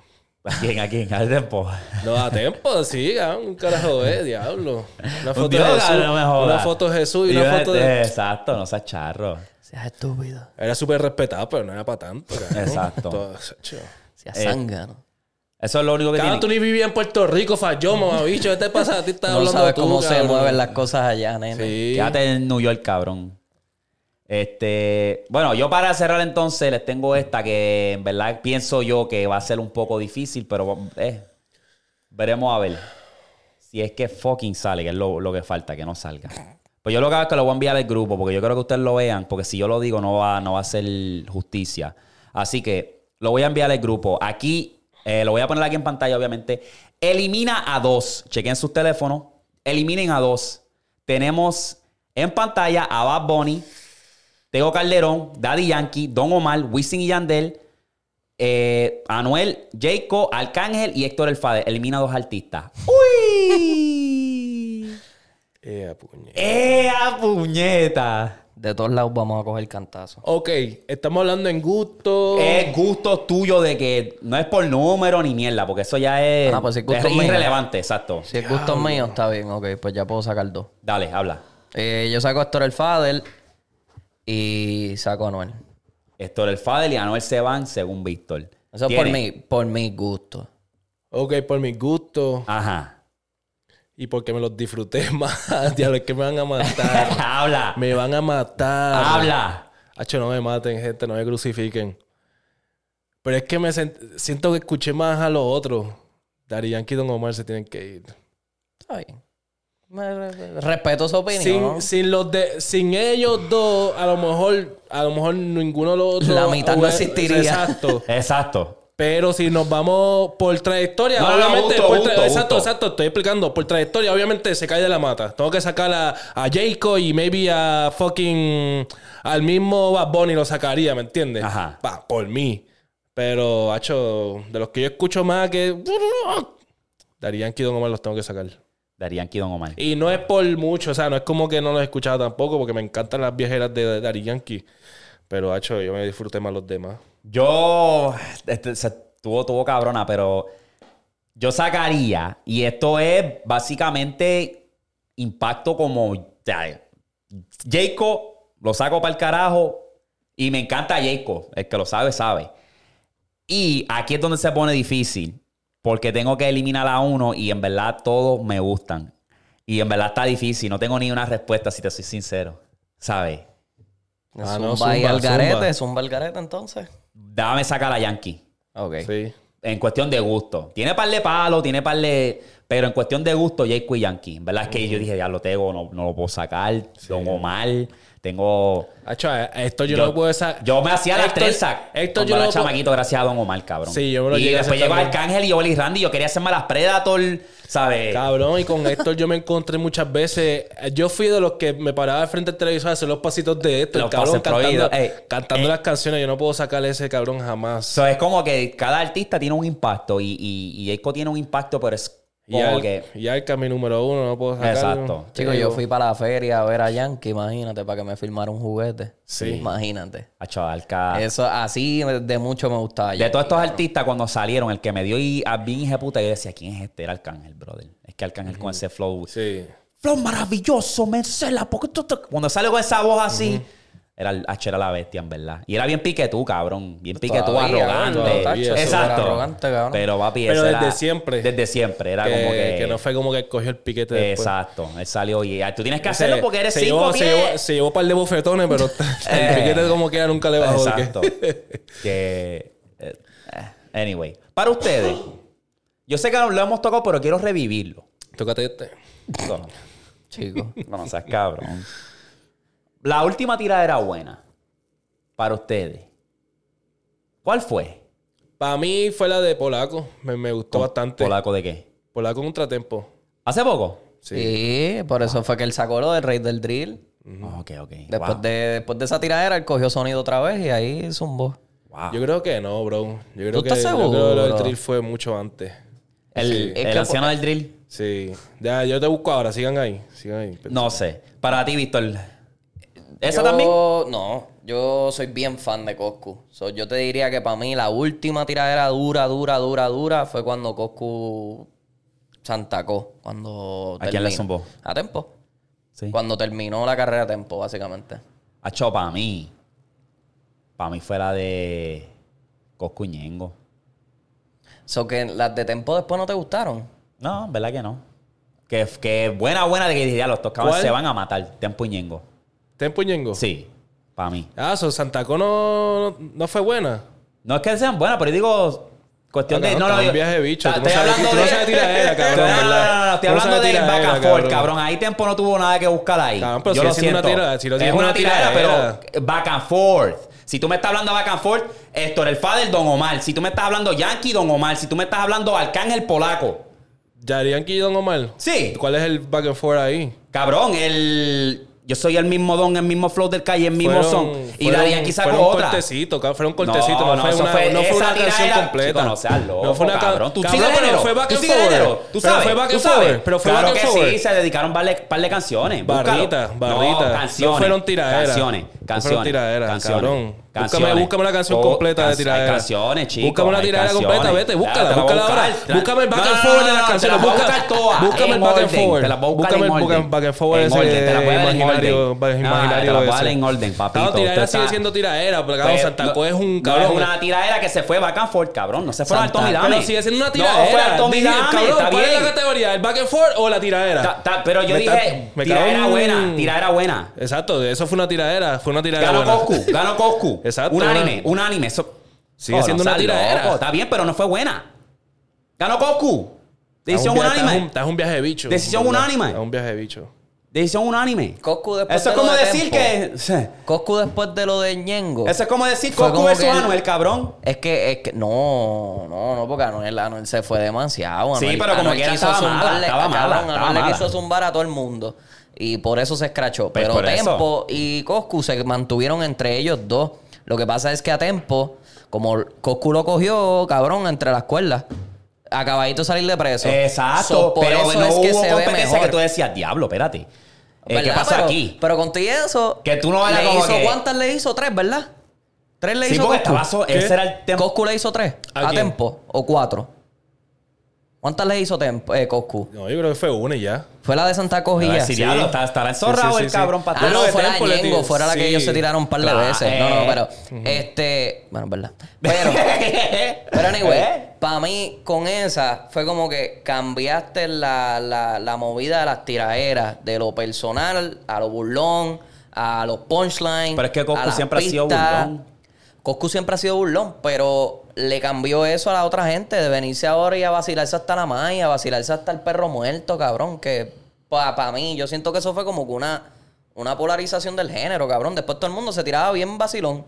C: ¿A quién? ¿A quién? Al tiempo.
B: No da tiempo, sí, cabrón, un carajo de diablo. Una foto de
C: Dios,
B: Jesús.
C: no me jodas.
B: una foto de Jesús y
C: Yo, este-
B: una foto de.
C: Exacto, no seas charro.
A: Seas estúpido.
B: Era súper respetado, pero no era para tanto, cabrón.
C: Exacto.
B: Todo eso, chido.
A: Seas
C: Eh,
A: zángano.
C: Eso es lo único que
B: Cabrón, tú
C: tiene.
B: ni vivías en Puerto Rico, falló, mamabicho. ¿Qué te pasa? A ti estás
A: No
B: hablando
A: sabes
B: tú,
A: cómo se
B: cabrón.
A: mueven las cosas allá, nene.
B: Sí.
C: Quédate en New York, cabrón. Este, bueno, yo para cerrar entonces les tengo esta que en verdad pienso yo que va a ser un poco difícil, pero eh, veremos a ver. Si es que fucking sale, que es lo, lo que falta, que no salga. Pues yo lo que hago es que lo voy a enviar al grupo, porque yo quiero que ustedes lo vean, porque si yo lo digo no va, no va a ser justicia. Así que lo voy a enviar al grupo. Aquí, eh, lo voy a poner aquí en pantalla, obviamente. Elimina a dos. Chequen sus teléfonos. Eliminen a dos. Tenemos en pantalla a Bad Bunny, Tego Calderón, Daddy Yankee, Don Omar, Wisin y Yandel, eh, Anuel, Jayco, Arcángel y Héctor El Fader. Elimina dos artistas. ¡Uy!
B: Ea, puñe.
C: ¡Ea puñeta!
A: De todos lados vamos a coger cantazo.
B: Ok, estamos hablando en gusto.
C: Oh. Es gusto tuyo de que no es por número ni mierda, porque eso ya es,
A: Ah, pues es
C: es
A: gusto mío.
C: irrelevante, exacto.
A: Si es gusto mío, está bien. Ok, pues ya puedo sacar dos.
C: Dale, habla.
A: Eh, yo saco a Héctor el Fader y saco a Noel.
C: Héctor El Fader y Anuel se van según Víctor.
A: Eso es
C: Tiene-
A: por mi, por mi gusto.
B: Ok, por mis gustos
C: Ajá.
B: y porque me los disfruté más. Diablo, es que me van a matar.
C: habla.
B: me van a matar.
C: Habla.
B: Hacho, no me maten, gente, no me crucifiquen. Pero es que me sent- siento que escuché más a los otros. Dari Yankee y Don Omar se tienen que ir.
A: Está bien. Me- re- re- Respeto su opinión.
B: Sin,
A: ¿no?
B: sin los de, sin ellos dos, a lo mejor, a lo mejor ninguno de los otros.
A: La mitad no
B: hubiera-
A: existiría.
B: Exacto.
C: Exacto.
B: Pero si nos vamos por trayectoria,
C: No, no, no,
B: obviamente.
C: gusto,
B: por
C: gusto,
B: exacto,
C: gusto.
B: exacto, estoy explicando. Por trayectoria, obviamente se cae de la mata. Tengo que sacar a, a Jayco y maybe a fucking. Al mismo Bad Bunny lo sacaría, ¿me entiendes?
C: Ajá.
B: Pa, por mí. Pero, hacho, de los que yo escucho más que. Dari Yankee y Don Omar los tengo que sacar.
C: Darían Don Omar.
B: Y no es por mucho, o sea, no es como que no los he escuchado tampoco, porque me encantan las viejeras de Dari Yankee. Pero, hacho, yo me disfruté más los demás.
C: Yo. Este, se, tuvo, tuvo cabrona, pero. Yo sacaría. Y esto es básicamente. Impacto como. o sea, Jayco, lo saco para el carajo. Y me encanta Jayco. El que lo sabe, sabe. Y aquí es donde se pone difícil. Porque tengo que eliminar a uno. Y en verdad todos me gustan. Y en verdad está difícil. No tengo ni una respuesta, si te soy sincero. ¿Sabes?
B: Ah,
A: zumba y
B: no, zumba,
A: al garete,
B: zumba.
A: zumba al garete entonces.
C: Dame sacar a Yankee.
A: Ok.
B: Sí.
C: En cuestión de gusto. Tiene par de palo, tiene par de. Pero en cuestión de gusto, Jayco y Yankee. En verdad es que yo dije, ya lo tengo, no, no lo puedo sacar. Don Omar. Tengo.
B: Hacho, a- a esto yo, no puedo esa.
C: yo me hacía las
B: Héctor-
C: trenzas.
B: Héctor,
C: cuando
B: yo no
C: era
B: lo puedo-
C: chamaquito, gracias a Don Omar, cabrón.
B: Sí, yo me lo
C: Y
B: llegué a
C: después
B: hacer
C: llegó
B: también.
C: Arcángel y Oli Randy. Yo quería hacerme las Predator, ¿sabes?
B: Eh, Cabrón, y con Héctor yo me encontré muchas veces. Yo fui de los que me paraba al frente del televisor a hacer los pasitos de Héctor,
C: Los
B: cabrón,
C: pases
B: cantando,
C: prohibidos. Ey,
B: cantando
C: ey.
B: las canciones. Yo no puedo sacar ese cabrón jamás.
C: So, es como que cada artista tiene un impacto. Y, y, y Jayco tiene un impacto, pero es
B: Y
C: como
B: al,
C: que.
B: y Arca, mi número uno, no puedo sacarlo.
C: Exacto.
A: Chicos, yo fui para la feria a ver a Yankee, imagínate, para que me filmara un juguete.
B: Sí.
A: Imagínate.
C: Acho, Arca-
A: Eso, así de mucho me gustaba
C: Ah. De
A: Yankee.
C: todos estos artistas, cuando salieron, el que me dio y a bien hija puta, yo decía, ¿quién es este? Era Arcángel, brother. Es que Arcángel con ese flow.
B: Sí.
C: Flow maravilloso, mencela, porque tú, tú- Cuando sale con esa voz así, era, el- ach, era la bestia, en verdad. Y era bien piquetú, cabrón. Bien piquetú,
A: Todavía,
C: arrogante.
B: cabrón, todavía,
C: Exacto.
A: súper arrogante, cabrón.
C: Pero papi,
B: Pero
C: ese era-
B: desde siempre.
C: Desde siempre. Era
B: Que,
C: como que...
B: que no fue como que cogió el piquete después.
C: Exacto. Él salió y... ah, Tú tienes que
B: Se-
C: hacerlo porque eres
B: se llevó-
C: cinco
B: se, llevó,
C: pies.
B: se llevó un par de bofetones, pero el
C: Eh.
B: piquete como queda nunca le bajó. porque-
C: Exacto. que. eh, Anyway. Para ustedes. Yo sé que lo hemos tocado, pero quiero revivirlo.
B: Tócate este.
C: No, no,
A: Chicos.
C: no, no seas cabrón. La última tirada era buena. Para ustedes. ¿Cuál fue?
B: Para mí fue la de Polaco. Me, me gustó bastante. Polaco.
C: ¿Polaco de qué?
B: Polaco contratempo.
C: ¿Hace poco?
B: Sí.
A: Sí, por eso fue que él sacó lo del Rey del Drill.
C: Ok, ok.
A: Después,
C: Wow,
A: de, después de esa tiradera, él cogió sonido otra vez y ahí zumbó.
C: wow.
B: Yo creo que no, bro. Yo creo
A: ¿Tú
B: que
A: estás
B: Yo creo que lo del
A: seguro?
B: drill fue mucho antes.
C: El,
A: Es
C: el
A: que-
C: anciano del drill.
B: Sí. Ya, yo te busco ahora. Sigan ahí. Sigan ahí.
C: No sé. Para ti, Víctor.
A: Yo-
C: ¿Esa también?
A: No. Yo soy bien fan de Coscu. So, yo te diría que para mí la última tiradera dura, dura, dura, dura fue cuando Coscu santacó. Cuando
C: ¿A quién le
A: termina-
C: zumbó?
A: A Tempo.
C: Sí.
A: Cuando terminó la carrera a Tempo, básicamente.
C: Hacho, para mí. Para mí fue la de Coscuñengo.
A: So que las de Tempo después no te gustaron.
C: No, en verdad que no. Que, que buena, buena de que dije, ya los tocaban
B: ¿Cuál?
C: se van a matar. Tempo y Ñengo.
B: ¿Tempo y Ñengo?
C: Sí, para mí.
B: Ah, so Santa Cruz no, no, no fue buena.
C: No es que sean buenas, pero yo digo. Cuestión
B: Ah,
C: de.
B: cabrón,
C: No,
B: está
C: no,
B: un
C: yo-
B: viaje de bicho.
C: Está-
B: Tú no
C: Estoy
B: sabes-
C: hablando
B: tú
C: de.
B: no sabes tiradera, cabrón,
C: No, no,
B: ¿verdad?
C: no, no, no, Estoy
B: Tú no
C: hablando
B: sabes
C: de
B: tiradera,
C: back and forth,
B: cabrón.
C: cabrón. Ahí Tempo no tuvo nada que buscar ahí.
B: Cabrón, pero
C: yo
B: si
C: lo
B: haciendo
C: siento.
B: una tirada- si lo
C: es
B: haciendo
C: una
B: una
C: tiradera,
B: tiradera.
C: pero back and forth. Si tú me estás hablando de back and forth, esto era el Fader Don Omar. Si tú me estás hablando Yankee Don Omar. Si tú me estás hablando Arcángel Polaco.
B: ¿Yarianki y Don Omar?
C: Sí.
B: ¿Cuál es el back and forth ahí?
C: Cabrón, el. Yo soy el mismo don, el mismo flow del calle, el mismo son. Y
B: fueron-
C: Daddy Yankee sacó
B: fueron
C: otra.
B: cortecito, cabrón, fueron cortecito, no, fue
C: eso
B: una, no fue
C: esa
B: una canción
C: tiradera.
B: completa.
C: Chico, no seas loco,
B: No fue una ca-
C: cabrón. Tú
B: cabrón,
C: sigues
B: pero
C: enero,
B: fue back
C: tú
B: and
C: sigues
B: forward.
C: enero, Tú
B: Pero
C: sabes,
B: fue back
C: tú
B: and
C: sabes.
B: forward, pero fue
C: claro
B: back
C: que
B: and
C: sí,
B: forward.
C: se dedicaron par de, par de canciones. búscalo.
B: Barrita, barrita.
C: No,
B: No
C: canciones.
B: fueron tiraderas.
C: Canciones,
B: No fueron
C: canciones.
B: tiraderas,
C: canciones,
B: cabrón.
C: canciones.
B: Búscame- búscame la canción completa de
C: can- hay
B: tiradera.
C: canciones, chicos.
B: Búscame una
C: hay
B: tiradera
C: canciones.
B: completa, vete, búscala,
C: Te la voy a
B: búscala ahora.
C: buscar.
B: Búscame el back and
C: No,
B: forward de
C: no,
B: las
C: no,
B: canciones,
C: Te la voy a
B: busca-
C: buscar todas.
B: búscame
C: en
B: el back and
C: orden,
B: forward.
C: Te la voy a buscar
B: Búscame
C: en
B: el back and-
C: orden.
B: back and forward
C: En
B: ese
C: orden, Te la voy a dar en
B: imaginario-
C: orden.
B: back-
C: Ah,
B: imaginario
C: Te la voy a
B: ese.
C: dar en orden, papito.
B: Claro, tiradera
C: Usted
B: sigue
C: está-
B: siendo tiradera, pero cabrón,
C: Pues,
B: Santa
C: no-
B: Cruz es un
C: No
B: cabrón.
C: es una tiradera que se fue back and forth, cabrón. No se fue al
A: Santa-
C: Tommy Dame.
B: Pero sigue siendo una
C: No fue
B: tiradera.
C: al Tommy
B: Dije,
C: Dame.
B: cabrón,
C: está
B: ¿cuál es
C: bien.
B: la categoría? ¿El back and forth o la tiradera?
C: Ta- ta- pero yo
B: Me
C: dije,
B: ca- me cago
C: tiradera
B: en-
C: buena, tiradera buena.
B: Exacto, eso fue una tiradera, fue una tiradera
C: Ganó
B: buena.
C: Coscu, ganó Coscu.
B: Exacto,
C: Unánime,
B: una-
C: unánime. Eso...
B: Sigue siendo una
C: seas
B: tiradera.
C: loco, Está bien, pero no fue buena. Ganó Coscu.
B: Estás
C: Decisión
B: un via- estás un-
C: unánime.
B: Estás un viaje de bicho.
C: Decisión
B: ¿verdad?
C: unánime.
B: Estás un viaje de bicho.
C: Decisión unánime.
A: Coscu después de
C: Eso es
A: lo
C: como
A: de
C: decir
A: Tempo.
C: que...
A: Coscu después de lo de Ñengo.
C: Eso es como decir
A: Fue
C: Coscu
A: como
C: versus
A: que él-
C: Anuel, cabrón.
A: Es que, es que, no, no, no, porque Anuel, Anuel se fue demasiado.
C: Sí,
A: Anuel-
C: pero como
A: Anuel
C: quiera
A: quiso
C: estaba mala,
A: zumbarle-
C: estaba mala,
A: cabrón,
C: estaba
A: Anuel le
C: mala.
A: quiso zumbar a todo el mundo. Y por eso se escrachó.
C: Pues
A: Pero
C: por eso.
A: Tempo y Coscu se mantuvieron entre ellos dos. Lo que pasa es que a Tempo, como Coscu lo cogió, cabrón, entre las cuerdas. Acabadito de salir de preso.
C: Exacto,
A: So, por
C: pero
A: eso
C: no
A: es que
C: hubo
A: se ve
C: competencia
A: mejor.
C: que tú decías, diablo, espérate. Eh, ¿Qué
A: ¿Verdad?
C: pasa
A: pero,
C: aquí?
A: Pero con ti eso.
C: Que tú no eras
A: le
C: como
A: hizo,
C: que-
A: ¿Cuántas le hizo? Tres, ¿verdad? Tres le
C: Sí,
A: hizo
C: porque
A: Coscu.
C: estaba so-
B: ¿Qué?
C: ese era el tema.
A: Coscu le hizo tres.
B: ¿A
A: ¿A,
B: quién?
A: Tempo? ¿O cuatro? ¿Cuántas le hizo Tempo, eh, Coscu?
B: No, yo creo que fue una y ya.
A: Fue la de Santa Cogilla.
C: Si
A: Sí.
C: diablo, está- estará ensorrado
B: Sí, sí, sí,
C: el
B: sí.
C: cabrón para
A: Ah,
B: Yo
A: no,
B: creo que
A: fue la
B: Tempo
A: de
B: le
A: Ñengo.
B: tiró.
A: Fue la que
B: Sí.
A: ellos se tiraron un par de
C: Claro,
A: veces. No, no,
C: eh.
A: pero... Este... Bueno, es verdad. Pero... Pero anyway,
C: ¿Eh?
A: para mí con esa fue como que cambiaste la, la, la movida de las tiraderas, de lo personal a lo burlón, a los punchlines.
C: Pero es que Coscu
A: a las
C: siempre ha sido
A: pistas.
C: burlón.
A: Coscu siempre ha sido burlón, pero le cambió eso a la otra gente, de venirse ahora y a vacilarse hasta la magia, a vacilarse hasta el perro muerto, cabrón. Que para mí, yo siento que eso fue como que una, una polarización del género, cabrón. Después todo el mundo se tiraba bien vacilón.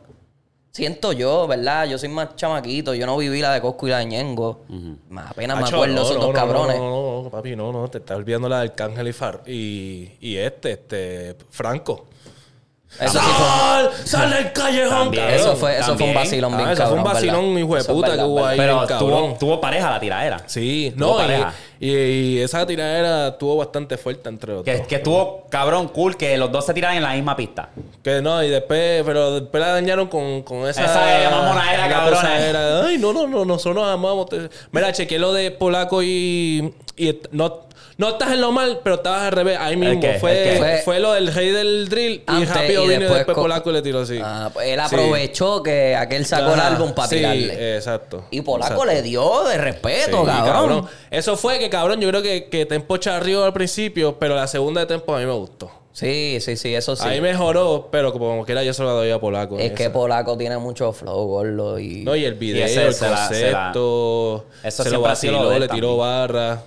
A: Siento yo, ¿verdad? Yo soy más chamaquito, yo no viví la de Coscu y la de Ñengo. Más Apenas me
B: Acho,
A: acuerdo
B: no,
A: esos
B: no,
A: dos
B: no,
A: cabrones.
B: No, no, no, no, papi, no, no. Te estás olvidando la del Cángel y Far. Y, y este, este, Franco.
A: Eso sí fue.
B: ¡Sal! ¡Sal del callejón!
C: También.
B: cabrón!
A: Eso fue, eso fue un
C: También.
A: vacilón bien
B: Ah, eso fue un
A: cabrón, ¿verdad?
B: vacilón, hijo de
A: Eso es
B: puta, que
A: verdad,
B: hubo
A: ¿verdad?
B: ahí.
C: Pero
B: bien
C: tuvo,
B: cabrón.
C: tuvo pareja la tiradera.
B: Sí,
C: Tuvo
B: no,
C: pareja.
B: y, y- y esa tiradera estuvo bastante fuerte entre los
C: Que,
B: dos.
C: que estuvo cabrón cool que los dos se tiraran en la misma pista.
B: Que no, y después, pero después la dañaron con, con esa.
C: Esa es mamonadera,
B: una
C: cabrona. eh.
B: posadera. Ay, no, no, no, nosotros nos amamos. Te- Mira, chequeé lo de polaco y. y est- no, no estás en lo mal, pero estabas al revés. Ahí mismo.
C: qué?
B: Fue,
C: ¿El
A: qué?
B: fue, lo del rey del drill y
A: Antes
B: rápido
A: y
B: vino y
A: después
B: después
A: co-
B: polaco y le tiró así.
A: Ah, pues él
B: Sí.
A: aprovechó que aquel sacó el
B: Ajá,
C: Ah.
A: álbum para
B: sí,
A: tirarle.
B: Exacto.
A: y Polaco
B: exacto.
A: le dio de respeto,
B: Sí,
A: cabrón.
B: Eso fue que, cabrón, yo creo que, que Tempo charrió al principio, pero la segunda de Tempo a mí me gustó.
A: Sí, sí, sí, eso sí.
B: Ahí mejoró, pero como quiera yo se lo doy a Polaco.
A: es
B: en
A: que
B: esa.
A: Polaco tiene mucho flow, gordo. Y...
B: No, y el video,
C: Y ese
B: el
C: se la- se la-
B: concepto.
C: Eso
B: se lo
C: siempre ha sido
B: vaciló,
C: de él
B: le tiró
C: también.
B: barra.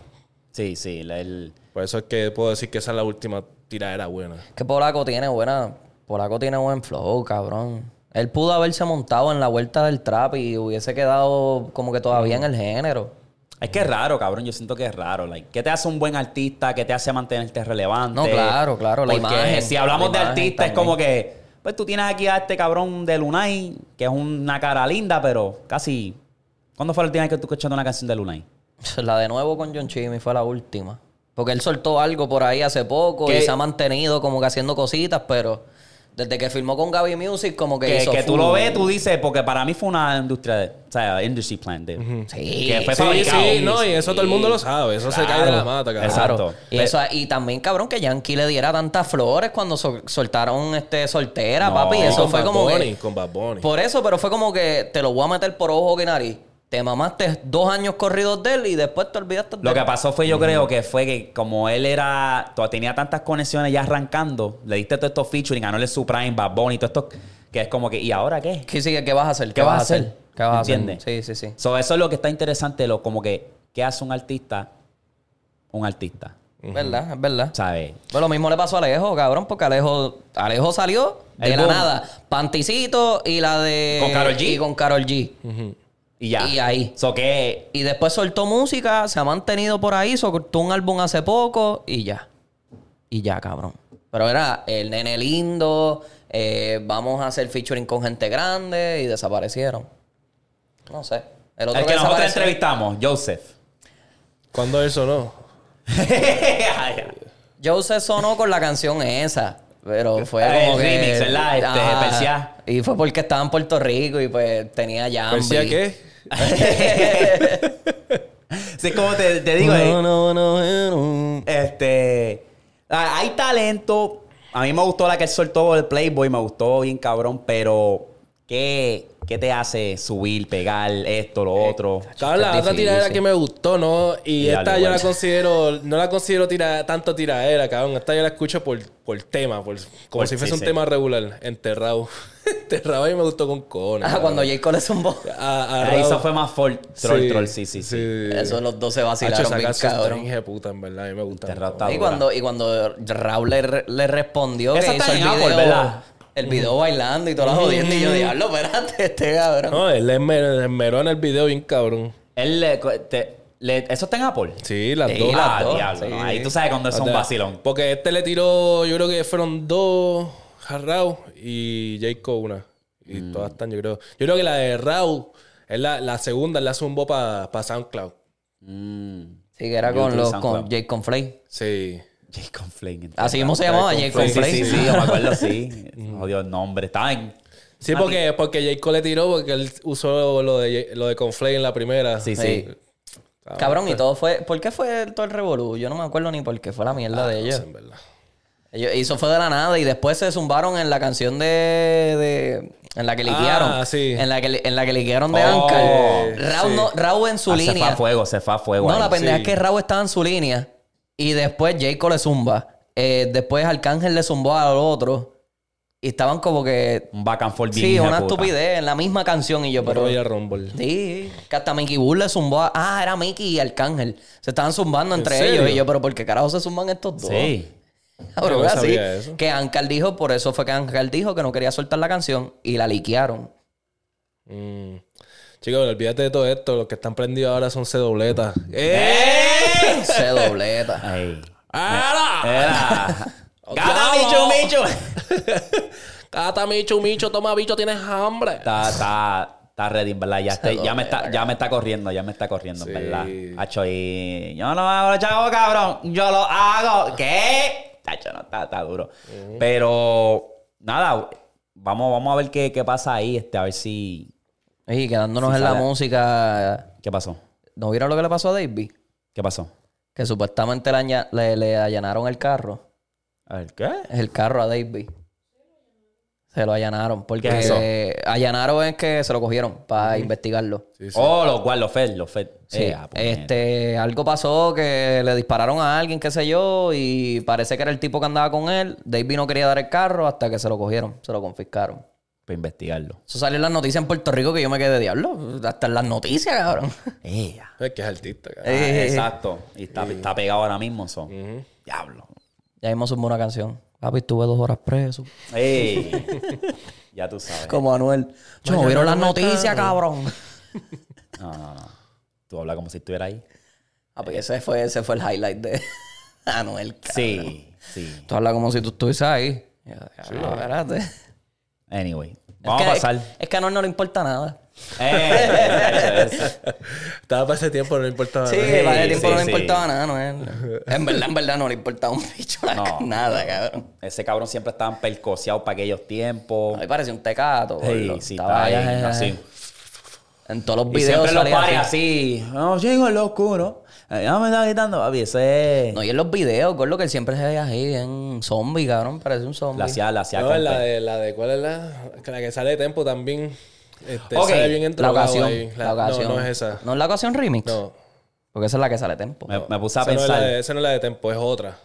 C: Sí, sí. la- el-
B: Por eso es que puedo decir que esa es la última tiradera buena.
A: Que Polaco tiene buena. Polaco tiene buen flow, cabrón. Él pudo haberse montado en la vuelta del trap y hubiese quedado como que todavía en el género.
C: es que es raro, cabrón. Yo siento que es raro. Like, ¿Qué te hace un buen artista? ¿Qué te hace mantenerte relevante?
A: No, claro, claro, la
C: Porque
A: imagen,
C: si hablamos
A: la
C: de
A: imagen
C: artista es
A: también.
C: como que... Pues tú tienes aquí a este cabrón de Lunay, que es una cara linda, pero casi... ¿Cuándo fue la última vez que tú escuchaste una canción de Lunay?
A: La de nuevo con John Chimmy fue la última. Porque él soltó algo por ahí hace poco
C: ¿Qué?
A: y se ha mantenido como que haciendo cositas, pero Desde que firmó con Gaby Music, como que,
C: Que,
A: hizo
C: que tú lo
A: full.
C: ves, tú dices, porque para mí fue una industria, de- o sea, industry plan de...
A: Sí.
C: que fue
B: Sí,
C: fabricado.
B: sí, no, y eso todo el mundo lo sabe. Eso se cae de la mata, cabrón.
C: Exacto.
A: Claro. Y, eso, y también, cabrón, que Yankee le diera tantas flores cuando sol- soltaron este soltera,
C: No,
A: papi. Eso
B: Con
A: fue
B: Bad
A: como
B: Bunny,
A: que.
B: Con Bad Bunny.
A: Por eso, pero fue como que te lo voy a meter por ojo que nariz. Te mamaste dos años corridos de él y después te olvidaste de
C: Lo que
A: él.
C: pasó fue, yo creo que fue que como él era, to- tenía tantas conexiones ya arrancando, le diste todos estos featuring, ganóle su prime, Bad Bunny, todo esto, que es como que, ¿y ahora qué?
A: ¿Qué, sigue? ¿Qué vas a hacer? ¿Qué, vas a hacer? ¿Qué vas a hacer?
C: ¿Entiendes?
A: Sí, sí, sí.
C: So, eso es lo que está interesante, lo, como que, ¿qué hace un artista? Un artista,
A: ¿Verdad? Es verdad.
C: ¿sabes?
A: Pero lo mismo le pasó a Alejo, cabrón, porque Alejo, Alejo salió de
C: El
A: la
C: boom.
A: nada. Panticito y la de.
C: Con Karol G.
A: Y con Carol G.
C: Y ya.
A: Y ahí.
C: So, que
A: Y después soltó música, se ha mantenido por ahí, soltó un álbum hace poco y ya. Y ya, cabrón. Pero era el nene lindo, eh, vamos a hacer featuring con gente grande y desaparecieron. No sé. El
C: El que nosotros
A: desapareció-
C: entrevistamos, Joseph.
B: ¿Cuándo eso no?
A: Joseph sonó con la canción esa. Pero fue
C: Ah, el
A: como que...
C: remix, ¿verdad? Este,
A: Ajá.
C: Persia.
A: Y fue porque estaba en Puerto Rico y pues tenía ya.
B: ¿Persia qué?
C: Sí, como te, te digo, eh,
B: no, no, no.
C: este, ah, hay talento. A mí me gustó la que él soltó el Playboy, me gustó bien cabrón, pero ¿qué, qué te hace subir, pegar esto, lo
A: Eh,
C: otro?
B: Cabrón,
A: Está
B: la otra
A: difícil.
B: tiradera que me gustó, ¿no? Y
C: Ya,
B: esta
C: lo
B: yo
C: igual.
B: la considero, no la considero tira, tanto tiradera, cabrón. Esta yo la escucho por, por tema, por, como
C: Por-
B: si fuese
C: sí,
B: un
C: sí.
B: tema regular. Enterrado. Enterrado y me gustó con cojones.
A: Ah,
B: cabrón.
A: cuando J. Cole zumbó.
B: A, a
C: Ahí
B: Raúl.
C: Ah, eso fue más for troll, troll, sí, sí, sí.
A: Eso los dos se
B: Hacho,
A: vacilaron
B: esa
A: bien,
B: canción está
A: cabrón.
B: bien puta, en verdad. A mí me gusta.
C: Enterrado está
A: Y
C: dura.
A: cuando, y cuando Raúl le, re- le respondió
C: Esa
A: que
C: está
A: hizo el
C: en
A: video,
C: Apple, ¿verdad?
A: el video bailando y
C: Mm.
A: toda la jodienda, y yo diablo, espérate, este cabrón.
B: No, él esmer- esmeró en el video bien cabrón.
C: Él le- te- le- ¿Eso está en Apple?
B: Sí, las
A: Sí,
B: dos.
A: las
C: ah,
A: dos,
C: diablo. no,
A: sí.
C: Ahí tú sabes cuando es
B: O
C: un
B: sea,
C: vacilón.
B: Porque este le tiró, yo creo que fueron dos a Raúl y Jacob una. Y
C: Mm.
B: todas están, yo creo. Yo creo que la de Raúl es la, la segunda, él la zumbó para SoundCloud.
C: Mm.
A: Sí, que era
C: YouTube
A: con,
C: y
A: los,
C: SoundCloud.
A: con Jake Conflay.
B: Sí.
C: Jacob Flynn.
A: Así mismo se llamaba Jake
B: Conflay.
C: Sí,
A: Conflay.
C: sí, sí, sí, yo me acuerdo, sí. Odio el nombre. Estaba en...
B: Sí, porque, porque Jacob le tiró porque él usó lo de, lo de Conflay en la primera.
C: Sí, sí.
A: Sí. Cabrón, y todo fue. ¿Por qué fue todo el revolú? Yo no me acuerdo ni por qué fue la mierda
C: Ah,
A: de
B: No
A: ellos.
B: sé, en verdad.
A: ellos. Eso fue de la nada y después se zumbaron en la canción de. de- en la que liquearon.
B: Ah, sí.
A: En la que, li- en la que liquearon de
C: Oh,
A: Ancar. Raúl,
B: sí.
A: no- Raúl en su
C: Ah, se fue a
A: línea.
C: fuego, se fue a fuego.
A: No,
C: ahí.
A: la pendeja
B: sí.
A: es que Raúl estaba en su línea y después Jayco le zumba. Eh, después Arcángel le zumbó al otro y estaban como que.
C: Un back and forth bien
A: Sí,
C: hijo de
A: una
C: puta.
A: estupidez en la misma canción y yo, pero.
B: Royal Rumble.
A: Sí, que hasta Mickey Bull le zumbó a... Ah, era Mickey y Arcángel. Se estaban zumbando entre
B: serio?
A: ellos. Y yo, pero ¿por qué carajo se zumban estos dos? Ah,
C: Sí.
A: Cabrón,
B: Yo no
A: así
B: sabía eso.
A: Que Ancal dijo, por eso fue que Ancal dijo que no quería soltar la canción y la liquearon.
B: Mm. Chicos, olvídate de todo esto. Los que están prendidos ahora son cedobletas. ¡Eh!
A: Se dobleta.
C: Ay.
A: Ah.
B: ¡Ara!
C: Era. ¡Gata,
B: Bravo.
C: micho, micho!
B: Cata, micho, micho, toma, bicho, tienes hambre.
C: Está, está, está ready, en ¿verdad? Ya, estoy- ya, me está, ya me está corriendo, ya me está corriendo, en
B: Sí.
C: ¿verdad? Hacho, y yo no hago los chavos, cabrón. Yo lo hago. ¿Qué? Hacho, no, está, está duro. Pero, nada, vamos, vamos a ver qué, qué pasa ahí, este, a ver si.
A: Y quedándonos
C: Sí,
A: en la
C: sale.
A: música.
C: ¿Qué pasó?
A: ¿No vieron lo que le pasó a Davey?
C: ¿Qué pasó?
A: Que supuestamente le, aña- le- le allanaron el carro.
C: A ver, ¿qué?
A: El carro a Davey. Se lo allanaron. Porque
C: ¿Qué es eso?
A: allanaron es que se lo cogieron para investigarlo.
B: Sí, sí.
C: Oh, los cual, los Fed, los Fed.
A: Sí,
C: Eh, ah, pues,
A: este, algo pasó que le dispararon a alguien, qué sé yo, y parece que era el tipo que andaba con él. Davey no quería dar el carro hasta que se lo cogieron, se lo confiscaron.
C: Para investigarlo.
A: Eso salió en las noticias en Puerto Rico que yo me quedé diablo. Hasta en las noticias, cabrón.
C: Eh, ah,
B: Es que es artista, cabrón.
A: Eh.
C: exacto. Y está, está pegado ahora mismo, son. Diablo.
A: Ya mismo sumó una canción. Papi, estuve dos horas preso.
C: Eh, ya tú sabes.
A: Como Anuel. Yo no vieron las noticias, cabrón.
C: No, no, no. Tú hablas como si estuviera ahí.
A: Papi, ese fue, ese fue el highlight de Anuel. cabrón.
C: Sí, sí.
A: Tú hablas como si tú estuvieses ahí. Ya, diablo, espérate.
C: Anyway, vamos
A: Es que-
C: a pasar.
A: Es, es que a Anuel no le importa nada.
C: Eh, eso, eso.
B: Estaba para ese tiempo, no importaba.
A: Sí,
B: nada.
A: para
C: sí,
A: el tiempo no
C: sí.
A: le importaba nada, ¿no? Él- En verdad, en verdad no le importaba un bicho la-
C: No.
A: nada, cabrón.
C: Ese cabrón siempre estaba percoseado para aquellos tiempos.
A: Ahí parecía un tecato,
C: Sí,
A: gordo.
C: sí,
A: Estaba
C: estaba eh,
A: ahí,
C: ahí,
A: ahí,
C: así.
A: ahí. En todos los
C: Y
A: videos
C: siempre los
A: salía
C: pares
A: así.
C: así. No, llego el oscuro. Eh, Ya me está gritando, papi. Ese es...
A: No, y en los videos, con lo que él siempre se veía ahí, bien zombie, cabrón. Parece un zombie.
C: La hacía, la hacía.
B: No,
C: con-
B: la de, la de cuál es la, la que sale de tempo también. Este,
C: Ok,
B: sale bien
A: La
B: entrado
A: ocasión.
B: ahí.
A: La,
B: La-
A: ocasión.
B: No, no es esa.
A: ¿No es la ocasión remix?
B: No.
A: Porque esa es la que sale tempo.
C: me, me puse a
B: esa, no es la
C: pensar.
B: de, esa no es la de tempo, es otra.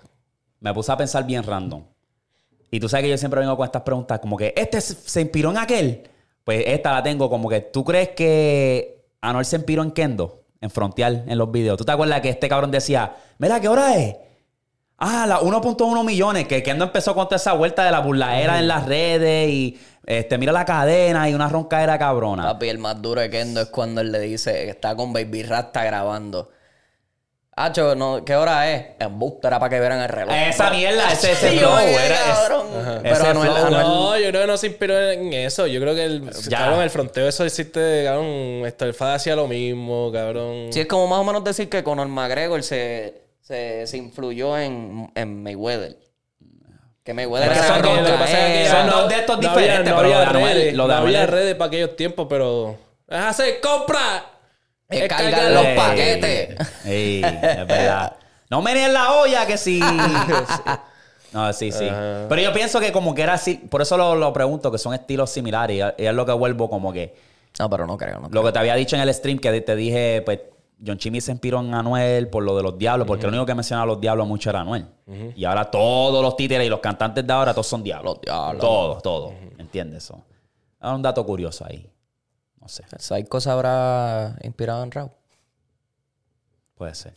C: Me puse a pensar bien random. Y tú sabes que yo siempre vengo con estas preguntas. Como que, ¿este se se inspiró en aquel? Pues esta la tengo como que, ¿tú crees que Anuel se inspiró en Kendo? En Frontier, en los videos. ¿Tú te acuerdas que este cabrón decía, mira, ¿qué hora es? Ah, la 1.1 millones, que Kendo empezó con toda esa vuelta de la burlaera en las redes y este, mira la cadena y una roncaera cabrona.
A: Papi, el más duro de Kendo es cuando él le dice que está con Baby Rasta grabando. Hacho, no, ¿qué hora es? En era para que vieran el reloj.
C: Esa mierda, ese, ese
A: Sí,
C: flow,
A: oye,
C: era- es-
A: cabrón.
C: Ese
A: Pero Anuel,
C: flow,
A: Anuel-
B: No, yo creo que no se inspiró en eso. Yo creo que el,
C: Ah, Ya.
B: cabrón, el fronteo eso existe, cabrón, Estorfada hacía lo mismo, cabrón.
A: Sí, es como más o menos decir que Conor McGregor se, se, se influyó en, en Mayweather. Que Mayweather
C: Porque
A: era
C: son
A: roca,
C: dos- lo que pasa
A: eh,
B: ya
C: son dos de estos diferentes,
B: había, no
C: pero lo de
B: había
C: Anuel-
B: redes,
C: lo de
B: no había
C: Anuel-
B: redes para aquellos tiempos, pero... ¡Es hacer compra!
A: Es
B: Es
A: cargar
B: cargar
A: los
B: la-
C: Ey,
A: paquetes.
C: ey, Eh, es verdad. No me en la olla que sí. No, sí, sí. Pero yo pienso que como que era así, por eso lo, lo pregunto, que son estilos similares. Y es lo que vuelvo como que,
A: No, pero no creo, no creo.
C: lo que te había dicho en el stream, que te dije, pues, John Chimmy se inspiró en Anuel por lo de los diablos, porque lo único que mencionaba a los diablos mucho era Anuel. Y ahora todos los títeres y los cantantes de ahora, todos son diablos.
A: Los diablos.
C: Todos, todos. ¿Entiendes eso? Es un dato curioso ahí. No sé.
A: Psycho se habrá inspirado en Raw.
C: Puede ser.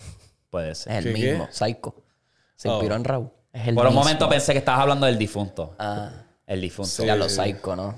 C: Puede ser.
A: Es el
B: ¿Qué,
A: mismo,
B: qué?
A: Psycho. Se
B: Oh.
A: inspiró en Raw. Es el
C: Por un
A: mismo.
C: momento pensé que estabas hablando del difunto.
A: Ah,
C: El difunto. Sí,
A: ya lo Psycho, ¿no?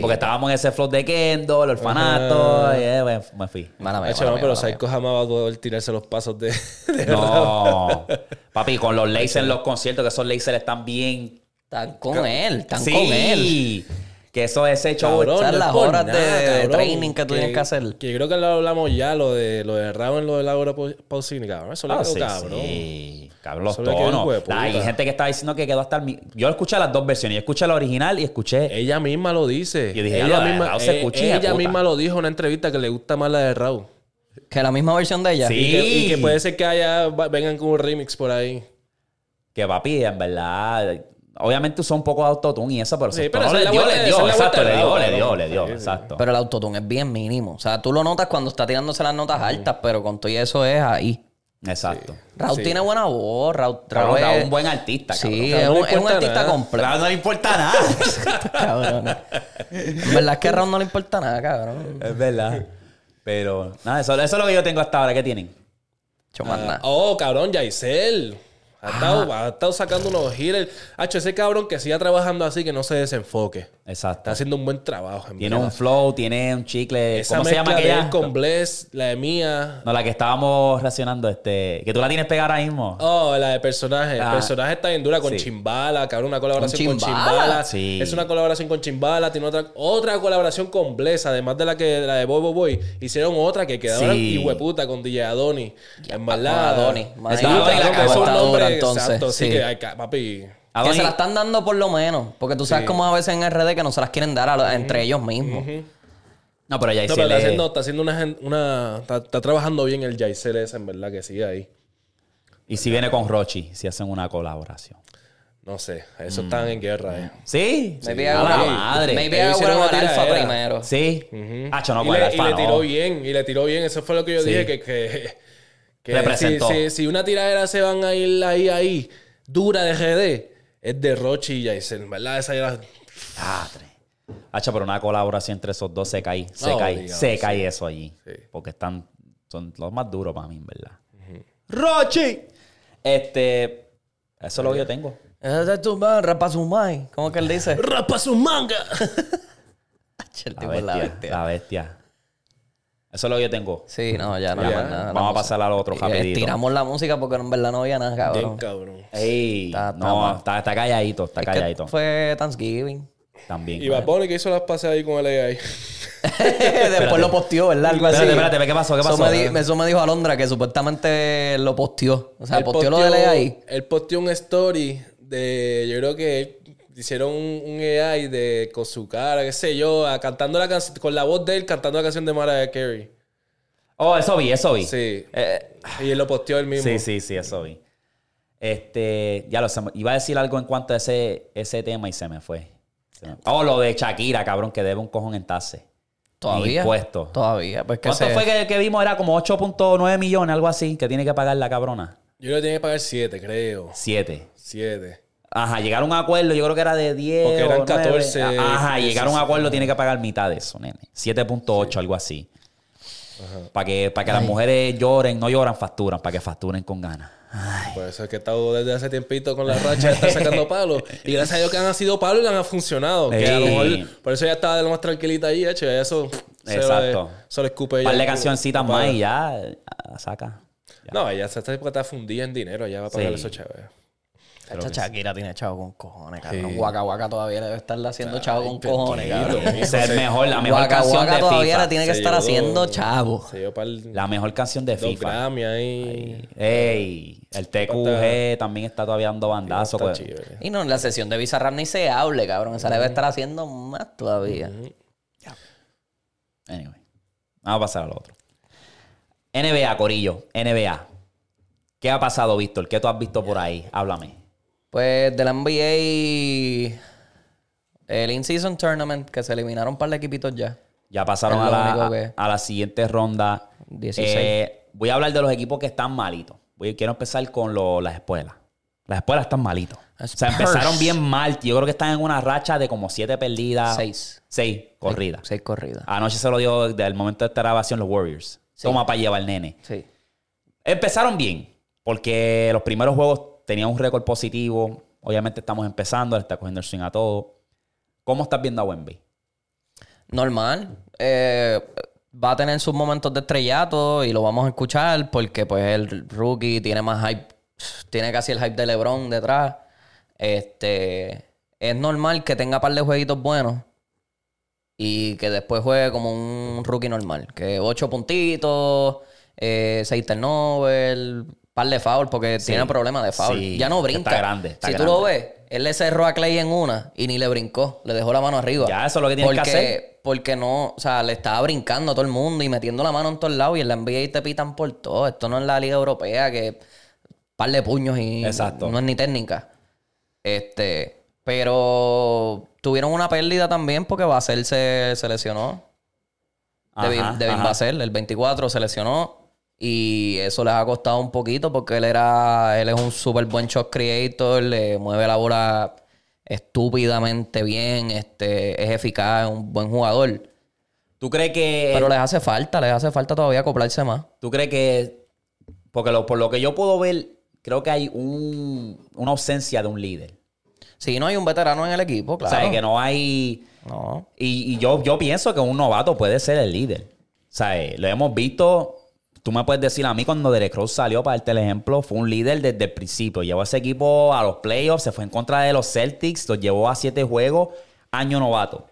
C: porque estábamos en ese flow de Kendo, el orfanato. y, eh, bueno, me fui.
A: Mala mía,
B: Hacho,
A: mala
B: no,
A: mía,
B: pero
A: mala mía.
B: Psycho jamás va a poder tirarse los pasos de... de-
C: No. Papi, con los lasers en los conciertos, que esos lasers están bien.
A: Están con él, están
C: Sí,
A: con él.
C: Que eso es ese show.
B: Cabrón,
A: Esas
B: no
A: las
B: es por
A: horas de
B: cabrón.
A: training que tú tienes que hacer.
B: Que yo creo que lo hablamos ya, lo de lo de Raven, lo de Laura Pau- Pausini, cabrón. Eso le
C: Ah,
B: quedó
C: sí,
B: cabrón.
C: sí. Cabrón, los
B: Eso le quedó un
C: tonos.
B: huevo de puta.
C: Hay gente que estaba diciendo que quedó hasta el. mi- Yo escuché las dos versiones. Yo escuché la original y escuché.
B: Ella misma lo dice.
C: Yo dije, ya,
B: ella
C: la de
B: misma,
C: Raúl se
B: eh,
C: escucha, hija de
B: ella
C: puta.
B: misma lo dijo en una entrevista que le gusta más la de Raúl.
A: Que la misma versión de ella.
C: Sí.
B: Y, que, y que puede ser que haya, va- vengan con un remix por ahí.
C: Que papi, en verdad. Obviamente usó un poco de autotune y eso, pero,
B: Sí,
C: esos
B: pero esa
C: tonos
B: es
C: le
B: la
C: dio,
B: vuelta-
C: le
B: esa es
C: dio.
B: la
C: Exacto,
B: vuelta
C: le
B: de
C: dio,
B: lado,
C: le dio,
B: cabrón.
C: le dio.
B: Sí, sí, sí.
C: Exacto.
A: Pero el autotune es bien mínimo. O sea, tú lo notas cuando está tirándose las notas altas, pero con todo y eso es ahí.
C: Exacto.
A: Raúl
B: Sí.
A: tiene buena voz. Raúl,
C: Cabrón,
A: Raúl
C: Raúl
A: es-
C: es un buen artista, cabrón.
A: Sí,
B: Raúl
A: es
B: no
A: un,
B: le
A: es un
B: importa
A: artista
B: nada.
A: completo.
C: Raúl no le importa nada.
A: Cabrón. En verdad es que a Raúl no le importa nada, cabrón.
C: es verdad. Pero, nada, eso, eso es lo que yo tengo hasta ahora. ¿Qué tienen?
A: Mucho más
C: Ah.
A: nada.
B: Oh, cabrón, Yaisel. Ha, estado, ha estado sacando unos giles. Hacho, ese cabrón que siga trabajando así, que no se desenfoque.
C: Exacto.
B: Está haciendo un buen trabajo. En
C: Tiene
B: verdad.
C: un flow, tiene un chicle.
B: Esa
C: ¿Cómo se llama
B: mezcla de
C: aquella?
B: él con Bless, la de Mía.
C: No, la que estábamos racionando, este. Que tú la tienes pegada ahora mismo.
B: Oh, la de personaje.
C: Ah.
B: El personaje está bien dura con
C: Sí.
B: Chimbala, cabrón. Una colaboración
A: ¿Con
B: con
A: Chimbala?
B: Chimbala.
C: Sí.
B: Es una colaboración con Chimbala. Tiene otra, otra colaboración con Bless, además de la que la de Boy Boy Boy. Hicieron otra que quedaron
C: Sí.
B: hueputa con DJ Adoni. En
A: con
B: verdad.
A: Adonis. Madre
B: Está
A: mía,
B: dura,
A: la
B: cabrón,
A: cagó,
B: es un
A: está
B: nombre
A: dura, entonces.
B: Exacto,
A: Sí.
B: sí que, ay, ca- papi.
A: Que
C: Adonis-
A: se la están dando por lo menos. Porque tú sabes cómo a veces en RD que no se las quieren dar a los- entre ellos mismos.
C: No, pero ya
B: No,
C: hiciste.
B: pero está haciendo, está haciendo una, gen- una- está, está trabajando bien el Jaisel ese, en verdad, que sí, ahí.
C: Y si viene con Rochi, si hacen una colaboración.
B: No sé, eso están en guerra, eh.
C: ¿Sí?
A: Maybe
C: a la
A: hago-
C: madre.
A: Maybe
B: Ellos
A: hago
B: hicieron
A: una
B: una
A: alfa
B: tiradera.
A: primero.
C: Sí. Hacho, no,
B: y,
C: con el
B: le, y
C: alfa
B: le
C: no.
B: tiró bien, y le tiró bien. Eso fue lo que yo
C: Sí.
B: dije, que, que, que
C: Representó.
B: Si, si- si una tiradera se van a ir ahí, ahí, dura de GD, es de Rochi y Jason, ¿verdad? Esa era...
C: Padre. Hacha, pero una colaboración entre esos dos se cae, se
B: No,
C: cae,
B: obligado,
C: se
B: sí.
C: cae eso allí.
B: Sí.
C: Porque están, son los más duros para mí, en verdad. ¡Rochi! Este, eso es lo que yo tengo.
A: Ese es tu man, rapazumay. ¿Cómo que él dice?
B: ¡Rapa su manga!
A: El
C: La
A: tipo es
C: bestia,
A: la bestia.
C: la bestia. Eso es lo que yo tengo.
A: Sí, no, ya no
C: Ya,
A: más nada. eh,
C: vamos a pasar al otro rapidito.
A: Tiramos la música porque en verdad no había nada,
B: Bien,
A: cabrón.
B: cabrón.
C: Ey,
A: Está- está
C: no,
A: mal.
C: está, está calladito, está
A: Es que
C: calladito.
A: fue Thanksgiving.
C: También.
B: Y Bad Bunny que hizo las pases ahí con el AI.
A: Después lo posteó, ¿verdad? Algo así.
C: Espérate, espérate, espérate, ¿qué pasó? ¿Qué
A: Eso
C: pasó?
A: me di- eso me dijo Alondra que supuestamente lo posteó. O sea,
B: Él
A: posteó lo de ley ahí.
B: Él posteó un story de. Yo creo que él- hicieron un, un AI de con su cara, qué sé yo, a- cantando la canción. Con la voz de él cantando la canción de Mariah Carey.
C: Oh, eso vi, eso vi.
B: Sí.
C: Eh,
B: Y él lo posteó él mismo.
C: sí, sí, sí, eso vi. Este, ya lo sé, iba a decir algo en cuanto a ese, ese tema y se me fue. Se me- Oh, lo de Shakira, cabrón, que debe un cojón en tase.
A: Todavía.
C: Impuesto.
A: Todavía. Pues que
C: ¿Cuánto
A: se-
C: fue que, que vimos? Era como 8.9 millones, algo así, que tiene que pagar la cabrona.
B: Yo le tenía que pagar 7, creo.
C: Siete.
B: 7.
C: Ajá, llegaron a un acuerdo, yo creo que era de 10.
B: Porque eran
C: o nueve.
B: 14,
C: Ajá, llegaron a
B: 16.
C: un acuerdo, tiene que pagar mitad de eso, nene. 7.8, algo así. Para que, para que las mujeres lloren, no lloran, facturan, para que facturen con ganas. Ay.
B: Por eso es que he estado desde hace tiempito con la racha de estar sacando palos. Y gracias a Dios que han sido palos y han funcionado. Que a lo
C: Sí.
B: mejor, por eso ya estaba de lo más tranquilita ahí, hecho. Ya eso. se lo-
C: Exacto.
B: Se lo escupe
C: Un
B: ella.
C: par de cancioncitas más y ya eh, la saca.
B: No, ella se está, está fundida en dinero, ya va a pagar
C: Sí.
B: esos chavos.
A: Chacha, Shakira tiene chavo con cojones, cabrón. Guaca Guaca todavía le debe estarle haciendo chavo con
B: tranquilo.
A: cojones, cabrón.
C: Esa es mejor, la mejor
A: Guaca
C: canción
A: Guaca
C: de
A: todavía
C: FIFA.
A: le tiene que
B: Se
A: estar
B: llevó-
A: haciendo chavo.
B: Se dio para el
C: La mejor canción de
B: dos
C: FIFA.
B: Grammy ahí.
C: Ey, el TQG también está todavía dando bandazo.
B: Está
C: pues.
B: chévere.
A: Y no, en la sesión de Bizarrap ni se hable, cabrón. Esa le debe estar haciendo más todavía.
C: Anyway, vamos a pasar al otro. NBA, Corillo, NBA. ¿Qué ha pasado, Víctor? ¿Qué tú has visto por ahí? Háblame.
A: Pues del NBA, el In-Season Tournament, que se eliminaron un par de equipitos ya.
C: Ya pasaron
A: Es
C: a
A: lo
C: la,
A: único que-
C: a la siguiente ronda.
A: 16.
C: Eh, voy a hablar de los equipos que están malitos. Voy- quiero empezar con lo- las espuelas. Las espuelas están malitos. O
A: Las
C: sea, empezaron
A: Spurs.
C: bien mal. Yo creo que están en una racha de como siete perdidas.
A: Seis.
C: Seis corridas.
A: Seis corridas.
C: Anoche se lo dio desde el momento de esta grabación los Warriors. Toma para llevar, nene.
A: Sí.
C: Empezaron bien, porque los primeros juegos tenían un récord positivo. Obviamente estamos empezando, le está cogiendo el swing a todo. ¿Cómo estás viendo a Wemby?
A: Normal. Eh, va a tener sus momentos de estrellato y lo vamos a escuchar porque pues el rookie tiene más hype. Tiene casi el hype de LeBron detrás. Este, es normal que tenga par de jueguitos buenos y que después juegue como un rookie normal. Que ocho puntitos, eh, seis turnovers, par de foul porque tiene problemas de foul.
C: Sí,
A: ya no
C: está
A: brinca.
C: grande, está
A: si tú lo
C: grande.
A: ves, ves, él le cerró a Clay en una y ni le brincó, le dejó la mano arriba.
C: Ya, eso es lo que tienes que
A: Porque-
C: hacer.
A: Porque no, o sea, le estaba brincando a todo el mundo y metiendo la mano en todos lados y en la NBA te pitan por todo. Esto no es la Liga Europea que par de puños y
C: Exacto.
A: no es ni técnica. Este, pero tuvieron una pérdida también porque Basel se, se lesionó. Devin, Devin
C: ajá.
A: Vassell, el 24, se lesionó. Y eso les ha costado un poquito porque él era. Él es un súper buen shot creator. Le mueve la bola estúpidamente bien. Este, es eficaz, es un buen jugador.
C: ¿Tú crees que
A: Pero les hace falta, les hace falta todavía acoplarse más.
C: ¿Tú crees que.? Porque lo- por lo que yo puedo ver, creo que hay un- una ausencia de un líder.
A: Si no hay un veterano en el equipo, claro.
C: O sea, que no hay.
A: No.
C: Y, y yo, yo pienso que un novato puede ser el líder. O sea, eh, lo hemos visto. Tú me puedes decir a mí cuando Derek Rose salió para darte el ejemplo, fue un líder desde el principio. Llevó a ese equipo a los playoffs, se fue en contra de los Celtics, los llevó a siete juegos, año novato.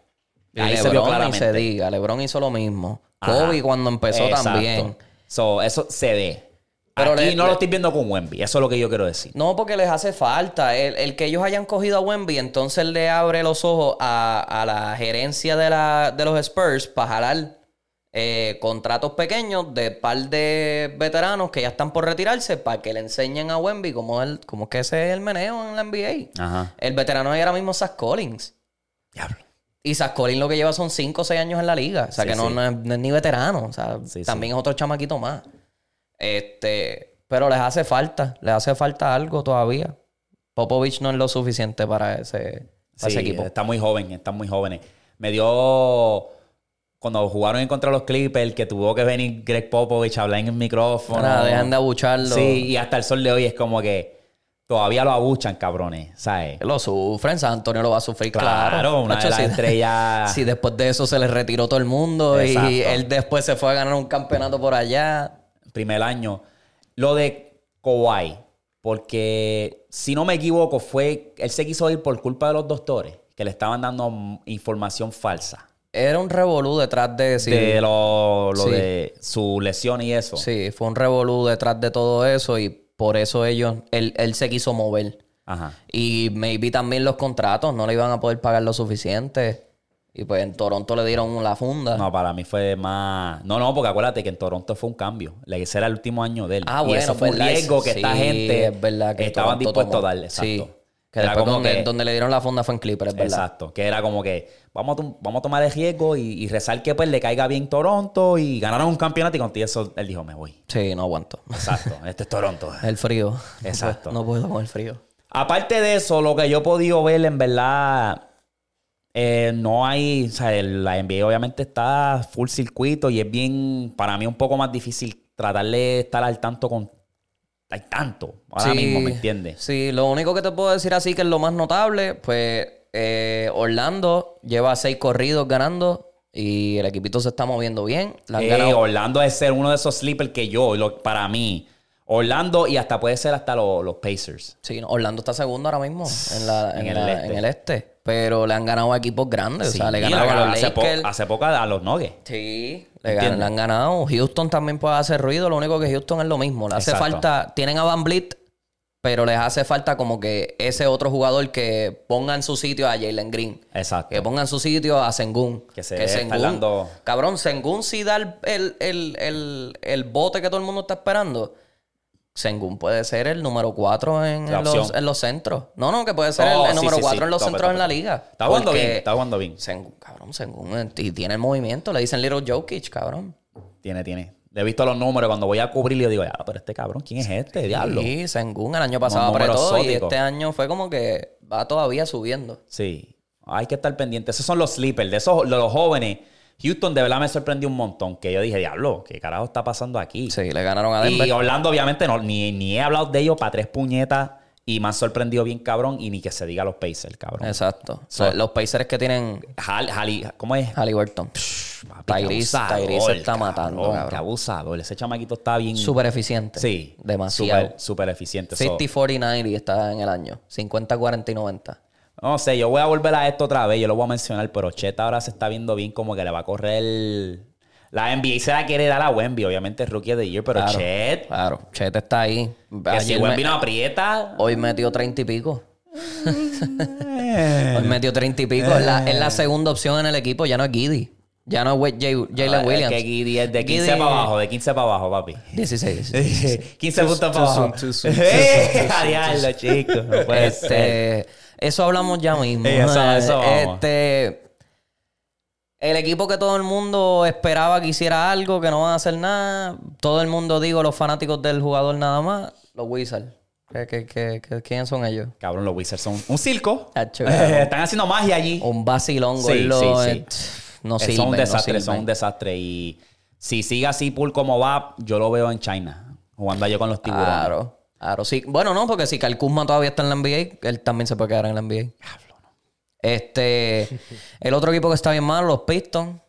A: Y
C: Ahí se
A: LeBron
C: vio
A: ni se
C: claramente.
A: diga. LeBron hizo lo mismo.
C: Ajá.
A: Kobe cuando empezó
C: Exacto.
A: también.
C: So, eso se ve.
A: Pero
C: Aquí
A: le-
C: no
A: le-
C: lo estoy viendo con Wemby, eso es lo que yo quiero decir.
A: No, porque les hace falta. El, el que ellos hayan cogido a Wemby, entonces le abre los ojos a, a la gerencia de, la, de los Spurs para jalar eh, contratos pequeños de par de veteranos que ya están por retirarse para que le enseñen a Wemby cómo, el, cómo es que ese es el meneo en la NBA.
C: Ajá.
A: El veterano ahí ahora mismo es Zach Collins.
C: Diablo.
A: Y Zach Collins lo que lleva son 5 o 6 años en la liga. O sea,
C: Sí,
A: que no,
C: sí.
A: no es, no es ni veterano. O sea,
C: Sí, sí.
A: también es otro chamaquito más. Este, pero les hace falta. Les hace falta algo todavía. Popovich no es lo suficiente para ese, para
C: Sí,
A: ese equipo.
C: Está muy joven, están muy jóvenes. Me dio. Cuando jugaron en contra de los Clippers, que tuvo que venir Greg Popovich a hablar en el micrófono.
A: Nada, dejan de abucharlo.
C: Sí, y hasta el sol de hoy es como que todavía lo abuchan, cabrones, ¿sabes?
A: Lo sufren, San Antonio lo va a sufrir, claro.
C: una de
A: Nacho,
C: las
A: si-
C: estrellas.
A: si después de eso se le retiró todo el mundo y
C: Exacto.
A: él después se fue a ganar un campeonato por allá.
C: primer año. Lo de Kawhi, porque si no me equivoco, fue él se quiso ir por culpa de los doctores, que que le estaban dando mm, información falsa.
A: Era un revolú detrás de... sí.
C: De lo, lo
A: Sí.
C: de su lesión y eso.
A: Sí, fue un revolú detrás de todo eso y por eso ellos, él, él se quiso mover.
C: Ajá.
A: Y maybe también los contratos, no le iban a poder pagar lo suficiente. Y pues en Toronto le dieron la funda.
C: No, para mí fue más. No, no, porque acuérdate que en Toronto fue un cambio. Le- Ese era el último año de él.
A: Ah,
C: y
A: bueno,
C: eso fue un
A: ¿verdad?
C: riesgo que
A: Sí,
C: esta gente
A: es verdad que
C: estaban
A: Toronto
C: dispuestos
A: tomó.
C: a darle. Exacto.
A: Sí. Que
C: Era
A: después
C: como
A: donde,
C: que-
A: donde le dieron la funda fue en Clipper, es verdad.
C: Exacto. Que era como que vamos a, tom- vamos a tomar el riesgo y, y rezar que pues le caiga bien Toronto y ganaron un campeonato y contigo eso él dijo, me voy.
A: Sí, no aguanto.
C: Exacto. Este es Toronto.
A: El frío.
C: Exacto.
A: No puedo con el frío.
C: Aparte de eso, lo que yo he podido ver, en verdad, eh, no hay. O sea, el- la NBA obviamente está full circuito y es bien, para mí, un poco más difícil tratar de estar al tanto con. Hay tanto ahora
A: Sí,
C: mismo, ¿me entiendes?
A: Sí, lo único que te puedo decir así que es lo más notable, pues eh, Orlando lleva seis corridos ganando y el equipito se está moviendo bien. Le han
C: Eh,
A: ganado-
C: Orlando es ser uno de esos sleepers que yo, lo- para mí, Orlando y hasta puede ser hasta lo- los Pacers.
A: Sí, no, Orlando está segundo ahora mismo en, la- en
C: En el
A: la-
C: este.
A: en el este, pero le han ganado a equipos grandes.
C: Sí,
A: o sea, le
C: y
A: ganaron
C: la-
A: a los
C: hace, po-
A: Lakers.
C: hace poco a los Nuggets.
A: Sí, le,
C: Entiendo.
A: gan- le han ganado. Houston también puede hacer ruido. Lo único que Houston es lo mismo. Le hace
C: Exacto.
A: falta. Tienen a Van Blit, pero les hace falta como que ese otro jugador que ponga en su sitio a Jalen Green.
C: Exacto.
A: Que ponga en su sitio a Sengun.
C: Que se está dando-
A: Cabrón, Sengun si da el, el, el, el- el bote que todo el mundo está esperando. Sengun puede ser el número 4 en,
C: La
A: en los,
C: opción.
A: en los centros. No, no, que puede ser el-
C: Oh,
A: el,
C: sí,
A: número
C: sí,
A: 4
C: sí.
A: en los
C: Tope,
A: centros
C: tope,
A: en la
C: tope.
A: liga.
C: Está jugando
A: Porque-
C: bien, está jugando bien.
A: Sengun, cabrón, Sengun. eh, Y tiene el movimiento. Le dicen Little Jokic, cabrón.
C: Tiene, tiene. Le he visto los números cuando voy a cubrirlo y digo, ya, pero este cabrón, ¿quién es este? Diablo.
A: Sí, Sengun el año pasado
C: Unos números
A: apretó y
C: exóticos.
A: este año fue como que va todavía subiendo.
C: Sí. Hay que estar pendiente. Esos son los sleepers. De esos, de los jóvenes. Houston de verdad me sorprendió un montón. Que yo dije, diablo, ¿qué carajo está pasando aquí?
A: Sí, le ganaron a Denver.
C: y Orlando, obviamente, no, ni, ni he hablado de ellos para tres puñetas. Y me han sorprendido bien, cabrón. Y ni que se diga los Pacers, cabrón.
A: Exacto. O sea, los Pacers que tienen
C: Hal- Hali- ¿Cómo es?
A: Halliburton.
C: Papi, qué
A: Ah, Tyrese,
C: abusador,
A: Tyrese está
C: cabrón,
A: matando,
C: Qué
A: cabrón.
C: abusador. Ese chamaquito está bien.
A: Súper eficiente.
C: Mm. Sí.
A: Demasiado.
C: Súper- Súper eficiente. So,
A: 50-40-90 está en el año. 50-40-90.
C: No sé, yo voy a volver a esto otra vez, yo lo voy a mencionar, pero Cheta ahora se está viendo bien como que le va a correr el- la NBA y se la quiere dar a Wemby, obviamente Rookie of the Year, pero
A: Claro.
C: Chet,
A: Claro. Chet está ahí.
C: que
A: Ayer
C: si
A: me-
C: Wemby no aprieta,
A: Hoy metió 30 y pico.
C: Eh.
A: Hoy metió 30 y pico. Es la, es la segunda opción en el equipo. Ya no es Giddy. Ya no es Wa- Jay- Jalen
C: es
A: Williams.
C: que Giddy es de 15
A: Giddy-
C: para abajo, de 15 para abajo, papi.
A: 16.
C: 15 puntos para abajo.
B: too soon, too
C: ¡Eh! A diablo, chicos, no puede ser.
A: Este, eso hablamos ya mismo.
C: Sí, eso- eso vamos.
A: este, el equipo que todo el mundo esperaba que hiciera algo, que no van a hacer nada. Todo el mundo, digo, los fanáticos del jugador nada más. Los Wizards. ¿Qué, qué, qué- qué- quién son ellos?
C: Cabrón, los Wizards son un circo. Eh,
A: Tacho,
C: Están haciendo magia allí.
A: Un vacilón,
C: Sí,
A: gordo,
C: sí,
A: eh, No
C: Eh,
A: sirven,
C: son un
A: no
C: desastre,
A: sirven.
C: son un desastre. Y si sigue así Pool como va, yo lo veo en China, jugando allá con los tiburones.
A: Claro, claro. Sí. Bueno, no, porque si Calcuzma todavía está en la NBA, él también se puede quedar en la NBA. Este, el otro equipo que está bien malo, los Pistons.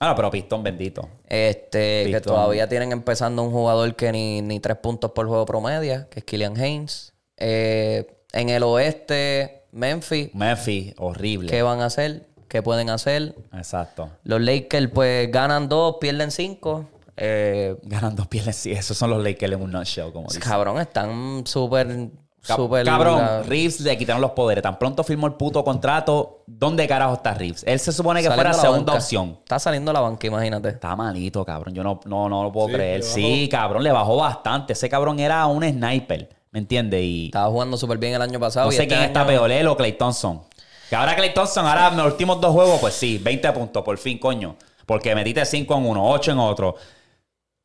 C: Ahora, Ah, pero Pistón bendito.
A: Este, que
C: Pistons.
A: todavía tienen empezando un jugador que ni, ni tres puntos por juego promedia, que es Killian Haynes. Eh, en el oeste, Memphis,
C: Memphis, horrible.
A: ¿qué van a hacer? ¿Qué pueden hacer?
C: Exacto.
A: Los Lakers, pues, ganan dos, pierden cinco. Eh,
C: Ganan dos pieles, sí. Esos son los Lakers en un nutshell, como dicen.
A: cabrón, están súper,
C: Cab-
A: súper...
C: Cabrón,
A: la-
C: Reeves le quitaron los poderes. Tan pronto firmó el puto contrato. ¿Dónde carajo está Reeves? Él se supone que
A: Saliendo
C: fuera
A: a
C: la
A: la
C: segunda
A: banca.
C: opción.
A: Está saliendo a la banca, imagínate.
C: Está malito, cabrón. Yo no, no, no lo puedo
B: Sí,
C: creer.
B: le bajó.
C: Sí, cabrón, le bajó bastante. Ese cabrón era un sniper. ¿Me entiendes? Y
A: Estaba jugando súper bien el año pasado.
C: no
A: y
C: sé
A: este
C: quién
A: año-
C: está peor, él o Clay Thompson. Que ahora Clay Thompson, ahora en los últimos dos juegos, pues sí, 20 puntos, por fin, coño. Porque metiste 5 en uno, 8 en otro.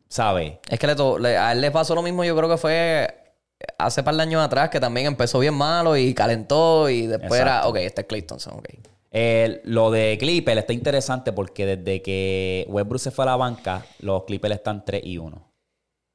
C: ¿Sabes?
A: Es que le to- le- a él le pasó lo mismo, yo creo que fue hace par de años atrás, que también empezó bien malo y calentó y después era, ok, este es Claytonson, ok.
C: Eh, lo de Clipper está interesante porque desde que Westbrook se fue a la banca, los Clippers están 3 y 1.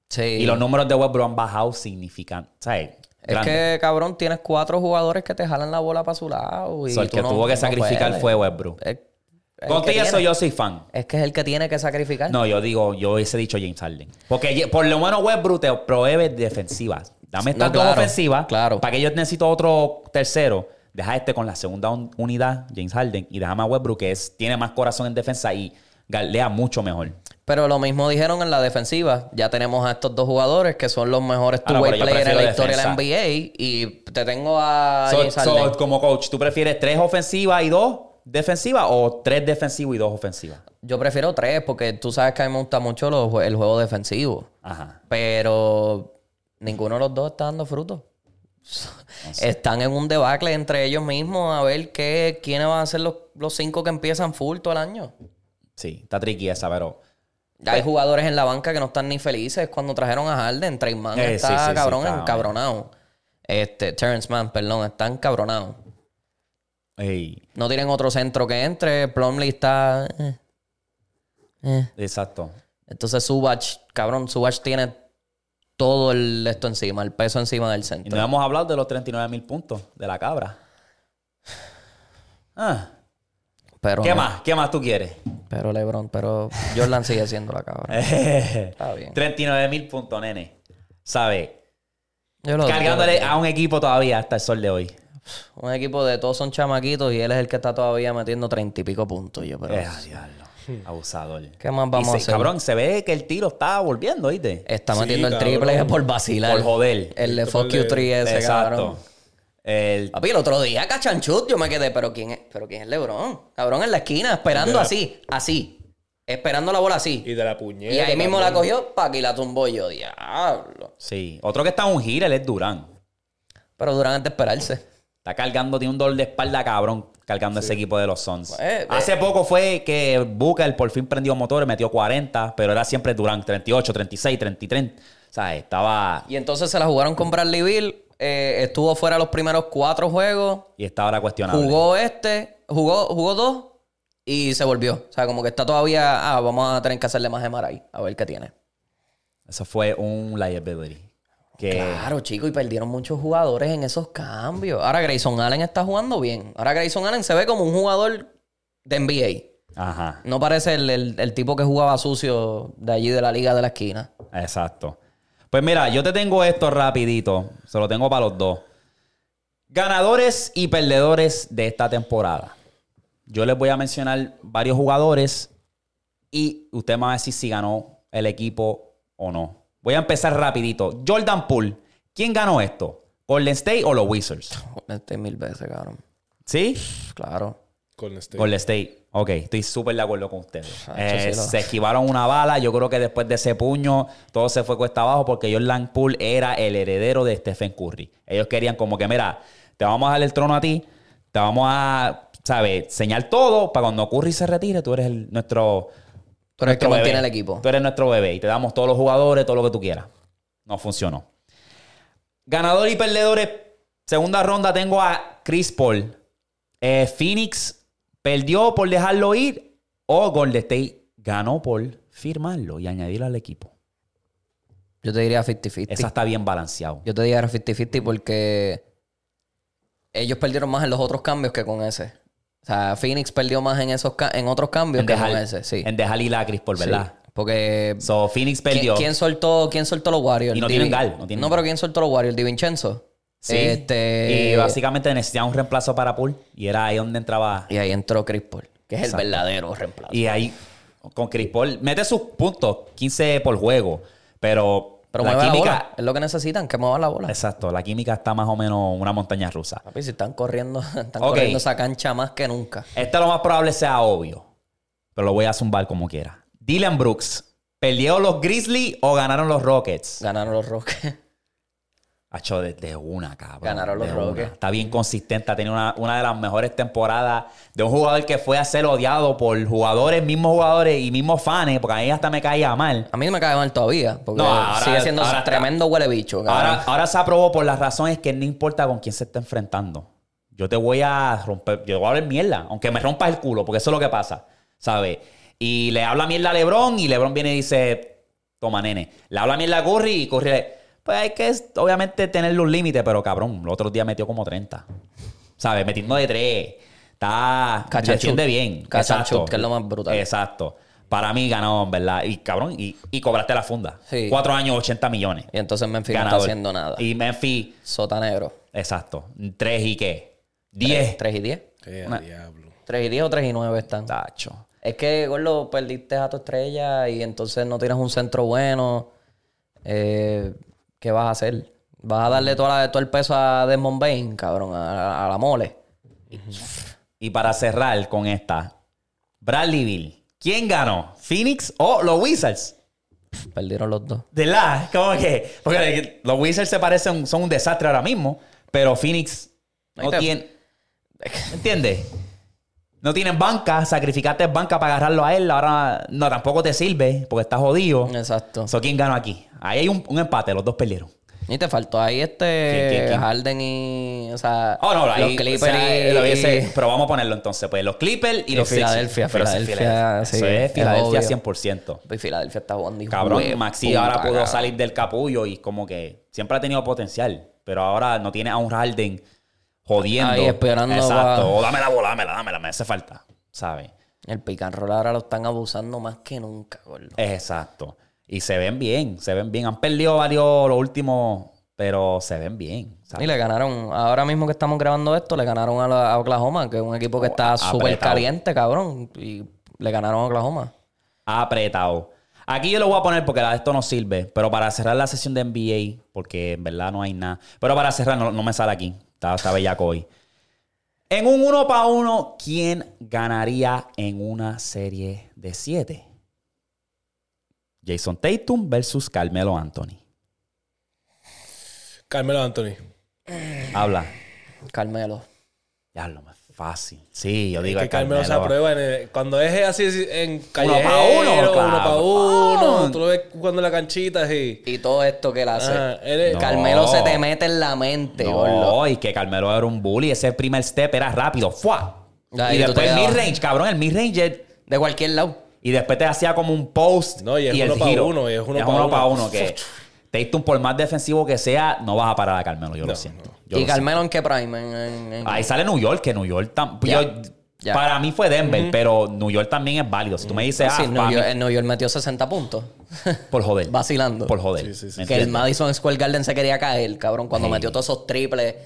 A: Sí.
C: Y los números de Westbrook han bajado significante. ¿Sabes?
A: es que, cabrón, tienes cuatro jugadores que te jalan la bola para su lado. Y
C: el
A: tú
C: que
A: no-
C: tuvo que
A: no
C: sacrificar
A: puedes. eh,
C: fue Westbrook.
A: Es- es el que
C: Contigo eso
A: tiene-
C: yo soy fan.
A: Es que es el que tiene que sacrificar.
C: No, yo digo, yo hubiese dicho James Harden. Porque ye- por lo menos Westbrook te provee defensivas. Dame estas
A: No, claro,
C: dos ofensivas.
A: claro.
C: Para que yo necesito otro tercero. Deja a este con la segunda un- unidad, James Harden, y déjame a Westbrook, que es- tiene más corazón en defensa y galea mucho mejor.
A: Pero lo mismo dijeron en la defensiva. Ya tenemos a estos dos jugadores que son los mejores
C: Ah, no,
A: two-way
C: pero yo
A: players en la
C: prefiero
A: historia de la
C: defensa.
A: NBA. Y te tengo a
C: So-
A: Ah, James
C: so,
A: Harden.
C: como coach, ¿tú prefieres tres ofensivas y dos defensivas o tres defensivas y dos ofensivas?
A: Yo prefiero tres porque tú sabes que a mí me gusta mucho los jue- el juego defensivo.
C: Ajá.
A: Pero ninguno de los dos está dando fruto.
C: Ah,
A: Están en un debacle entre ellos mismos a ver qué, quiénes van a ser los, los cinco que empiezan full todo el año.
C: Sí, está tricky esa, pero...
A: Ya
C: Eh.
A: Hay jugadores en la banca que no están ni felices cuando trajeron a Harden. Trey Mann
C: Eh,
A: está
C: sí, sí, sí,
A: cabrón
C: está,
A: encabronado. Este, Terrence Mann, perdón, está encabronado.
C: ey,
A: No tienen otro centro que entre. Plumlee está... eh, eh.
C: exacto.
A: Entonces Subach, cabrón, Subach tiene todo el, esto encima, el peso encima del
C: Y
A: centro.
C: no hemos hablado de los 39 mil puntos de la cabra. Ah,
A: Pero,
C: ¿Qué más? ¿Qué más tú quieres?
A: pero LeBron, pero Jordan sigue siendo la cabra. Está bien.
C: 39 mil puntos, nene. ¿Sabes?
A: Yo lo
C: Cargándole
A: digo.
C: a un equipo todavía hasta el sol de hoy.
A: Un equipo de todos son chamaquitos y él es el que está todavía metiendo treinta y pico puntos. Yo, pero...
C: Eh, diablo. Abusador.
A: Hmm. ¿Qué más vamos
C: Y
A: a
C: se-
A: hacer?
C: Cabrón, se ve que el tiro está volviendo, ¿viste?
A: Está
B: Sí,
A: metiendo el
B: cabrón.
A: triple por vacilar.
C: Por joder.
A: El de
B: Esto
A: Fuck
B: por
A: You
B: le-
A: 3 ese,
C: Exacto.
A: cabrón.
C: El...
A: Papi, el otro día, cachanchut, yo me quedé, pero ¿quién es, pero quién es Lebron? Cabrón, en la esquina, esperando
B: Mira.
A: así, así. Esperando la bola así.
B: Y de la
A: Y,
B: puñeta.
A: ahí mismo la
B: también.
A: cogió, pa' y la tumbó yo, diablo.
C: Sí. Otro que está en un giro, él es Durán.
A: Pero durante esperarse.
C: Está cargando, tiene un dolor de espalda, cabrón, cargando ese equipo de los Suns.
A: Eh, eh.
C: Hace poco fue que Booker por fin prendió motores, metió 40, pero era siempre Durant, 38, 36, 33. O sea, estaba...
A: Y entonces se la jugaron con Bradley Bill. eh, estuvo fuera los primeros cuatro juegos.
C: Y está ahora cuestionable.
A: Jugó este, jugó, jugó dos y se volvió. O sea, como que está todavía, ah, vamos a tener que hacerle más de Maray, a ver qué tiene.
C: Eso fue un liability. Que...
A: Claro, chico, y perdieron muchos jugadores en esos cambios. Ahora Grayson Allen está jugando bien. Ahora Grayson Allen se ve como un jugador de NBA.
C: Ajá,
A: No parece el, el- el tipo que jugaba sucio de allí de la liga de la esquina.
C: exacto. Pues mira, yo te tengo esto rapidito. Se lo tengo para los dos. Ganadores y perdedores de esta temporada. Yo les voy a mencionar varios jugadores y usted me va a decir si ganó el equipo o no. Voy a empezar rapidito. Jordan Poole, ¿quién ganó esto? ¿Golden State o los Wizards?
A: Este mil veces, cabrón.
C: ¿Sí?
A: Claro.
B: Con este.
C: Golden State. Ok, estoy súper de acuerdo con ustedes.
A: Ah,
C: Eh,
A: chocelo.
C: se esquivaron una bala. Yo creo que después de ese puño, todo se fue cuesta abajo porque Jordan Poole era el heredero de Stephen Curry. Ellos querían como que, mira, te vamos a dar el trono a ti, te vamos a, ¿sabes? Señal todo para cuando Curry se retire, tú eres el- nuestro...
A: Tú eres el que
C: nuestro
A: mantiene el
C: bebé.
A: equipo.
C: Tú eres nuestro bebé y te damos todos los jugadores, todo lo que tú quieras. No funcionó. Ganador y perdedores. Segunda ronda tengo a Chris Paul. Eh, Phoenix perdió por dejarlo ir o Golden State ganó por firmarlo y añadirlo al equipo.
A: Yo te diría 50-50.
C: Esa está bien balanceado.
A: Yo te diría 50-50 porque ellos perdieron más en los otros cambios que con ese. O sea, Phoenix perdió más en esos ca- en otros cambios
C: En
A: que
C: dejar,
A: con ese, sí.
C: en dejar ir a Chris Paul, ¿verdad?
A: Sí, Porque
C: So, Phoenix
A: ¿quién-
C: perdió.
A: ¿quién, soltó quién soltó los Warriors?
C: Y no
A: Di-
C: tienen gal, no tienen
A: pero quién soltó los Warriors, Di Vincenzo.
C: Sí.
A: Este,
C: Y básicamente necesitaba un reemplazo para Paul y era ahí donde entraba.
A: y ahí entró Chris Paul, que es
C: Exacto.
A: el verdadero reemplazo.
C: Y ahí, con Chris Paul, mete sus puntos, 15 por juego, pero,
A: pero
C: la
A: mueve la
C: química...
A: bola, es lo que necesitan, que mueva la bola.
C: Exacto, la química está más o menos una montaña rusa.
A: Papi, si están corriendo, están
C: Ok.
A: corriendo esa cancha más que nunca.
C: Este lo más probable sea obvio, pero lo voy a zumbar como quiera. Dylan Brooks, ¿perdieron los Grizzlies o ganaron los Rockets?
A: Ganaron los Rockets.
C: Hacho, de, de una, cabrón.
A: Ganaron los
C: de una.
A: Rockets.
C: Está bien consistente, ha tenido una, una de las mejores temporadas de un jugador que fue a ser odiado por jugadores, mismos jugadores y mismos fans, porque a mí hasta me caía mal.
A: A mí no me cae mal todavía, porque
C: No, ahora-
A: sigue siendo
C: ahora está-
A: tremendo huele bicho. cabrón.
C: Ahora, ahora se aprobó por las razones que no importa con quién se está enfrentando. Yo te voy a romper, yo voy a hablar mierda, aunque me rompas el culo, porque eso es lo que pasa, ¿sabes? Y le habla mierda a Lebron y Lebron viene y dice, toma nene. Le habla mierda a Curry y Curry le, pues hay que obviamente tenerle un límite, pero cabrón, el otro día metió como 30, ¿sabes? Metiendo de tres. Está,
A: Catch and
C: defiende
A: shoot.
C: bien.
A: Catch and
C: Exacto.
A: shoot, que es lo más brutal.
C: Exacto. Para mí ganó, en verdad. Y cabrón, y, y cobraste la funda.
A: Sí.
C: Cuatro años, 80 millones
A: Y entonces Memphis no
C: ganador.
A: está haciendo nada.
C: Y Memphis,
A: Sotanero.
C: exacto. Tres y qué. 10.
A: 3 y 10.
B: Qué
C: Una-
B: eh, diablo.
A: 3 y 10 o 3 y 9 están.
C: Tacho.
A: Es que, Gordo, perdiste a tu estrella y entonces no tienes un centro bueno. Eh, ¿Qué vas a hacer? ¿Vas a darle toda la- todo el peso a Desmond Bain, cabrón? A, a la mole.
C: Y para cerrar con esta, Bradley Bill. ¿Quién ganó? ¿Phoenix o los Wizards?
A: Perdieron los dos.
C: De la, ¿cómo que? Porque los Wizards se parecen, son un desastre ahora mismo, pero Phoenix no
A: Ahí te-
C: tiene. ¿Entiendes? No tienen banca, sacrificaste banca para agarrarlo a él, ahora no tampoco te sirve porque está jodido.
A: Exacto.
C: So, ¿Quién ganó aquí? Ahí hay un, un empate, los dos perdieron.
A: Y te faltó ahí
C: ¿Quién, quién,
A: este
C: quién?
A: Harden y. O sea,
C: Oh, no,
A: los
C: ahí,
A: Clippers
C: o sea, eh, lo hubiese-
A: y.
C: pero vamos a ponerlo entonces, pues los Clippers y,
A: Y
C: los Sixers.
A: Filadelfia,
C: Pero eso es
A: Filadelfia, sí,
C: Eso es
A: es
C: Filadelfia
A: obvio.
C: 100%.
A: y Filadelfia está jugando. hijo
C: Cabrón,
A: de
C: Maxi
A: puta,
C: ahora pudo
A: cabrón.
C: salir del capullo y como que siempre ha tenido potencial, pero ahora no tiene a un Harden jodiendo.
A: Ahí esperando
C: Exacto.
A: pa-
C: O dámela, bola, dámela, dámela, me hace falta, ¿sabes?
A: El pick and roll ahora lo están abusando más que nunca, gordo.
C: Exacto. Y se ven bien, se ven bien. Han perdido varios los últimos, pero se ven bien. ¿sabes?
A: Y le ganaron, ahora mismo que estamos grabando esto, le ganaron a, la- a Oklahoma, que es un equipo que está
C: Oh, apretado.
A: súper caliente, cabrón. Y le ganaron a Oklahoma.
C: apretado. Aquí yo lo voy a poner porque la- esto no sirve, pero para cerrar la sesión de NBA, porque en verdad no hay nada. Pero para cerrar, no, no me sale aquí. Está, está bellaco hoy. En un uno para uno, ¿quién ganaría en una serie de siete? Jason Tatum versus Carmelo Anthony.
B: Carmelo Anthony.
C: Habla.
A: Carmelo.
C: Ya lo más fácil. Sí, yo digo
B: que
C: el
B: Carmelo se
C: Carmelo.
B: aprueba en el- cuando es así en callejero, uno
C: pa' uno,
B: uno,
C: claro.
B: pa' uno,
C: Ah.
B: tú lo ves jugando en la canchita así.
A: Y todo esto que él hace. Eh,
B: Ajá, él es-
C: Ah, No.
A: Carmelo se te mete en la mente, gordo.
C: No, y que Carmelo era un bully. Ese primer step era rápido. ¡Fua!
A: Ahí
C: y
A: tú te
C: después el
A: quedabas.
C: mid-range, cabrón. El mid-range es-
A: De cualquier lado.
C: Y después te hacía como un post.
B: No, y es
C: el
B: uno pa'
C: giro.
B: uno, y es uno pa'
C: pa'
B: uno.
C: uno, que te diste un por más defensivo que sea, no vas a parar a Carmelo, yo lo siento. Yo
A: y
C: lo Ah,
A: Carmelo en qué prime. En- en- en-
C: siento. Ahí sale New York, que New York tam-
A: Ya,
C: yo-
A: ya.
C: Para mí fue Denver, pero New York también es válido. Si tú me dices, ah,
A: Sí,
C: pa'
A: New
C: mí-
A: York, en New York metió 60 puntos.
C: por joder.
A: Vacilando.
C: Por joder.
B: Sí, sí, sí,
C: ¿me
A: que el
C: entiendes?
A: Madison Square Garden se quería caer, cabrón, cuando
C: Sí.
A: metió todos esos triples.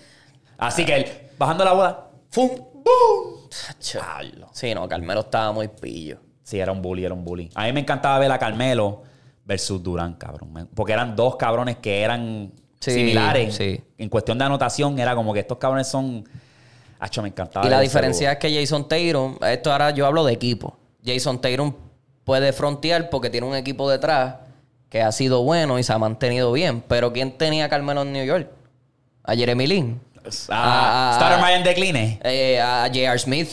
C: Así que él, bajando la bola, ¡fum! ¡Boom! Pablo.
A: Sí, no, Carmelo estaba muy pillo.
C: Sí, era un bully, era un bully. A mí me encantaba ver a Carmelo versus Durán, cabrón. Me- Porque eran dos cabrones que eran
A: Sí,
C: similares.
A: sí.
C: En cuestión de anotación, era como que estos cabrones son. Hacho, me encantaba.
B: Ah,
A: Y la
C: ver ese
A: diferencia es que Jason Tatum, esto ahora yo hablo de equipo. Jason Tatum puede frontear porque tiene un equipo detrás que ha sido bueno y se ha mantenido bien. Pero ¿quién tenía a Carmelo en New York? A Jeremy Lin.
C: dúo.
A: Ah,
C: Ah,
A: ah,
C: Starter
A: ah.
C: Ryan Decline.
A: eh, a J.R. Smith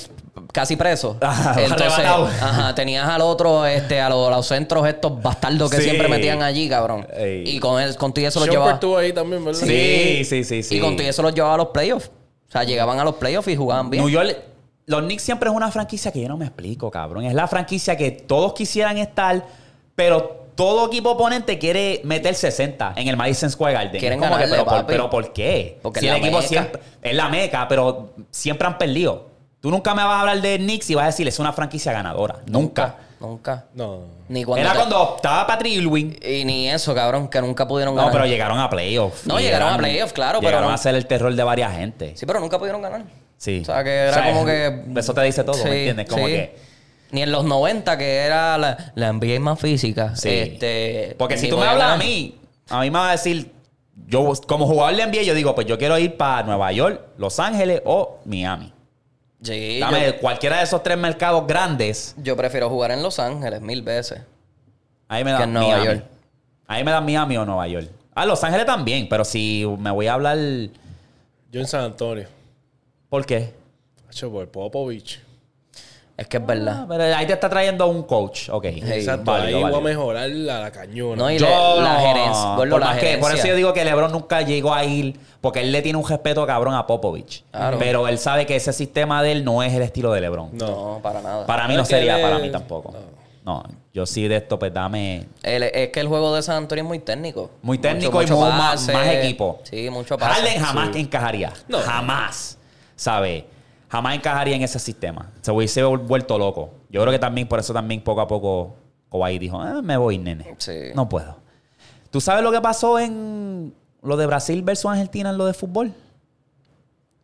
A: casi preso.
C: Ah,
A: Entonces,
C: arrebatado.
A: ajá, tenías al otro, este, a, los, a los centros estos bastardos que
C: Sí.
A: siempre metían allí, cabrón.
C: Ey.
A: Y con él, contigo eso los
B: Shumpert
A: llevaba.
B: estuvo ahí también, ¿verdad?
C: Sí, sí, sí, sí.
A: Y contigo eso los llevaba a los playoffs. O sea, llegaban a los playoffs y jugaban bien.
C: New York. Los Knicks siempre es una franquicia que yo no me explico, cabrón. Es la franquicia que todos quisieran estar, pero todo equipo oponente quiere meter 60 en el Madison Square Garden.
A: Quieren
C: Es como que,
A: ganarle,
C: pero, por,
A: papi.
C: pero ¿por qué?
A: Porque
C: si
A: es
C: el
A: la
C: equipo
A: meca.
C: siempre es la meca, pero siempre han perdido. Tú nunca me vas a hablar de Knicks y vas a decir, es una franquicia ganadora. Nunca.
A: Nunca.
B: No.
A: Ni cuando
C: Era
A: te-
C: cuando estaba Patrick Irwin.
A: Y ni eso, cabrón, que nunca pudieron
C: No,
A: ganar.
C: pero llegaron a playoffs.
A: No, llegaron a playoffs, claro, pero
C: Llegaron
A: no.
C: a ser el terror de varias gente.
A: Sí, pero nunca pudieron ganar.
C: Sí.
A: O sea, que era
C: O sea,
A: como que...
C: Eso te dice todo,
A: Sí,
C: ¿me entiendes? Como
A: sí.
C: que...
A: Ni en los 90, que era la, la NBA más física.
C: Sí.
A: Este,
C: Porque si
A: ni
C: tú me
A: podían
C: hablas a
A: ganar.
C: mí, a mí me va a decir, yo como jugador de NBA, yo digo, pues yo quiero ir para Nueva York, Los Ángeles o Miami.
A: Sí, yo-
C: Dame cualquiera de esos tres mercados grandes.
A: Yo prefiero jugar en Los Ángeles mil veces.
C: Ahí me
A: Que
C: dan
A: en Nueva
C: Miami.
A: York.
C: Ahí me dan Miami o Nueva York. A Los Ángeles también, pero si me voy a hablar,
B: Yo en San Antonio.
C: ¿por qué?
B: Hacho, por Popovich.
A: Es que es verdad.
C: Ah, pero ahí te está trayendo un coach, ok.
B: Exacto,
C: válido,
B: ahí voy
C: válido.
B: a mejorar la, la cañona.
A: No, y
C: Yo
A: la,
C: no.
A: la gerencia. gordo,
C: por,
A: la
C: más que- por
A: gerencia.
C: eso yo digo que LeBron nunca llegó a ir, porque él le tiene un respeto cabrón a Popovich.
A: Claro.
C: Pero él sabe que ese sistema de él no es el estilo de LeBron.
B: No.
A: No, para nada.
C: Para mí no
B: Es que
C: sería,
B: él
C: para
B: es-
C: mí tampoco. No, yo sí de esto, pues dame.
A: El- es que el juego de San Antonio es muy técnico.
C: Muy técnico
A: Mucho-
C: y
A: mucho
C: muy- más,
A: pase.
C: más equipo.
A: Sí, mucho pase.
C: Harden jamás que encajaría.
B: No.
C: Jamás. ¿Sabe? Jamás encajaría en ese sistema. Se hubiese vuel- vuelto loco. Yo creo que también, por eso también poco a poco Kawhi dijo, "Ah, me voy, nene.
A: Sí.
C: No puedo. ¿Tú sabes lo que pasó en lo de Brasil versus Argentina en lo de fútbol?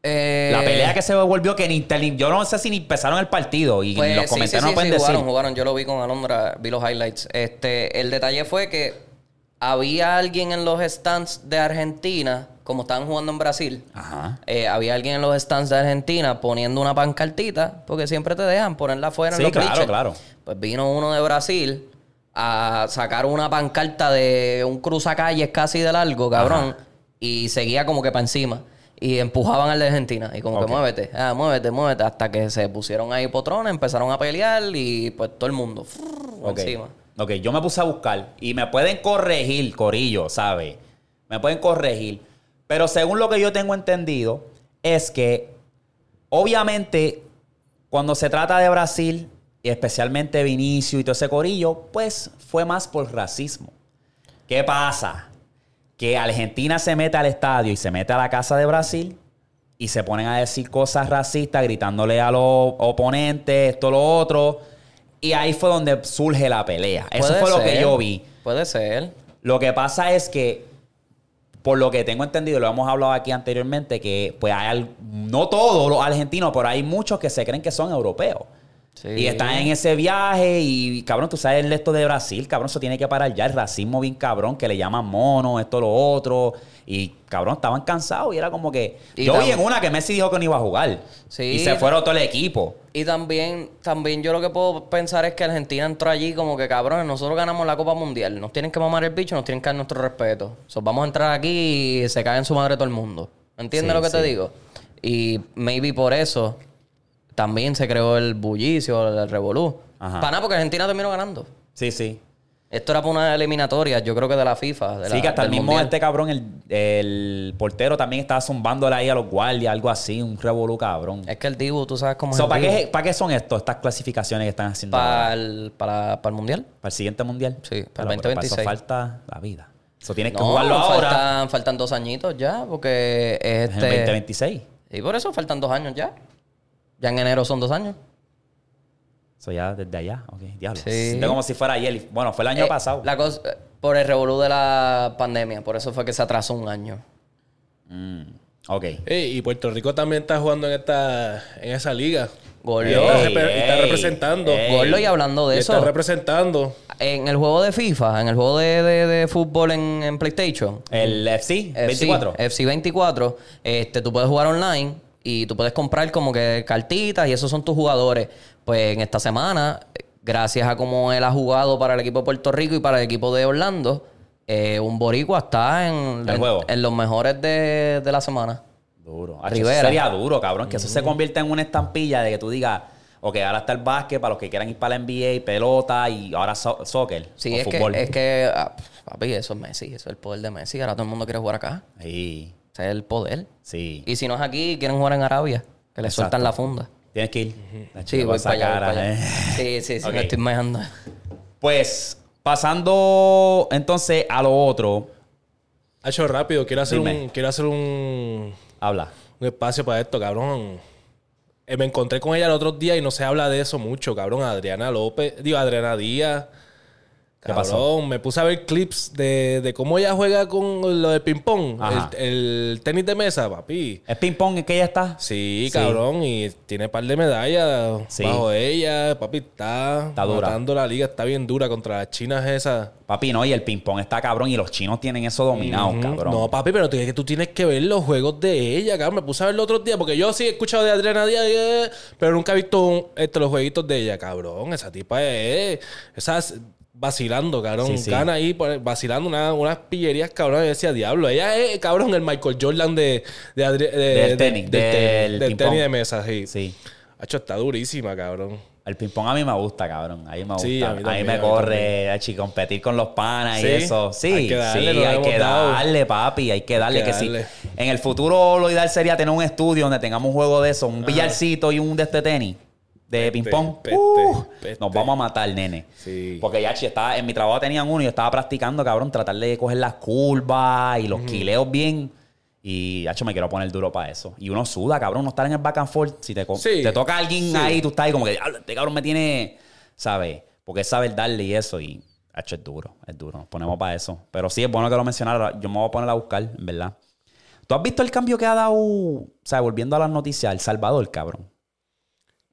A: Eh,
C: La pelea que se volvió que ni, te- ni- yo no sé si ni empezaron el partido y
A: pues,
C: los
A: sí,
C: comentarios
A: sí,
C: no
A: sí,
C: pueden
A: sí,
C: decir.
A: Jugaron, jugaron. Yo lo vi con Alondra, vi los highlights. Este, el detalle fue que había alguien en los stands de Argentina, como estaban jugando en Brasil,
C: Ajá.
A: eh, había alguien en los stands de Argentina poniendo una pancartita, porque siempre te dejan ponerla afuera
C: Sí,
A: en los
C: claro,
A: bleachers.
C: claro.
A: Pues vino uno de Brasil a sacar una pancarta de un cruzacalles casi de largo, cabrón, y seguía como que para encima. Y empujaban al de Argentina. Y como
C: Ok.
A: que muévete, ah, muévete, muévete. Hasta que se pusieron ahí potrones, empezaron a pelear y pues todo el mundo frrr,
C: Ok.
A: encima.
C: ok, yo me puse a buscar y me pueden corregir, Corillo, ¿sabe? Me pueden corregir. Pero según lo que yo tengo entendido, es que obviamente cuando se trata de Brasil, y especialmente Vinicio y todo ese Corillo, pues fue más por racismo. ¿Qué pasa? Que Argentina se mete al estadio y se mete a la casa de Brasil y se ponen a decir cosas racistas, gritándole a los oponentes, esto, lo otro. Y ahí fue donde surge la pelea. Eso
A: Puede
C: fue lo que
A: ser,
C: yo vi.
A: Puede ser.
C: Lo que pasa es que, por lo que tengo entendido, lo hemos hablado aquí anteriormente, que pues hay, al- no todos los argentinos, pero hay muchos que se creen que son europeos.
A: Sí.
C: Y están en
A: Eh.
C: ese viaje y, cabrón, tú sabes el esto de Brasil, cabrón, eso tiene que parar ya. El racismo bien cabrón, que le llaman mono, esto, lo otro. Y, cabrón, estaban cansados y era como que...
A: Y
C: yo vi
A: tam-
C: en una que Messi dijo que no iba a jugar.
A: Sí.
C: Y se fueron todo el equipo.
A: Y también, también yo lo que puedo pensar es que Argentina entró allí como que cabrones, nosotros ganamos la Copa Mundial, nos tienen que mamar el bicho, nos tienen que dar nuestro respeto. So, vamos a entrar aquí y se cae en su madre todo el mundo. ¿Entiendes
C: Sí,
A: lo que te
C: sí.
A: digo? Y maybe por eso también se creó el bullicio, el revolú.
C: Ajá.
A: Para nada, porque Argentina terminó ganando.
C: Sí, sí.
A: Esto era para una eliminatoria, yo creo que de la FIFA. de
C: sí,
A: la-
C: que hasta el
A: del
C: mismo
A: Mundial.
C: este cabrón, el, el portero también estaba zumbándole ahí a los guardias, algo así, un revolú cabrón.
A: Es que el Dibu, tú sabes cómo es.
C: So,
A: el
C: ¿para,
A: Dibu.
C: qué, ¿Para qué son esto, estas clasificaciones que están haciendo ahora?
A: Para el- para- para el Mundial.
C: ¿Para el siguiente mundial?
A: Sí, para
C: Pero,
A: el
C: pero para eso
A: 2026.
C: falta la vida. Eso tienes que
A: No,
C: jugarlo ahora.
A: Faltan, faltan dos añitos ya, porque es
C: Es en
A: este.
C: 2026.
A: Y por eso faltan dos años ya. Ya en enero son dos años.
C: Eso ya desde allá. Ok, diablo.
A: Sí.
C: Se siente como si fuera ayer. Bueno, fue el año
A: Eh,
C: pasado.
A: La cosa, eh, por el revolú de la pandemia, por eso fue que se atrasó un año.
C: Mm, Ok.
B: Ey, y Puerto Rico también está jugando en esta en esa liga.
A: Gordo.
B: Y está,
C: Ey,
B: repre- y está
C: ey,
B: representando.
C: ey.
A: Gordo, y hablando de
B: Y
A: eso,
B: está representando.
A: en el juego de FIFA, en el juego de, de- de fútbol en, en PlayStation,
C: El FC,
A: Eh,
C: 24.
A: FC 24, este, tú puedes jugar online y tú puedes comprar como que cartitas y esos son tus jugadores. Pues en esta semana, gracias a como él ha jugado para el equipo de Puerto Rico y para el equipo de Orlando, eh, un boricua está en,
C: El
A: en-
C: juego.
A: en los mejores de, de la semana.
C: Duro. Hacho, eso
A: Rivera.
C: sería duro, cabrón. Que eso se convierta en una estampilla de que tú digas, ok, ahora está el básquet para los que quieran ir para la NBA, pelota y ahora so- soccer.
A: Sí,
C: o
A: es
C: fútbol.
A: que, es que ah, papi, eso es Messi, eso es el poder de Messi. Ahora todo el mundo quiere jugar acá.
C: Sí,
A: Ese es el poder.
C: sí.
A: Y si no es aquí, quieren jugar en Arabia, que le
C: Exacto.
A: sueltan la funda.
C: Tienes que ir. Hacho,
A: Sí,
C: con
A: voy
C: esa
A: para allá, voy
C: cara,
A: para allá.
C: eh.
A: Sí, sí, sí,
C: Ok.
A: me estoy mejando.
C: Pues, pasando entonces a lo otro,
B: Ha hecho rápido. Quiero hacer,
C: Dime.
B: un, quiero hacer un,
C: habla.
B: un espacio para esto, cabrón. Eh, me encontré con ella el otro día y no se habla de eso mucho, cabrón. Adriana López. Digo, Adriana Díaz.
C: ¿Qué
B: Cabrón,
C: pasó?
B: me puse a ver clips de, de cómo ella juega con lo de ping-pong.
C: Ajá.
B: El, el tenis de mesa, papi.
C: ¿Es ping-pong en que ella está?
B: Sí,
C: Sí.
B: cabrón, y tiene par de medallas
C: Sí.
B: bajo ella. Papi, está,
C: Está dura.
B: matando la liga, está bien dura contra las chinas esas.
C: Papi, no, y el ping-pong está cabrón y los chinos tienen eso dominado,
B: Ujú.
C: Ah, cabrón.
B: No, papi, pero tú, que tú tienes que ver los juegos de ella, cabrón. Me puse a ver los otros días, porque yo sí he escuchado de Adriana Díaz, eh, pero nunca he visto un- este, los jueguitos de ella, cabrón. Esa tipa es. Esas vacilando, cabrón.
C: Sí, sí.
B: Gana ahí por- vacilando una- unas pillerías, cabrón. Yo decía, diablo. Ella es, cabrón, el Michael Jordan de, de, Adri- de-
C: Del
B: del
C: tenis, del
B: tenis, del
C: ping-pong.
B: tenis de mesa, sí.
C: Sí.
B: Hacho, está durísima, cabrón.
C: El ping-pong a mí me gusta, cabrón. A mí me gusta.
B: Sí,
C: a
B: a
C: mí,
B: mí también, a
C: me
B: mí
C: corre, achi, competir con los panas y
B: Sí,
C: eso. Sí,
B: hay que darle,
C: sí,
B: no le
C: hay
B: hemos
C: que
B: dado.
C: darle, papi. Hay que darle
B: que
C: que,
B: darle.
C: sí. En el futuro lo ideal sería tener un estudio donde tengamos un juego de eso, un billarcito y un de este tenis. De ping-pong.
B: peste,
C: Uh,
B: peste.
C: Nos vamos a matar, nene.
B: Sí.
C: Porque ya chi, estaba, en mi trabajo tenían uno y yo estaba practicando, cabrón, tratar de coger las curvas y los quileos bien. Y, hacho, me quiero poner duro para eso. Y uno suda, cabrón, no estar en el back and forth. Si te, co-
B: Sí.
C: te toca alguien
B: Sí.
C: ahí, tú estás ahí como que, "Diablo, este cabrón me tiene, ¿sabes? Porque es saber darle y eso. Y, hacho, es duro, es duro. Nos ponemos para eso. Pero sí, es bueno que lo mencionara. Yo me voy a poner a buscar, en verdad. ¿Tú has visto el cambio que ha dado, o sea, volviendo a las noticias, El Salvador, cabrón?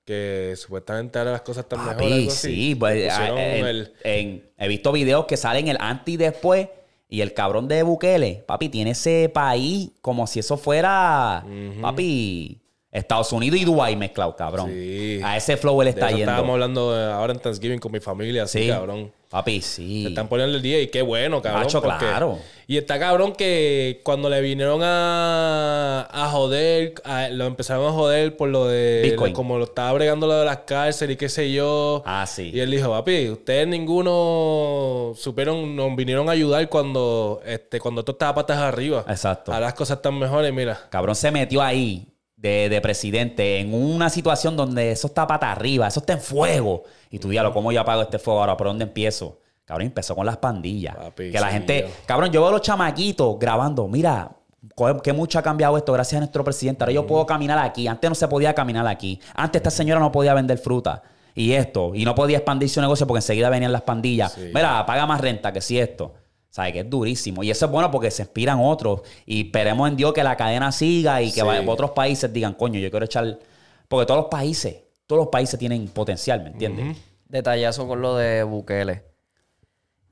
B: Que supuestamente ahora las cosas están mejor.
C: Papi,
B: Ah, algo así.
C: sí, pues,
B: Pusieron
C: ah, en-
B: el-
C: en- he visto videos que salen el antes y después y el cabrón de Bukele, papi, tiene ese país como si eso fuera, papi, Estados Unidos y Dubái mezclado, cabrón.
B: Sí.
C: A ese flow él
B: de
C: está
B: eso
C: yendo.
B: Estábamos hablando eh, ahora en Thanksgiving con mi familia, así,
C: sí,
B: cabrón.
C: Papi, sí.
B: Se están poniendo el día y qué bueno, cabrón.
C: Macho,
B: porque-
C: claro.
B: Y está cabrón que cuando le vinieron a, a joder, a- lo empezaron a joder por lo de...
C: Bitcoin.
B: como lo estaba bregando lo de las cárceles y qué sé yo.
C: Ah, sí.
B: Y él dijo, papi, ustedes ninguno supieron, nos vinieron a ayudar cuando este cuando tú estabas patas arriba.
C: Exacto.
B: Ahora las cosas están mejores, mira.
C: Cabrón se metió ahí de, de presidente en una situación donde eso está pata arriba, eso está en fuego. Y tú diablo, ¿cómo yo apago este fuego ahora? ¿Por dónde empiezo? Cabrón, empezó con las pandillas.
B: Papi,
C: que la
B: sí,
C: gente.
B: yo.
C: Cabrón, yo veo a los chamaquitos grabando. Mira, co- qué mucho ha cambiado esto gracias a nuestro presidente. Ahora yo puedo caminar aquí. Antes no se podía caminar aquí. Antes esta señora no podía vender fruta. Y esto. Y no podía expandir su negocio porque enseguida venían las pandillas.
B: Sí.
C: Mira, paga más renta que si esto. ¿Sabes? Que es durísimo. Y eso es bueno porque se inspiran otros. Y esperemos en Dios que la cadena siga y que
B: Sí.
C: va- otros países digan, coño, yo quiero echar. Porque todos los países, todos los países tienen potencial, ¿me entiendes?
A: Detallazo con lo de Bukele.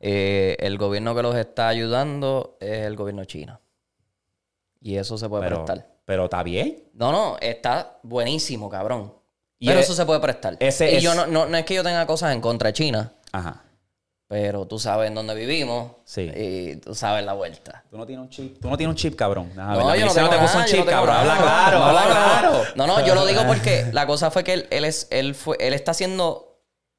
A: Eh, el gobierno que los está ayudando es el gobierno chino. Y eso se puede
C: Pero,
A: prestar.
C: pero está bien.
A: No, no, está buenísimo, cabrón.
C: Y
A: pero
C: es-
A: eso se puede prestar.
C: ese
A: y
C: es-
A: yo no, no, no es que yo tenga cosas en contra de China,
C: Ajá.
A: pero tú sabes en dónde vivimos
C: Sí.
A: y tú sabes la vuelta.
C: Tú no tienes un chip. Tú no tienes un chip, cabrón. Ah,
A: No,
C: ¿verdad?
A: yo no
C: Melissa
A: tengo
C: te
A: nada,
C: puso un
A: yo no
C: chip,
A: tengo
C: cabrón.
A: nada.
C: Habla claro,
A: No,
C: habla
A: no,
C: claro.
A: No, no, yo lo digo porque la cosa fue que él, él es, él fue, él está siendo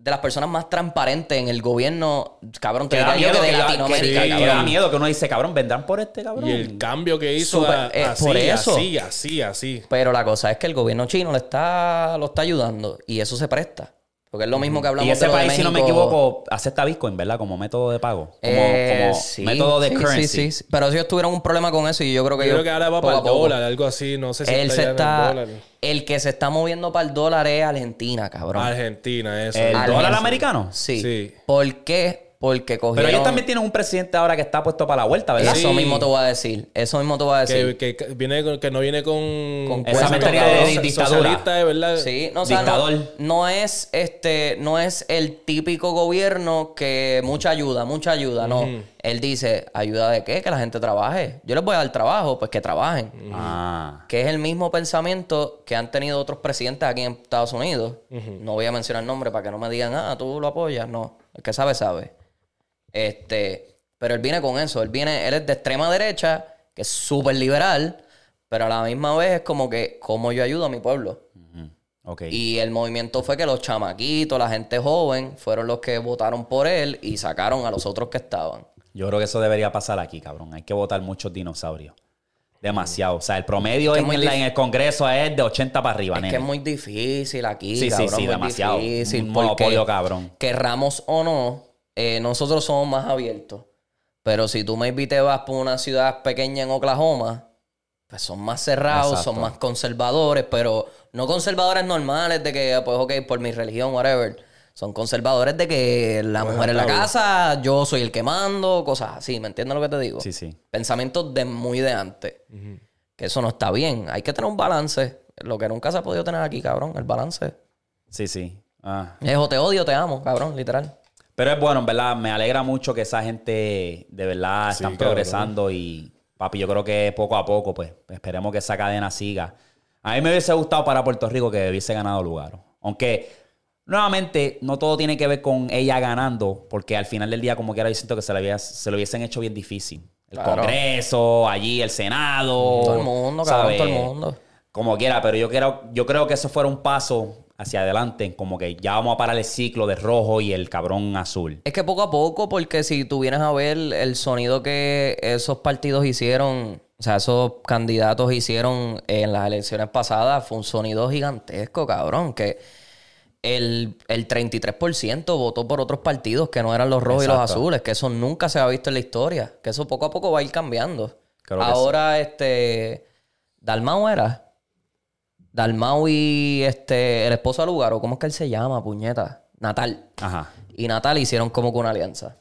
A: de las personas más transparentes en el gobierno, cabrón, te
C: Que da
A: diría yo
C: miedo
A: que de
C: que,
A: Latinoamérica,
C: que- que da
A: cabrón.
C: miedo que uno dice, cabrón, vendrán por este, cabrón.
B: Y el cambio que hizo
A: Súper,
B: a-
A: eh,
B: así,
A: por eso.
B: así, así, así.
A: Pero la cosa es que el gobierno chino le está, lo está ayudando y eso se presta. Porque es lo mismo que hablamos
C: Y ese
A: de lo de
C: país, si no me
A: México.
C: equivoco, acepta Bitcoin, ¿verdad? Como método de pago. Como,
A: Eh,
C: como
A: sí,
C: método de
A: sí, sí,
C: currency.
A: sí, sí. Pero ellos tuvieron un problema con eso y yo creo que
B: Yo creo
A: ellos
B: que ahora va
A: poco
B: para
A: a
B: el
A: poco.
B: dólar, algo así. No sé si
A: Él se
B: ya en el
A: está.
B: dólar.
A: El que se está moviendo para el dólar es Argentina, cabrón.
B: Argentina, eso.
C: ¿El
A: Argentina.
C: dólar americano?
A: Sí.
B: Sí.
A: ¿Por qué? Porque cogieron.
C: Pero ellos también tienen un presidente ahora que está puesto para la vuelta, ¿verdad?
B: Sí.
A: Eso mismo te voy a decir. Eso mismo te voy a
B: que,
A: decir.
B: que viene con- que no viene con,
A: Con
B: con
A: esa
B: esa
A: mentalidad
B: mentalidad
A: de
B: so-
C: dictadura.
B: socialista, de verdad.
A: Sí, no, o sea, no-
C: Dictador.
A: no es este, no es el típico gobierno que mucha ayuda, mucha ayuda, no. Él dice, ¿ayuda de qué? Que la gente trabaje. Yo les voy a dar trabajo, pues que trabajen.
C: Ah.
A: que es el mismo pensamiento que han tenido otros presidentes aquí en Estados Unidos. No voy a mencionar nombres para que no me digan, ah, tú lo apoyas. No, el que sabe, sabe. Este, pero él viene con eso. Él viene, él es de extrema derecha, que es súper liberal, pero a la misma vez es como que, ¿cómo yo ayudo a mi pueblo?
C: Ok.
A: Y el movimiento fue que los chamaquitos, la gente joven, fueron los que votaron por él y sacaron a los otros que estaban.
C: Yo creo que eso debería pasar aquí, cabrón. Hay que votar muchos dinosaurios. Demasiado. O sea, el promedio
A: que es
C: en,
A: muy
C: el-
A: dif-
C: en el Congreso es de 80 para arriba,
A: Es
C: nene.
A: que es muy difícil aquí,
C: Sí, sí,
A: cabrón.
C: sí,
A: muy
C: demasiado.
A: Difícil
C: Un
A: porque
C: monopolio, cabrón.
A: Querramos o no, eh, nosotros somos más abiertos. Pero si tú maybe te vas por una ciudad pequeña en Oklahoma, pues son más cerrados,
C: Exacto.
A: son más conservadores, pero no conservadores normales de que, pues, ok, por mi religión, whatever. Son conservadores de que la mujer en la
B: tabú.
A: casa, yo soy el que mando, cosas así. ¿Me entiendes lo que te digo?
C: Sí, sí.
A: Pensamientos de muy de antes. Que eso no está bien. Hay que tener un balance. Lo que nunca se ha podido tener aquí, cabrón, el balance.
C: Sí, sí. Ah.
A: Es o te odio o te amo, cabrón, literal.
C: Pero es bueno, en verdad, me alegra mucho que esa gente de verdad están
B: cabrón.
C: progresando y papi, yo creo que poco a poco, pues, esperemos que esa cadena siga. A mí me hubiese gustado para Puerto Rico que hubiese ganado Lugaro. Aunque, nuevamente, no todo tiene que ver con ella ganando, porque al final del día, como quiera, yo siento que se, la había- se lo hubiesen hecho bien difícil. El
A: Claro.
C: Congreso, allí el Senado.
A: Todo el mundo, cabrón,
C: Oh, ¿sabes?
A: todo el mundo.
C: Como quiera, pero yo creo, yo creo que eso fuera un paso hacia adelante, como que ya vamos a parar el ciclo de rojo y el cabrón azul.
A: Es que poco a poco, porque si tú vienes a ver el sonido que esos partidos hicieron, o sea, esos candidatos hicieron en las elecciones pasadas, fue un sonido gigantesco, cabrón, que el, el 33% votó por otros partidos que no eran los rojos y los
C: Exacto.
A: azules, que eso nunca se ha visto en la historia, que eso poco a poco va a ir cambiando.
C: Creo que
A: Ahora, este, Dalmau era. Dalmau y este, el esposo de Lugaro, ¿cómo es que él se llama, puñeta? Natal
C: Ajá.
A: y Natal hicieron como que una alianza.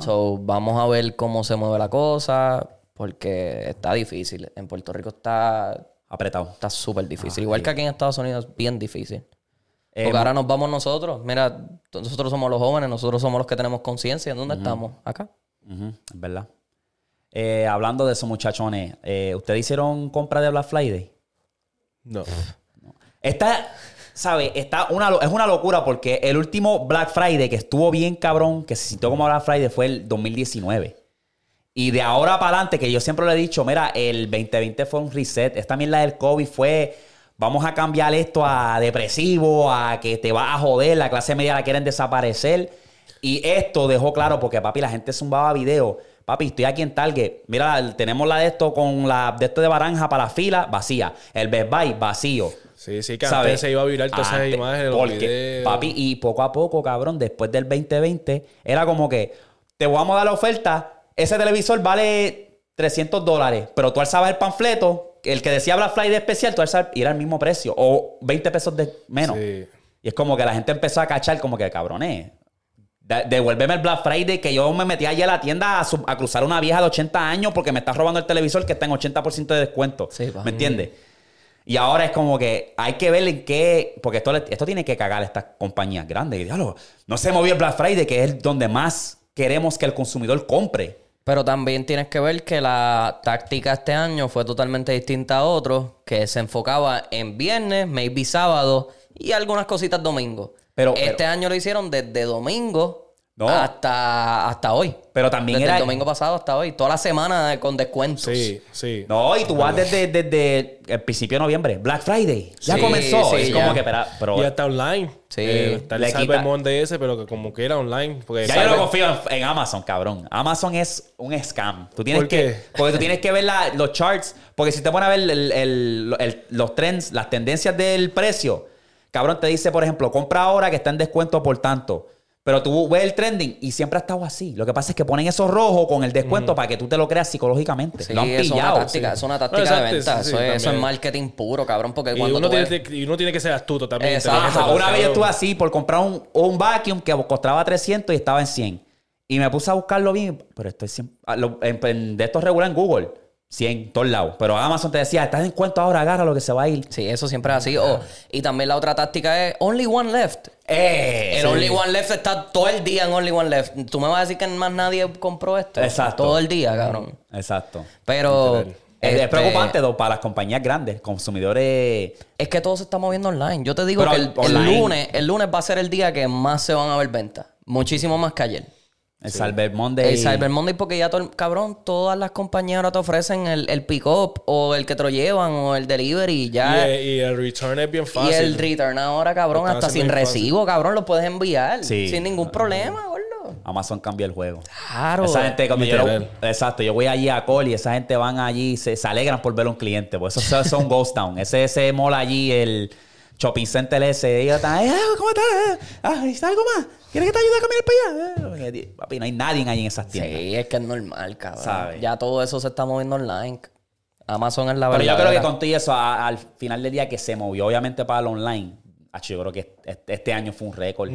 A: So, vamos a ver cómo se mueve la cosa. Porque está difícil. En Puerto Rico está
C: Apretado.
A: está súper difícil. Igual que aquí en Estados Unidos es bien difícil.
C: Eh,
A: Porque ahora nos vamos nosotros. Mira, nosotros somos los jóvenes, nosotros somos los que tenemos conciencia. ¿Dónde estamos? Acá.
C: Ujú, es verdad. Eh, hablando de eso, muchachones, eh, ¿ustedes hicieron compra de Black Friday?
B: No.
C: Está, ¿sabes? Está una, lo- es una locura porque el último Black Friday que estuvo bien cabrón, que se sintió como Black Friday, fue el 2019. Y de ahora para adelante, que yo siempre lo he dicho, mira, el 2020 fue un reset. Esta mierda del COVID fue, vamos a cambiar esto a depresivo, a que te vas a joder, la clase media la quieren desaparecer. Y esto dejó claro, porque papi, la gente zumbaba video. Papi, estoy aquí en Target. Mira, tenemos la de esto con la de esto de Baranja para la fila, vacía. El Best Buy, vacío.
B: Sí, sí, que
C: ¿Sabes?
B: antes se iba a virar todas esas
C: Antes,
B: imágenes, los
C: Ah, porque,
B: videos.
C: Papi, y poco a poco, cabrón, después del 2020, era como que te vamos a dar la oferta. Ese televisor vale 300 dólares, pero tú alzabas el panfleto, el que decía Black Friday especial, tú alzabas y era el mismo precio, o 20 pesos de menos.
B: Sí.
C: Y es como que la gente empezó a cachar, como que cabrones. de- Devuélveme el Black Friday que yo me metí allá a la tienda a, su- a cruzar una vieja de 80 años porque me está robando el televisor que está en 80% de descuento.
A: Sí, pues. pa.
C: ¿Me entiendes? Y ahora es como que hay que ver en qué. Porque esto, le- esto tiene que cagar a estas compañías grandes. Y diablo, no se movió el Black Friday, que es donde más queremos que el consumidor compre.
A: Pero también tienes que ver que la táctica este año fue totalmente distinta a otros, que se enfocaba en viernes, maybe sábado y algunas cositas domingo.
C: Pero-
A: este
C: pero-
A: año lo hicieron desde domingo
C: No.
A: hasta, hasta hoy.
C: Pero también
A: desde
C: era.
A: el domingo pasado hasta hoy. Toda la semana eh, con descuentos.
B: Sí, sí.
C: No, y tú vas desde, desde el principio de noviembre. Black Friday. Ya
A: Sí,
C: comenzó.
A: sí,
C: es
A: ya.
C: como que, espera, pero.
B: Y hasta online.
A: Sí.
B: Eh, está el
C: Le
B: Cyber
C: quita-
B: Monday ese, pero que como que era online. Porque
C: Ya yo no
B: Cyber-
C: confío en, en Amazon, cabrón. Amazon es un scam. Tú tienes
B: ¿Por
C: que,
B: qué?
C: Porque tú tienes que ver la- los charts. Porque si te pones a ver el- el- el- los trends, las tendencias del precio, cabrón, te dice, por ejemplo, compra ahora que está en descuento por tanto. Pero tú ves el trending y siempre ha estado así. Lo que pasa es que ponen eso rojo con el descuento para que tú te lo creas psicológicamente.
A: Sí,
C: lo han
A: eso es una
C: pillado.
A: táctica,
B: sí.
A: es una táctica
B: No, exacto,
A: de venta.
B: sí, sí,
A: eso, es, eso es
B: también.
A: marketing puro, cabrón. Porque
B: Y
A: cuando
B: uno,
A: tú ves-
B: tiene, y uno tiene que ser astuto también.
A: Exacto.
B: inteligente,
C: Ajá, una
B: porque
C: vez yo
B: claro,
C: estuve así por comprar un, un vacuum que costaba 300 y estaba en 100. Y me puse a buscarlo bien, pero estoy siempre... ah, lo- en- en- de estos regular en Google, 100, todos lados. Pero Amazon te decía, estás en cuento ahora, agarra lo que se va a ir.
A: Sí, eso siempre es así. O- y también la otra táctica es only one left.
C: ¡Eh!
A: El
C: Sí.
A: Only One Left está todo el día en Only One Left. Tú me vas a decir que más nadie compró esto.
C: Exacto.
A: Todo el día, cabrón.
C: Exacto.
A: Pero.
C: Es-
A: este,
C: Es preocupante though, para las compañías grandes, consumidores...
A: Es que todo se está moviendo online. Yo te digo
C: Pero
A: que el, el
C: online.
A: lunes, el lunes va a ser el día que más se van a ver ventas. Muchísimo más que ayer.
C: El Cyber Monday...
A: El Cyber Monday, porque ya todo el- cabrón, todas las compañías ahora te ofrecen el, el pick-up o el que te lo llevan o el delivery. y
B: Y,
A: Ya.
B: el- y el return es bien
A: y
B: fácil.
A: el return ahora, cabrón,
B: Lo están
A: hasta sin
B: haciendo bien fácil.
A: recibo, cabrón, lo puedes enviar.
C: Sí.
A: Sin ningún problema, gordo.
C: Amazon cambió el juego.
A: Claro.
C: Esa gente, cuando yo,
B: Literal.
C: exacto, yo voy allí a Col y esa gente van allí y se, se alegran por ver a un cliente. Por eso son- son Ghost Town. Ese, ese mall allí, el shopping center ese. Ellos están, "Ay, ah, ¿cómo estás? Ah, ¿Necesitas algo más? ¿Quieres que te ayude a caminar para allá? Eh, Papi, no hay nadie allí en esas tiendas.
A: Sí, es que es normal, cabrón.
C: ¿Sabes?
A: Ya todo eso se está moviendo online. Amazon es la
C: Pero
A: verdad.
C: yo creo que con todo y eso, a- al final del día que se movió obviamente para el online, acho, yo creo que este, este año fue un récord.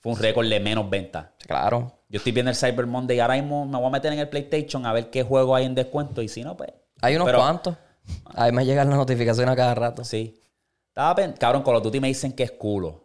C: Fue un récord de menos ventas.
A: Claro.
C: Yo estoy viendo el Cyber Monday y ahora mismo me voy a meter en el PlayStation a ver qué juego hay en descuento y si no, pues...
A: Hay unos
C: Pero-
A: cuantos. Ahí me llegan las notificaciones a cada rato.
C: Sí. Estaba pen- Cabrón, Call of Duty me dicen que es culo.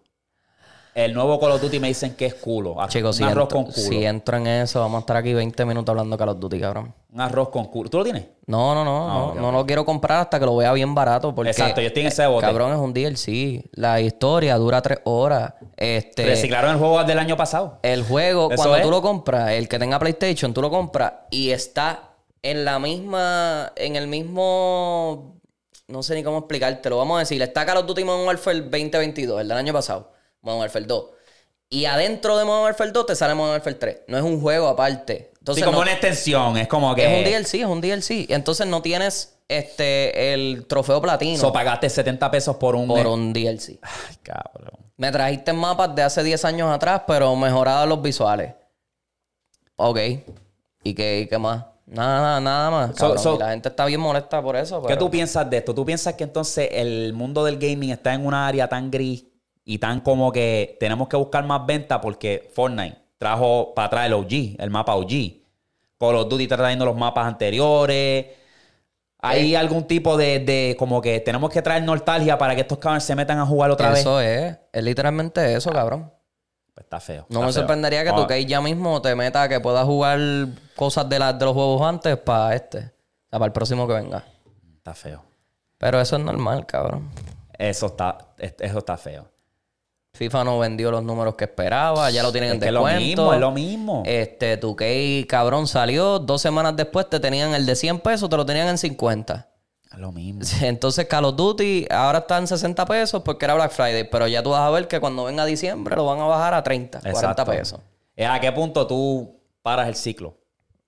C: El nuevo Call of Duty me dicen que es culo. Ar-
A: Chicos, si
C: un arroz
A: entro,
C: con culo.
A: si entro en eso, vamos a estar aquí 20 minutos hablando de Call of Duty, cabrón.
C: Un arroz con culo. ¿Tú lo tienes?
A: No, no, no. no, no lo quiero comprar hasta que lo vea bien barato. Porque,
C: Exacto, yo estoy en ese bote.
A: Cabrón, es un DLC. La historia dura tres horas. Este,
C: Reciclaron el juego del año pasado.
A: El juego,
C: Eso
A: cuando
C: es.
A: tú lo compras, el que tenga PlayStation, tú lo compras y está en la misma, en el mismo, no sé ni cómo explicártelo, vamos a decir, está Call of Duty Modern Warfare 2022, el del año pasado, Modern Warfare 2. Y adentro de Modern Warfare 2 te sale Modern Warfare 3. No es un juego aparte. Entonces,
C: sí, como
A: no-
C: una extensión. Es como que...
A: es un DLC, es un DLC. Entonces no tienes este el trofeo platino
C: So, pagaste 70 pesos por un...
A: por un DLC.
C: Ay, cabrón.
A: Me trajiste mapas de hace 10 años atrás, pero mejorados los visuales. Ok. ¿Y qué, y qué más? Nada, nada, nada más. cabrón.
C: so-
A: Y la gente está bien molesta por eso.
C: ¿Qué
A: pero-
C: tú piensas de esto? ¿Tú piensas que entonces el mundo del gaming está en una área tan gris y tan como que tenemos que buscar más venta porque Fortnite trajo para atrás el OG, el mapa OG? Call of Duty está trayendo los mapas anteriores.
A: Eh.
C: Hay algún tipo de, de como que tenemos que traer nostalgia para que estos cabrones se metan a jugar otra vez.
A: Eso es. Es literalmente eso, cabrón.
C: Pues está feo.
A: No
C: está
A: me
C: feo.
A: sorprendería que tu
C: Ah,
A: case ya mismo te meta a que puedas jugar cosas de, las de los juegos antes para este. O sea, para el próximo que venga.
C: Está feo.
A: Pero eso es normal, cabrón.
C: Eso está, es- eso está feo.
A: FIFA no vendió los números que esperaba, ya lo tienen
C: Es
A: en
C: que es lo
A: descuento.
C: mismo, es lo mismo.
A: Este, tu key, cabrón, salió. Dos semanas después te tenían el de 100 pesos, te lo tenían en 50.
C: Es lo mismo.
A: Entonces, Call of Duty ahora está en 60 pesos porque era Black Friday. Pero ya tú vas a ver que cuando venga diciembre lo van a bajar a 30, 40
C: Exacto.
A: pesos.
C: Es a qué punto tú paras el ciclo.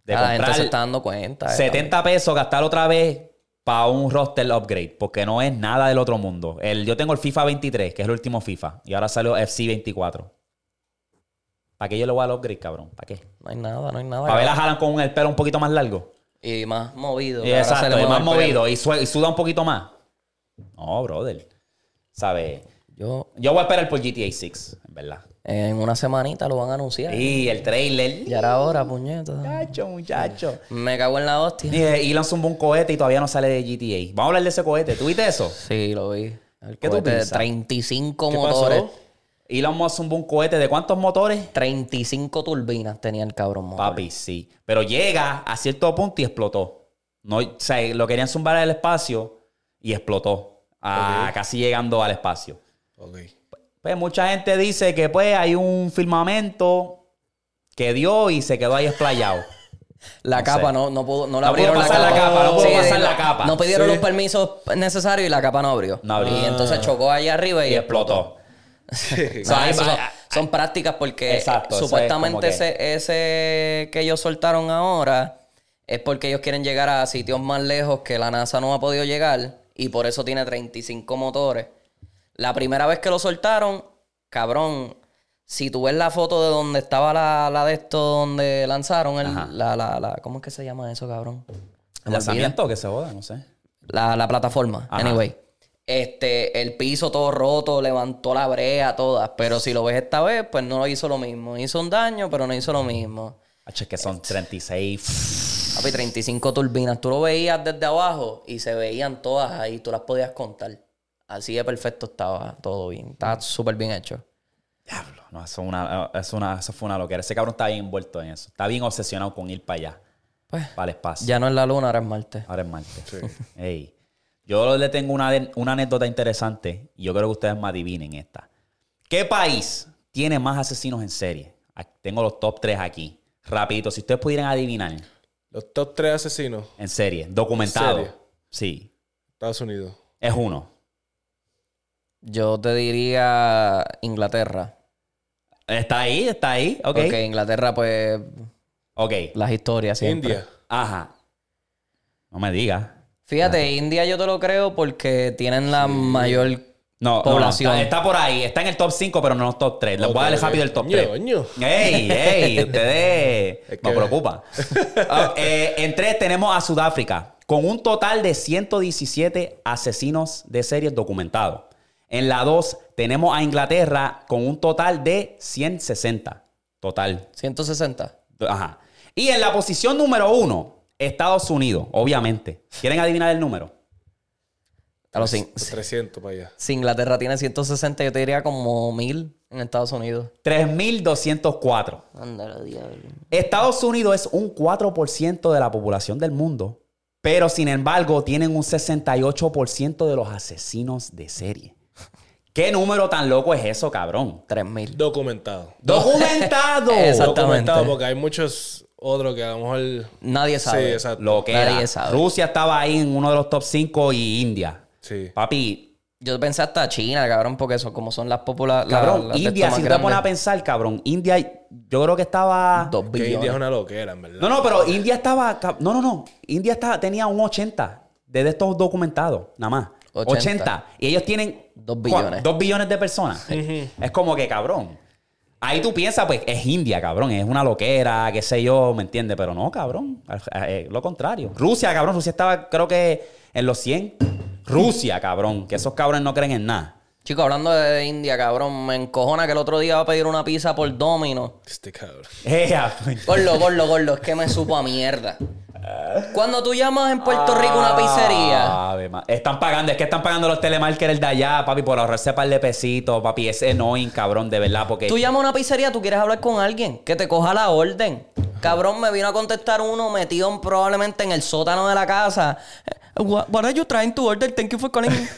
C: De
A: Ya la gente
C: comprar
A: se Ah, está dando cuenta. eh,
C: 70 pesos, gastar otra vez para un roster upgrade, porque no es nada del otro mundo. El, yo tengo el FIFA 23, que es el último FIFA, y ahora salió FC 24. ¿Para qué yo le voy al upgrade, cabrón? ¿Para qué?
A: No hay nada, no hay nada.
C: ¿Para ver a
A: cabrón.
C: Haaland con el pelo un poquito más largo?
A: Y más movido.
C: Y
A: que ahora se le
C: exacto, y
A: mueve
C: más
A: el pelo.
C: movido, y, sue- y suda un poquito más. No, brother. ¿Sabes?
A: Yo,
C: Yo voy a esperar por GTA 6, en verdad.
A: eh, en una semanita lo van a anunciar.
C: Y el trailer.
A: Ya era hora, puñeta.
C: Muchacho, muchacho.
A: Me cago en la hostia.
C: Y eh, Elon zumbó un cohete y todavía no sale de GTA. Vamos a hablar de ese cohete. ¿Tuviste eso?
A: Sí, lo vi. El
C: ¿Qué tú
A: cohete de
C: piensas?
A: 35
B: ¿Qué
A: motores.
B: pasó?
C: Elon Musk zumbó un cohete de cuántos motores?
A: 35 turbinas tenía el cabrón motor.
C: Papi, sí. Pero llega a cierto punto y explotó. No, o sea, lo querían zumbar al espacio y explotó. Ah, Casi llegando al espacio.
B: Ok.
C: Pues mucha gente dice que pues hay un firmamento que dio y se quedó ahí esplayado.
A: La
C: No
A: capa
C: sé.
A: no, no pudo, no la
C: No
A: abrieron
C: pudo pasar
A: la
C: la
A: capa.
C: capa, no pudo pasar
A: no-
C: la capa.
A: No pidieron
B: Sí.
A: los permisos necesarios y la capa no abrió.
C: No abrió. Ah.
A: Y entonces chocó ahí arriba y,
C: Y
A: explotó.
C: explotó.
A: No,
C: So, hay-
A: eso son,
C: hay-
A: son prácticas porque
C: Exacto, eso es
A: supuestamente
C: como que-
A: ese, ese que ellos soltaron ahora es porque ellos quieren llegar a sitios más lejos que la NASA no ha podido llegar y por eso tiene 35 motores. La primera vez que lo soltaron, cabrón, si tú ves la foto de donde estaba la, la de esto donde lanzaron el, la, la, la- ¿cómo es que se llama eso, cabrón? Se me olvida.
C: Lanzamiento que se joda, no sé.
A: La, la plataforma,
C: Ajá.
A: anyway. Este, el piso todo roto, levantó la brea, todas. Pero si lo ves esta vez, pues no hizo lo mismo. Hizo un daño, pero no hizo lo mismo.
C: Hacho, es que son 36.
A: Papi, 35 turbinas. Tú lo veías desde abajo y se veían todas ahí. Tú las podías contar. Así de perfecto estaba todo bien. Estaba súper bien hecho.
C: Diablo, no, eso, es una, es una- eso fue una loquera. Ese cabrón está bien envuelto en eso. Está bien obsesionado con ir para allá,
A: Pues,
C: para el espacio.
A: ya no es la luna, ahora es Marte.
C: Ahora es Marte. Ey. Yo le tengo una, de- una anécdota interesante y yo creo que ustedes me adivinen esta. ¿Qué país tiene más asesinos en serie? Ah, Tengo los top 3 aquí. Rapidito, si ustedes pudieran adivinar
B: Los top tres asesinos.
C: en serie, documentado.
B: ¿En serie?
C: Sí,
B: Estados Unidos.
C: es uno.
A: Yo te diría Inglaterra.
C: Está ahí, está ahí. Ok.
A: Porque Inglaterra, pues,
C: Ok.
A: las historias siempre.
B: India.
C: Ajá. No me digas.
A: Fíjate, India yo te lo creo porque tienen la mayor
C: No, no, no,
A: Población.
C: está, está por ahí. Está en el top 5, pero no en los top 3. Les voy a dar rápido el top 3.
B: Ñoño.
C: ¡Ey, ey! Ustedes
B: Es que-
C: me preocupa. Ah, eh, en tres tenemos a Sudáfrica, con un total de 117 asesinos de series documentados. En la 2 tenemos a Inglaterra con un total de 160. Total.
A: 160.
C: Ajá. Y en la posición número 1, Estados Unidos, obviamente. ¿Quieren adivinar el número?
A: A los
C: Pues-
A: cin- si,
B: 300 para allá.
A: Inglaterra tiene 160, yo te diría como 1000 en Estados Unidos.
C: 3204.
A: Ándalo, diablo.
C: Estados Unidos es un 4% de la población del mundo, pero sin embargo tienen un 68% de los asesinos de serie. ¿Qué número tan loco es eso, cabrón?
A: 3000.
B: Documentado.
A: Exacto.
C: ¡Documentado!
A: Exactamente.
B: Documentado porque hay muchos otros que a lo mejor.
A: Nadie
B: Sí,
A: sabe.
B: exacto.
C: Lo que
A: Nadie
C: era.
A: sabe.
C: Rusia estaba ahí en uno de los top 5 y India.
B: Sí.
C: Papi,
A: yo pensé hasta China, cabrón, porque eso, como son las populares.
C: cabrón, India, si tú te pones a pensar, cabrón, India yo creo que estaba...
A: Dos
B: Que India es
A: billones.
B: una loquera, en verdad.
C: No, no, pero India estaba. ca- No, no, no. India estaba, tenía un 80 de de estos documentados, nada más.
A: 80.
C: 80. Y ellos tienen.
A: Dos
C: cua-
A: billones.
C: Dos billones de personas. Es como que, cabrón. Ahí tú piensas, pues es India, cabrón. Es una loquera, qué sé yo, ¿me entiendes? Pero no, cabrón. al- a- eh, Lo contrario. Rusia, cabrón. Rusia estaba, creo que, en los 100. Rusia, cabrón. Que esos cabrones no creen en nada.
A: Chico, hablando de India, cabrón, me encojona que el otro día va a pedir una pizza por Domino.
B: Este cabrón.
C: Ea, coño.
A: Gordo, gordo, gordo, es que me supo a mierda. Cuando tú llamas en Puerto Rico una pizzería,
C: Ave ma- Están pagando, es que están pagando los telemarketers de allá, papi, por ahorrarse par de pesitos, papi. Es annoying, cabrón, de verdad, porque.
A: tú llamas a una pizzería, tú quieres hablar con alguien, que te coja la orden. Cabrón, me vino a contestar uno metido en- probablemente en el sótano de la casa. Eh, What, what are you trying to order? Thank you for calling.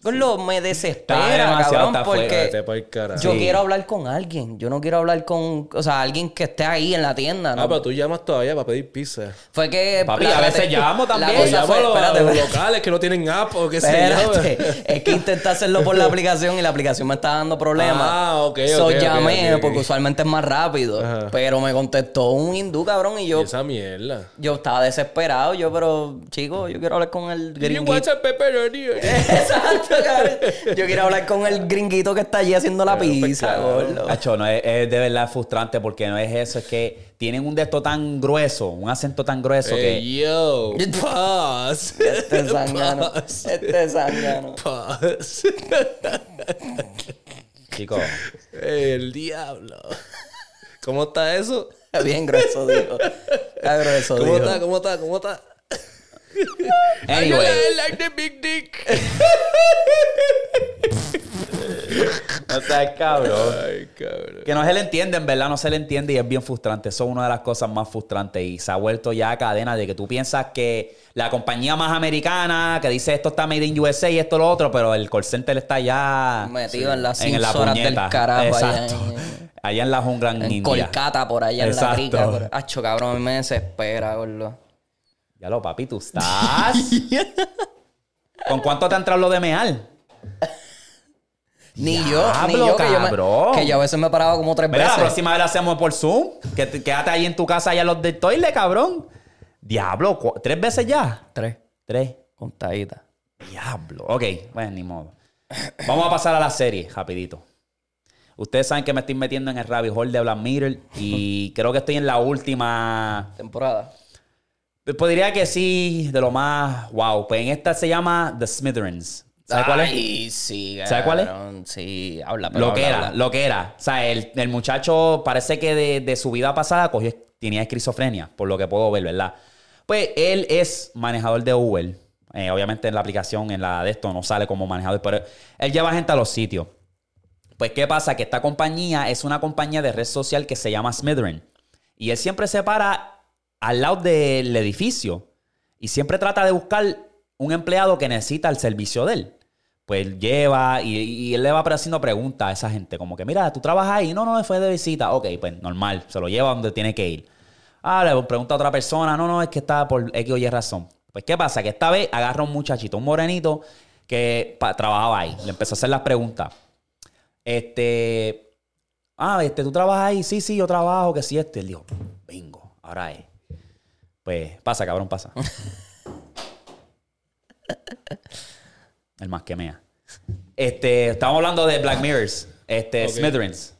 A: Gordo, me desespera,
C: demasiado,
A: cabrón,
C: está fuera,
A: porque...
B: Vete pa'l carajo.
A: Eh, Yo
C: Sí.
A: quiero hablar con alguien. Yo no quiero hablar con, o sea, alguien que esté ahí en la tienda. ¿no?
B: Ah, pero tú llamas todavía para pedir pizza.
A: Fue que.
C: Papi,
A: la-
C: a veces
A: la-
C: llamo también.
A: la
B: O
A: cosa
B: llamo
A: fue-
B: a los, a
A: espérate,
B: los
A: espérate.
B: locales que no tienen app o qué sé yo.
A: Espérate. es que intenté hacerlo por la aplicación y la aplicación me estaba dando problemas.
B: Ah, ok,
A: So
B: ok, ok,
A: llamé
B: ok, ok.
A: porque usualmente es más rápido.
B: Ajá.
A: Pero me contestó un hindú, cabrón, y yo,
B: Y esa mierda.
A: yo estaba desesperado. Yo, pero, chico, yo quiero hablar con el gringuito.
B: pepperoni?
A: Exacto, cabrón. Yo quiero hablar con el gringuito que está allí haciendo la pizza, gordo.
C: Acho, no, es, es de verdad frustrante porque no es eso, es que tienen un de esto tan grueso, un acento tan grueso que.
B: Hey, yo. Paz.
A: Este sangano.
B: Paz.
A: Este sangano.
B: Paz.
C: Chico,
B: El diablo. ¿Cómo está eso?
A: Bien grueso, dijo. Está grueso,
B: ¿Cómo
A: dijo.
B: está? ¿Cómo está? ¿Cómo está?
A: Anyway.
B: I like the big dick.
C: no seas cabrón.
B: Ay, cabrón.
C: Que no se le entiende, en verdad, no se le entiende y es bien frustrante. Eso es una de las cosas más frustrantes y se ha vuelto ya cadena de que tú piensas que la compañía más americana que dice esto está made in USA y esto lo otro, pero el call center está ya
A: Metido en las
C: en la
A: horas del
C: puñeta.
A: carajo.
C: Exacto.
A: Allá en-
C: Allá en la jungla en,
A: en,
C: India.
A: Kolkata, por allá en la
C: Exacto.
A: rica. por- Acho, cabrón, a mí me desespera, gordo.
C: Ya lo, papi, tú estás. ¿Con cuánto te ha entrado lo de meal?
A: Ni yo, ni
C: Diablo,
A: yo, que yo, me-
C: cabrón.
A: que yo a veces me paraba como tres
C: Mira, la
A: veces.
C: próxima vez lo hacemos por Zoom. Que te- quédate ahí en tu casa, allá en los del toile, cabrón. Diablo, cu- ¿tres veces ya?
A: Tres,
C: Tres.
A: contadita.
C: Diablo. Ok, bueno, ni modo. Vamos a pasar a la serie, rapidito. Ustedes saben que me estoy metiendo en el rabbit hole de Black Mirror y creo que estoy en la última.
A: Temporada.
C: Podría que sí, de lo más wow. Pues en esta se llama The Smithereens. ¿Sabes cuál es?
A: Ay, sí,
C: ¿Sabes cuál es?
A: cabrón, Sí, habla, pero
C: Lo
A: habla,
C: que era,
A: habla.
C: lo que era. O sea, el, el muchacho parece que de, de su vida pasada cogió, tenía esquizofrenia, por lo que puedo ver, ¿verdad? Pues él es manejador de Uber. Eh, obviamente en la aplicación, en la de esto, no sale como manejador, pero él lleva gente a los sitios. Pues, ¿qué pasa? Que esta compañía es una compañía de red social que se llama Smitherin. Y él siempre se para al lado del edificio y siempre trata de buscar un empleado que necesita el servicio de él. Pues él lleva y, y él le va haciendo preguntas a esa gente, como que, mira, tú trabajas ahí, no, no, fue de visita. Ok, pues normal, se lo lleva donde tiene que ir. Ah, le pregunta a otra persona, no, no, es que está por X o Y razón. Pues, ¿qué pasa? Que esta vez agarra un muchachito, un morenito, que pa- trabajaba ahí. Le empezó a hacer las preguntas. Este. Ah, este, tú trabajas ahí. Sí, sí, yo trabajo, que sí, este. Él dijo, bingo, ahora es. Pues, pasa, cabrón, pasa. El más que mea. Este, estamos hablando de Black Mirrors. Este,
B: Ok.
C: Smithereens.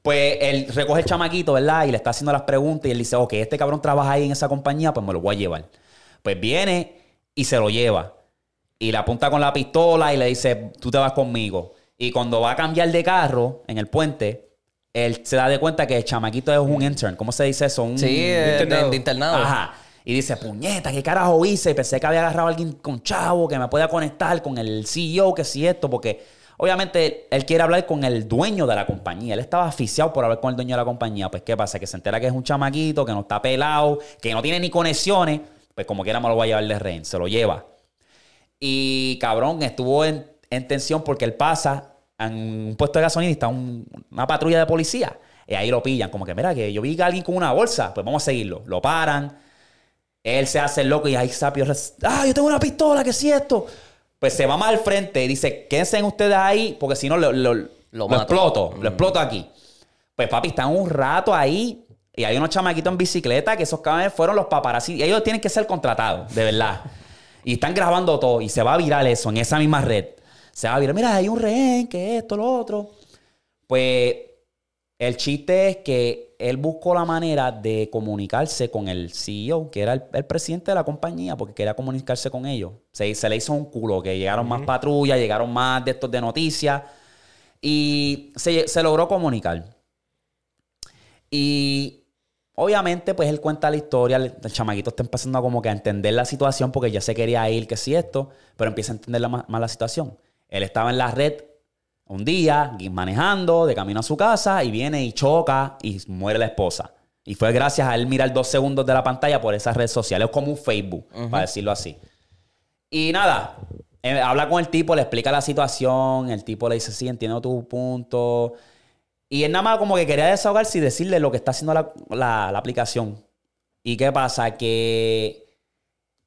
C: Pues él recoge el chamaquito, ¿verdad? Y le está haciendo las preguntas y él dice, ok, este cabrón trabaja ahí en esa compañía, pues me lo voy a llevar. Pues viene y se lo lleva. Y le apunta con la pistola y le dice, tú te vas conmigo. Y cuando va a cambiar de carro en el puente, él se da de cuenta que el chamaquito es un intern. ¿Cómo se dice eso? Un,
A: Sí, de,
B: internado.
A: de- de internado.
C: Ajá. Y dice, puñeta, ¿qué carajo hice? Y pensé que había agarrado a alguien con chavo que me pueda conectar con el CEO, que si esto, porque obviamente él quiere hablar con el dueño de la compañía. Él estaba asfixiado por hablar con el dueño de la compañía. Pues, ¿qué pasa? Que se entera que es un chamaquito, que no está pelado, que no tiene ni conexiones. Pues, como quiera, me lo va a llevar de rehén. Se lo lleva. Y cabrón, estuvo en, en tensión porque él pasa en un puesto de gasolina y está un- una patrulla de policía. Y ahí lo pillan, como que, mira, que yo vi a alguien con una bolsa, pues vamos a seguirlo. Lo paran, él se hace el loco y ahí Sapio, res- ah, yo tengo una pistola, ¿qué si esto? Pues se va más al frente y dice, quédense ustedes ahí, porque si no lo, lo- lo
A: mato.
C: exploto, lo exploto aquí. Pues papi, están un rato ahí y hay unos chamaquitos en bicicleta que esos cabrones fueron los paparazzi. Y ellos tienen que ser contratados, de verdad. Y están grabando todo y se va a virar eso en esa misma red. Se va a virar, mira, hay un rehén, que esto, lo otro. Pues El chiste es que él buscó la manera de comunicarse con el CEO, que era el, el presidente de la compañía, porque quería comunicarse con ellos. Se, se le hizo un culo, que llegaron más patrullas, llegaron más de estos de noticias, y se, se logró comunicar. Y obviamente, pues él cuenta la historia, el el chamaquito está empezando a como que a entender la situación porque ya se quería ir, que sí esto, pero empieza a entender la ma- más la situación. Él estaba en la red un día, gui- manejando, de camino a su casa, y viene y choca y muere la esposa. Y fue gracias a él mirar dos segundos de la pantalla por esas redes sociales, es como un Facebook, para decirlo así. Y nada, eh, habla con el tipo, le explica la situación, el tipo le dice, sí, entiendo tu punto. Y él nada más como que quería desahogarse y decirle lo que está haciendo la, la- la aplicación. ¿Y qué pasa? Que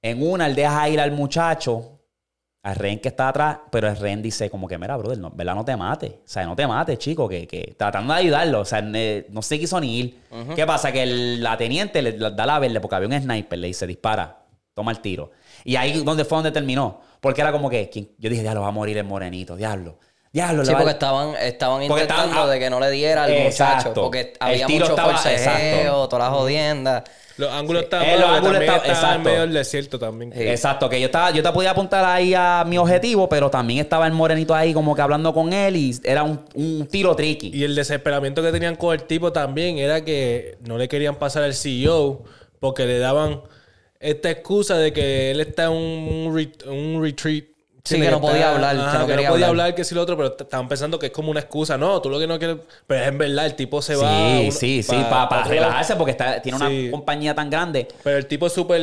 C: en una él deja ir al muchacho, al rehén que está atrás, pero el rehén dice como que, mira, brother, no, ¿verdad? No te mate. O sea, no te mate, chico, que, que tratando de ayudarlo. O sea, ne- no se quiso ni ir. ¿Qué pasa? Que el- la teniente le le da la verde porque había un sniper, le dice, dispara, toma el tiro. Y ahí donde fue donde terminó. Porque era como que, ¿quién? yo dije, diablo, va a morir el morenito, diablo. Diablo, le
A: Sí,
C: va-
A: porque estaban, estaban
C: Porque estaban-
A: intentando de que no le diera al
C: Exacto.
A: muchacho. Porque
C: El
A: había
C: tiro
A: mucho
C: estaba- exacto.
A: forcejeo, toda la jodienda.
B: Los ángulos están
C: Eh, los
B: malos,
C: ángulos
B: también
C: estaban-
B: estaba en
C: exacto.
B: medio del desierto también.
A: Sí.
C: Exacto, que yo estaba, yo te podía apuntar ahí a mi objetivo, pero también estaba el morenito ahí como que hablando con él y era un, un tiro tricky.
B: Y el desesperamiento que tenían con el tipo también era que no le querían pasar al CEO porque le daban esta excusa de que él está en un, re- un retreat.
A: Sí, que no podía
B: está-
A: hablar, que no
B: que
A: quería
B: no podía
A: hablar.
B: hablar, que si lo otro, pero t- estaban pensando que es como una excusa. No, tú lo que no quieres. Pero es en verdad, el tipo se
C: Sí,
B: va. a un-
C: sí, sí,
B: pa-
C: para
B: pa otro lado.
C: relajarse porque está, tiene
B: Sí.
C: una compañía tan grande.
B: Pero el tipo es súper.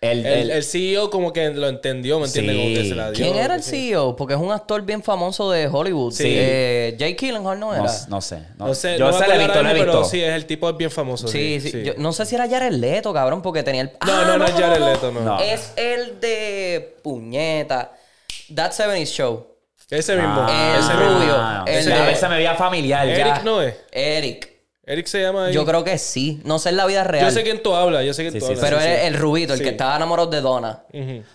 B: El,
C: El, el-
B: el CEO como que lo entendió, ¿me entiendes?
C: Sí.
B: Como que se la dio.
A: ¿Quién era el E CEO? Porque es un actor bien famoso de Hollywood.
B: Sí.
A: Eh, Jake Gyllenhaal no era.
C: no, no sé. no-
B: No sé,
C: yo
B: no me
C: sé, lo he
B: acuerdo
C: visto,
B: ahora
C: lo he
B: mismo,
C: visto.
B: Pero sí, es el tipo es bien famoso.
A: Sí, sí. Yo no sé si era Jared Leto, cabrón, porque tenía el. Ah, No,
B: no, no es Jared Leto, no.
C: No.
A: Es el de puñeta. That 70 Show.
B: Ese mismo.
A: Ah,
B: ese
A: el
B: mismo.
A: rubio.
C: el,
A: el-
C: a veces me veía familiar ya.
B: Eric no es.
A: Eric.
B: Eric se llama Eric.
A: Yo creo que sí. No sé en la vida real.
B: Yo sé quién tú hablas, yo sé quién
C: Sí,
B: tú
C: sí,
B: hablas.
A: pero
B: sí,
A: él es
B: sí.
A: el rubito, el
B: Sí.
A: que estaba enamorado de Donna.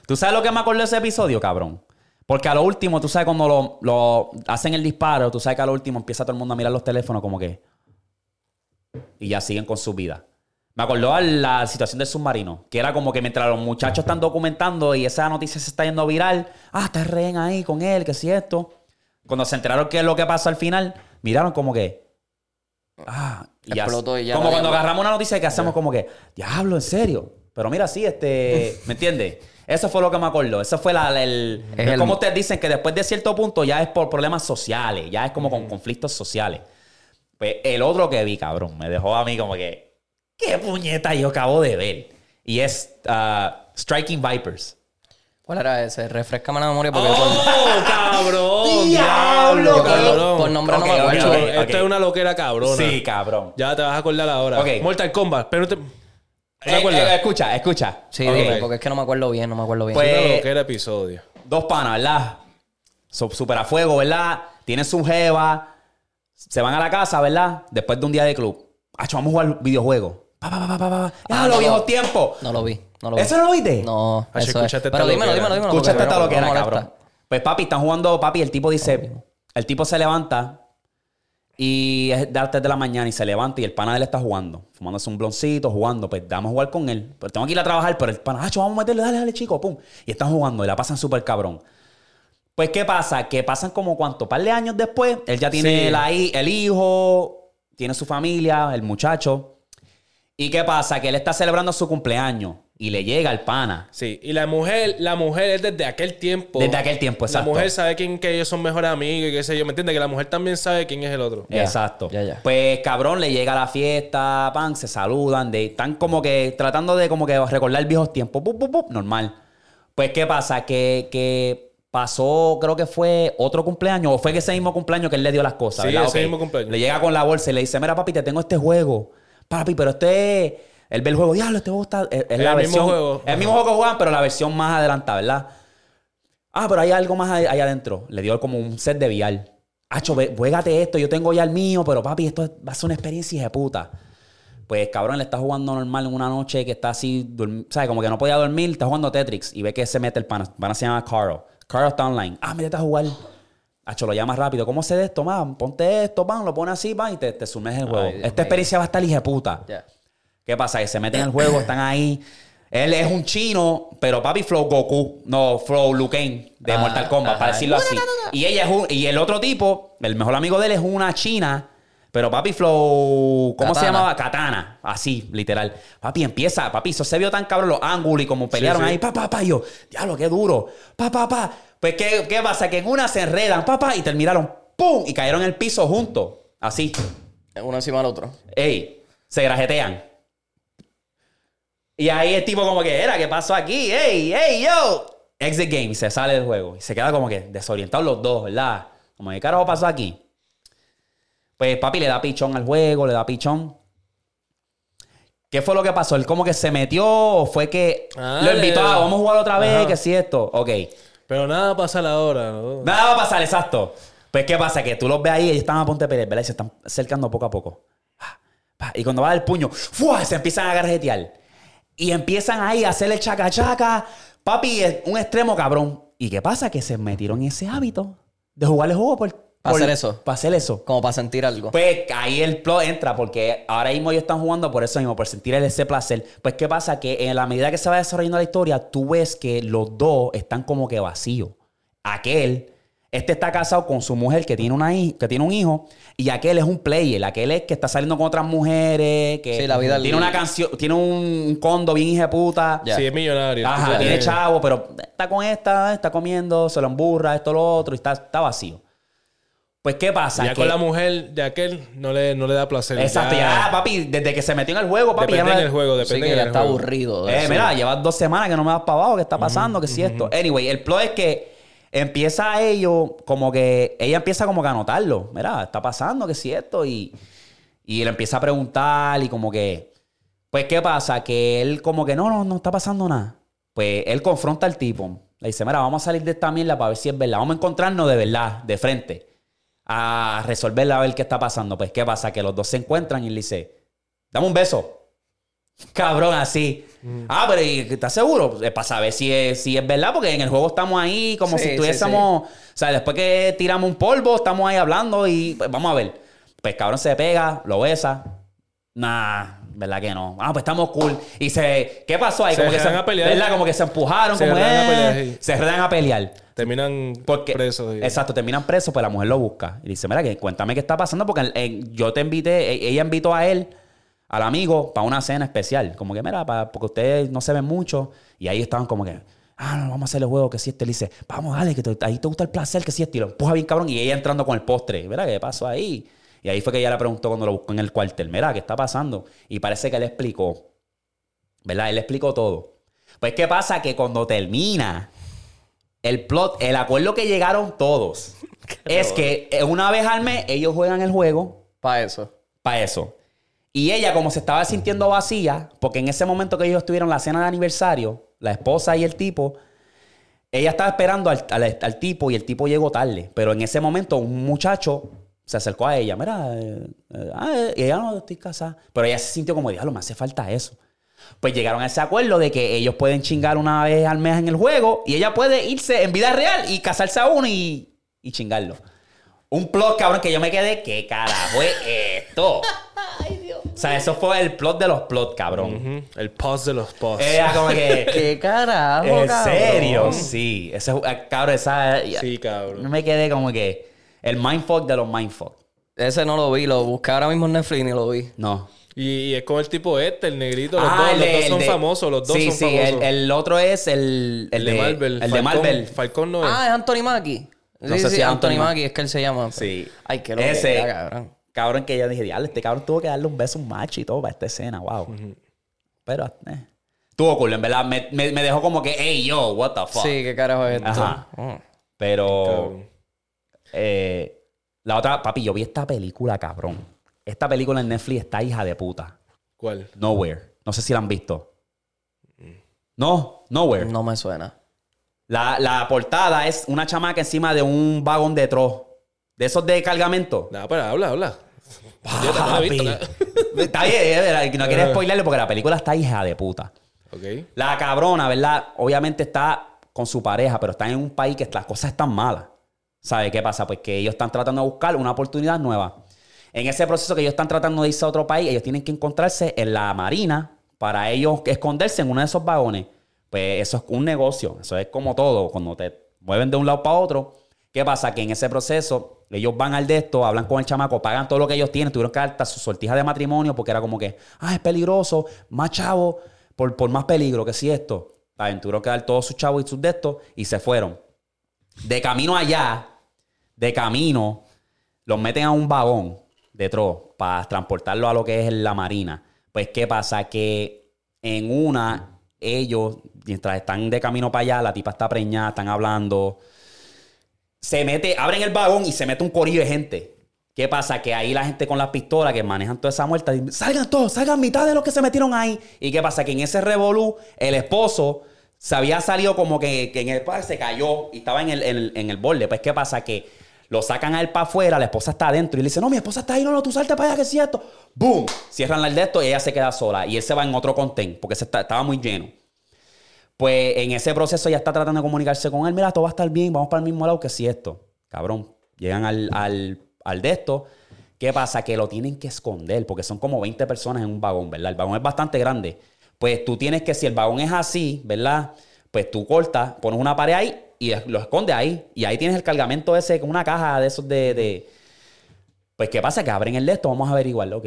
C: ¿Tú sabes lo que me acordé de ese episodio, cabrón? Porque a lo último, tú sabes cuando lo, lo hacen el disparo, tú sabes que a lo último empieza todo el mundo a mirar los teléfonos como que... Y ya siguen con su vida. Me acordó a la situación del submarino, que era como que mientras los muchachos están documentando y esa noticia se está yendo viral, ah, está el rehén ahí con él, que si esto. Cuando se enteraron qué es lo que pasó al final, miraron como que... Ah, y ya-
A: Explotó y ya
C: Como
A: la-
C: cuando agarramos una noticia que hacemos como que, diablo, en serio. Pero mira, sí, este, ¿me entiendes? Eso fue lo que me acordó. Eso fue la, la- el,
A: Es
C: es
A: el-
C: como ustedes dicen que después de cierto punto ya es por problemas sociales, ya es como con conflictos sociales. Pues el otro que vi, cabrón, me dejó a mí como que, ¿qué puñeta yo acabo de ver? Y es ah, Striking Vipers.
A: ¿Cuál era ese? Refrescame la memoria porque yo por-
B: ¡Oh, cabrón!
C: ¡Diablo,
B: ¡Diablo,
A: por,
B: cabrón!
A: por nombre
C: Ok,
A: no me
C: ok,
A: acuerdo.
B: Esto-
C: ok.
B: Esto es una loquera cabrona.
C: Sí, cabrón.
B: Ya te vas a acordar ahora.
C: Ok.
B: Mortal Kombat, pero no te... ¿No te
C: Eh,
B: acuerdas?
C: eh, escucha, escucha.
A: Sí,
C: Ok.
A: ok, porque es que no me acuerdo bien, no me acuerdo bien.
C: Pues-
B: Una
C: eh,
B: loquera episodio.
C: dos panas, ¿verdad? So- super a fuego, ¿verdad? Tienen su jeva. Se van a la casa, ¿verdad? Después de un día de club. Acho, vamos a jugar videojuegos. Pa, pa, pa, pa, pa, pa. Ya,
A: Ah,
C: los
A: no.
C: viejos tiempos.
A: No lo vi, no lo vi.
C: ¿Eso no lo viste?
A: No,
B: Ah,
A: eso es.
B: escuchaste esta
A: Pero dímelo,
B: loquera.
A: dímelo, dímelo.
C: Escúchate
A: porque
C: hasta lo que
A: me-
C: era,
A: me molesta.
C: cabrón. Pues papi, están jugando, papi, el tipo dice, el tipo se levanta y es de las 3 de la mañana y se levanta y el pana de él está jugando, fumándose un bloncito, jugando, pues vamos a jugar con él. Pero tengo que ir a trabajar, pero el pana, "Acho, vamos a meterle, dale, dale, chico, pum. Y están jugando y la pasan súper cabrón. Pues, ¿qué pasa? Que pasan como cuánto, par de años después, él ya tiene
B: Sí.
C: la hi- el hijo, tiene su familia, el muchacho. ¿Y qué pasa? Que él está celebrando su cumpleaños y le llega el pana.
B: Sí, y la mujer, la mujer es desde aquel tiempo.
C: Desde aquel tiempo, exacto.
B: La mujer sabe quién que ellos son mejores amigos y qué sé yo, ¿me entiendes? Que la mujer también sabe quién es el otro.
C: Eh.
A: Ya,
C: Exacto.
A: ya, ya.
C: Pues cabrón, le llega a la fiesta, pan, se saludan, de, están como que tratando de como que recordar viejos tiempos, pup, pup, pup, normal. Pues qué pasa, que, que pasó, creo que fue otro cumpleaños, o fue que ese mismo cumpleaños que él le dio las cosas.
B: Sí,
C: ¿verdad?
B: ese
C: Ok.
B: mismo cumpleaños.
C: Le llega con la bolsa y le dice, mira papi, te tengo este juego. Papi, pero este, él ve el juego, diablo, este juego está, es, es
B: Es
C: la
B: el mismo
C: versión,
B: juego.
C: el mismo juego que juegan, pero la versión más adelantada, ¿verdad? Ah, pero hay algo más ahí ahí adentro. Le dio como un set de vial. Acho, ve- juégate esto, yo tengo ya el mío, pero papi, esto es- va a ser una experiencia de puta. Pues cabrón, le está jugando normal en una noche que está así, duerm- ¿sabes? Como que no podía dormir, está jugando Tetris y ve que se mete el pana. El pana se llama Carl. Carl está online. Ah, métete a jugar. Hacho, lo llamas rápido. ¿Cómo se de esto, man? Ponte esto, man. Lo pones así, man, y te, te sumerges en el juego.
A: Dios
C: Esta
A: mío.
C: experiencia va a estar hija de puta.
A: Ya.
C: ¿Qué pasa? Que se meten en el juego, están ahí. Él es un chino, pero papi Flow Goku, no, Flow Liu Kang de
A: Ah,
C: Mortal Kombat,
A: ajá.
C: para decirlo así. Y ella es un, y el otro tipo, el mejor amigo de él es una china, pero papi Flow, ¿cómo se
A: Katana.
C: llamaba? Katana, así, literal. Papi empieza, papi, eso se vio tan cabrón los ángulos y como pelearon
B: sí.
C: ahí, papá, papá, yo, diablo, qué duro, papá, papá. Pues ¿qué, qué pasa, que en una se enredan, papá, y terminaron, ¡pum! Y cayeron en el piso juntos, así.
A: Uno encima del otro.
C: Ey, se grajetean. Y ahí el tipo como que, era, ¿qué pasó aquí? Ey, ey, yo. Exit game, se sale del juego. Y se queda como que desorientados los dos, ¿verdad? Como, ¿qué carajo pasó aquí? Pues papi le da pichón al juego, le da pichón. ¿Qué fue lo que pasó? ¿Él como que se metió o fue que
B: Ah,
C: lo invitó
B: le-
C: a vamos a jugar otra vez?
B: Ajá.
C: que si esto? Ok.
B: Pero nada pasa a la hora, ¿no?
C: Nada va a pasar, exacto. Pues, ¿qué pasa? Que tú los ves ahí, ellos están a punto de pelear, ¿verdad? Y se están acercando poco a poco. Ah, pa, Y cuando va el puño, ¡fua! se empiezan a garretear. Y empiezan ahí a hacerle chaca chaca. Papi, es un extremo cabrón. ¿Y qué pasa? Que se metieron en ese hábito de jugar el juego por.
A: Pa'
C: por-
A: hacer eso.
C: Para hacer eso.
A: Como para sentir algo.
C: Pues ahí el plot entra, porque ahora mismo ellos están jugando por eso mismo, por sentir el- ese placer. Pues, ¿qué pasa? Que en la medida que se va desarrollando la historia, tú ves que los dos están como que vacíos. Aquel, este está casado con su mujer que tiene, una hij- que tiene un hijo, y aquel es un player. Aquel es que está saliendo con otras mujeres, que
A: Sí, la vida
C: tiene
A: libre.
C: una canción, tiene un condo bien hija de puta.
A: Ya.
B: Sí, es millonario.
C: Ajá,
B: Entonces,
C: tiene
B: eh,
C: chavo, pero está con esta, está comiendo, se lo emburra, esto, lo otro, y está, está vacío. Pues, ¿qué pasa?
B: Ya
C: Que-
B: con la mujer de aquel no le, no le da placer.
C: Exacto, ya, papi, desde que se metió en el juego, papi.
B: Depende
C: ya
B: en el juego,
A: Así
B: depende
A: que
B: en
A: ya
B: el
A: está
B: juego.
A: aburrido. de
C: Eh,
A: eso.
C: mira, llevas dos semanas que no me das para abajo, ¿qué está pasando? ¿Qué si esto? Anyway, el plot es que empieza a ello, como que ella empieza como que a notarlo. Mira, está pasando, ¿qué si esto? Y, y le empieza a preguntar y como que, pues, ¿qué pasa? Que él como que, no, no, no está pasando nada. Pues él confronta al tipo. Le dice, mira, vamos a salir de esta mierda para ver si es verdad. Vamos a encontrarnos de verdad, de frente. A resolverla, a ver qué está pasando. Pues, ¿qué pasa? Que los dos se encuentran y él dice, dame un beso. Cabrón, así.
B: Mm.
C: Ah, pero ¿y ¿estás seguro? Eh, Para saber si es, si es verdad, porque en el juego estamos ahí como
A: Sí,
C: si
A: sí,
C: estuviésemos. O sea, después que tiramos un polvo, estamos ahí hablando y pues, vamos a ver. Pues cabrón se pega, lo besa. Nah, ¿verdad que no? Ah, pues estamos cool. Y se. ¿Qué pasó ahí?
B: Se
C: como que
B: arreglan a pelear.
C: ¿verdad? Como que se empujaron,
B: Se
C: como
B: arreglan a
C: eh,
B: pelear, sí.
C: Se arreglan a pelear.
B: Terminan
C: Porque,
B: presos. y-
C: Exacto, terminan presos, pues la mujer lo busca. Y dice, mira, que cuéntame qué está pasando, porque el- el- yo te invité, e- ella invitó a él, al amigo, para una cena especial. Como que, mira, pa- porque ustedes no se ven mucho. Y ahí estaban como que, ah, no, vamos a hacer el juego, que si este. Le dice, vamos, dale, que te- ahí te gusta el placer, que si este. Y lo empuja bien cabrón. Y ella entrando con el postre. Mira, ¿qué pasó ahí? Y ahí fue que ella le preguntó cuando lo buscó en el cuartel, mira, ¿qué está pasando? Y parece que él explicó. ¿Verdad? Él explicó todo. Pues, ¿qué pasa? Que cuando termina el plot, el acuerdo que llegaron todos es que eh, una vez al mes ellos juegan el juego
A: Para eso.
C: para eso. Y ella, como se estaba sintiendo vacía, porque en ese momento que ellos tuvieron la cena de aniversario, la esposa y el tipo, ella estaba esperando al, al- al tipo y el tipo llegó tarde. Pero en ese momento un muchacho se acercó a ella. Mira, eh, eh, ah, eh, y ella no, estoy casada. Pero ella se sintió como, diablo, me hace falta eso. Pues llegaron a ese acuerdo de que ellos pueden chingar una vez al mes en el juego y ella puede irse en vida real y casarse a uno y, y chingarlo. Un plot, cabrón, que yo me quedé, ¿qué carajo es esto? O sea, eso fue el plot de los plots, cabrón.
B: Ujú. El pause de los pause.
C: Era como que.
A: ¿Qué carajo,
C: ¿En
A: cabrón?
C: serio? Sí. Ese, eh, cabrón, esa.
B: Sí, cabrón.
C: Yo me quedé como que. El mindfuck de los mindfuck.
A: Ese no lo vi, lo busqué ahora mismo en Netflix y ni lo vi.
C: No.
B: Y, y es con el tipo este, el negrito. Los,
C: Ah,
B: dos,
C: el
B: los
C: de-
B: dos
C: el
B: son
C: de-
B: famosos. Los dos
C: sí,
B: son
C: sí,
B: famosos.
C: El, el otro es el. El,
B: El de, Marvel.
C: El de Marvel.
B: Falcón no es.
A: Ah, es Anthony Mackie.
C: No
A: sí,
C: sé
A: sí,
C: si es
A: Anthony,
C: Anthony
A: Mackie es que él se llama. pues.
C: Sí.
A: Ay, qué loco.
C: Ese.
A: era, cabrón.
C: Cabrón, que yo dije, diablo, este cabrón tuvo que darle un beso a un macho y todo para esta escena, wow. Pero. eh, Tuvo cool, en verdad. Me, me- me dejó como que, hey, yo, what the fuck.
A: Sí, qué carajo es esto.
C: Ajá.
A: Mm.
C: Pero.
B: Cabrón.
C: eh, la otra, papi, yo vi esta película, cabrón. Esta película en Netflix está hija de puta.
B: ¿Cuál?
C: Nowhere. No sé si la han visto. No, Nowhere.
A: No me suena.
C: La, la portada es una chamaca encima de un vagón de tro. De esos de cargamento.
B: Nada, pero habla, habla. Yo tampoco la he visto,
C: Papi. Está bien, eh, no quería spoilerle porque la película está hija de puta.
B: Ok. Ah,
C: La cabrona, ¿verdad? Obviamente está con su pareja, pero está en un país que las cosas están malas. O ¿Sabe qué pasa? Pues que ellos están tratando de buscar una oportunidad nueva. En ese proceso que ellos están tratando de irse a otro país, ellos tienen que encontrarse en la marina para ellos esconderse en uno de esos vagones. Pues eso es un negocio, eso es como todo, cuando te mueven de un lado para otro. ¿Qué pasa? Que en ese proceso ellos van al de esto, hablan con el chamaco, pagan todo lo que ellos tienen, tuvieron que dar hasta su sortija de matrimonio porque era como que, ah, es peligroso, más chavo, por, por más peligro que si esto. Saben, Tuvieron que dar todos sus chavos y sus de estos y se fueron. De camino allá, de camino, los meten a un vagón de tro para transportarlo a lo que es la marina. Pues, ¿qué pasa? Que en una, ellos, mientras están de camino para allá, la tipa está preñada, están hablando. Se mete, abren el vagón y se mete un corillo de gente. ¿Qué pasa? Que ahí la gente con las pistolas que manejan toda esa muerta, dicen, salgan todos, salgan mitad de los que se metieron ahí. ¿Y qué pasa? Que en ese revolú, el esposo se había salido como que, que en el pues, se cayó y estaba en el, en el- en el borde. Pues, ¿qué pasa? Que lo sacan a él para afuera, la esposa está adentro y le dice, no, mi esposa está ahí, no, no, tú salte para allá, que es cierto. ¡Boom! Cierran el de esto y ella se queda sola. Y él se va en otro contén porque se está- estaba muy lleno. Pues en ese proceso ya está tratando de comunicarse con él. Mira, todo va a estar bien, vamos para el mismo lado que si esto. Cabrón, llegan al, al, al de esto. ¿Qué pasa? Que lo tienen que esconder porque son como 20 personas en un vagón, ¿verdad? El vagón es bastante grande. Pues tú tienes que, si el vagón es así, ¿verdad? Pues tú cortas, pones una pared ahí y es- lo escondes ahí. Y ahí tienes el cargamento ese, con una caja de esos de, de- Pues ¿qué pasa? Que abren el de esto, vamos a averiguarlo. Ok,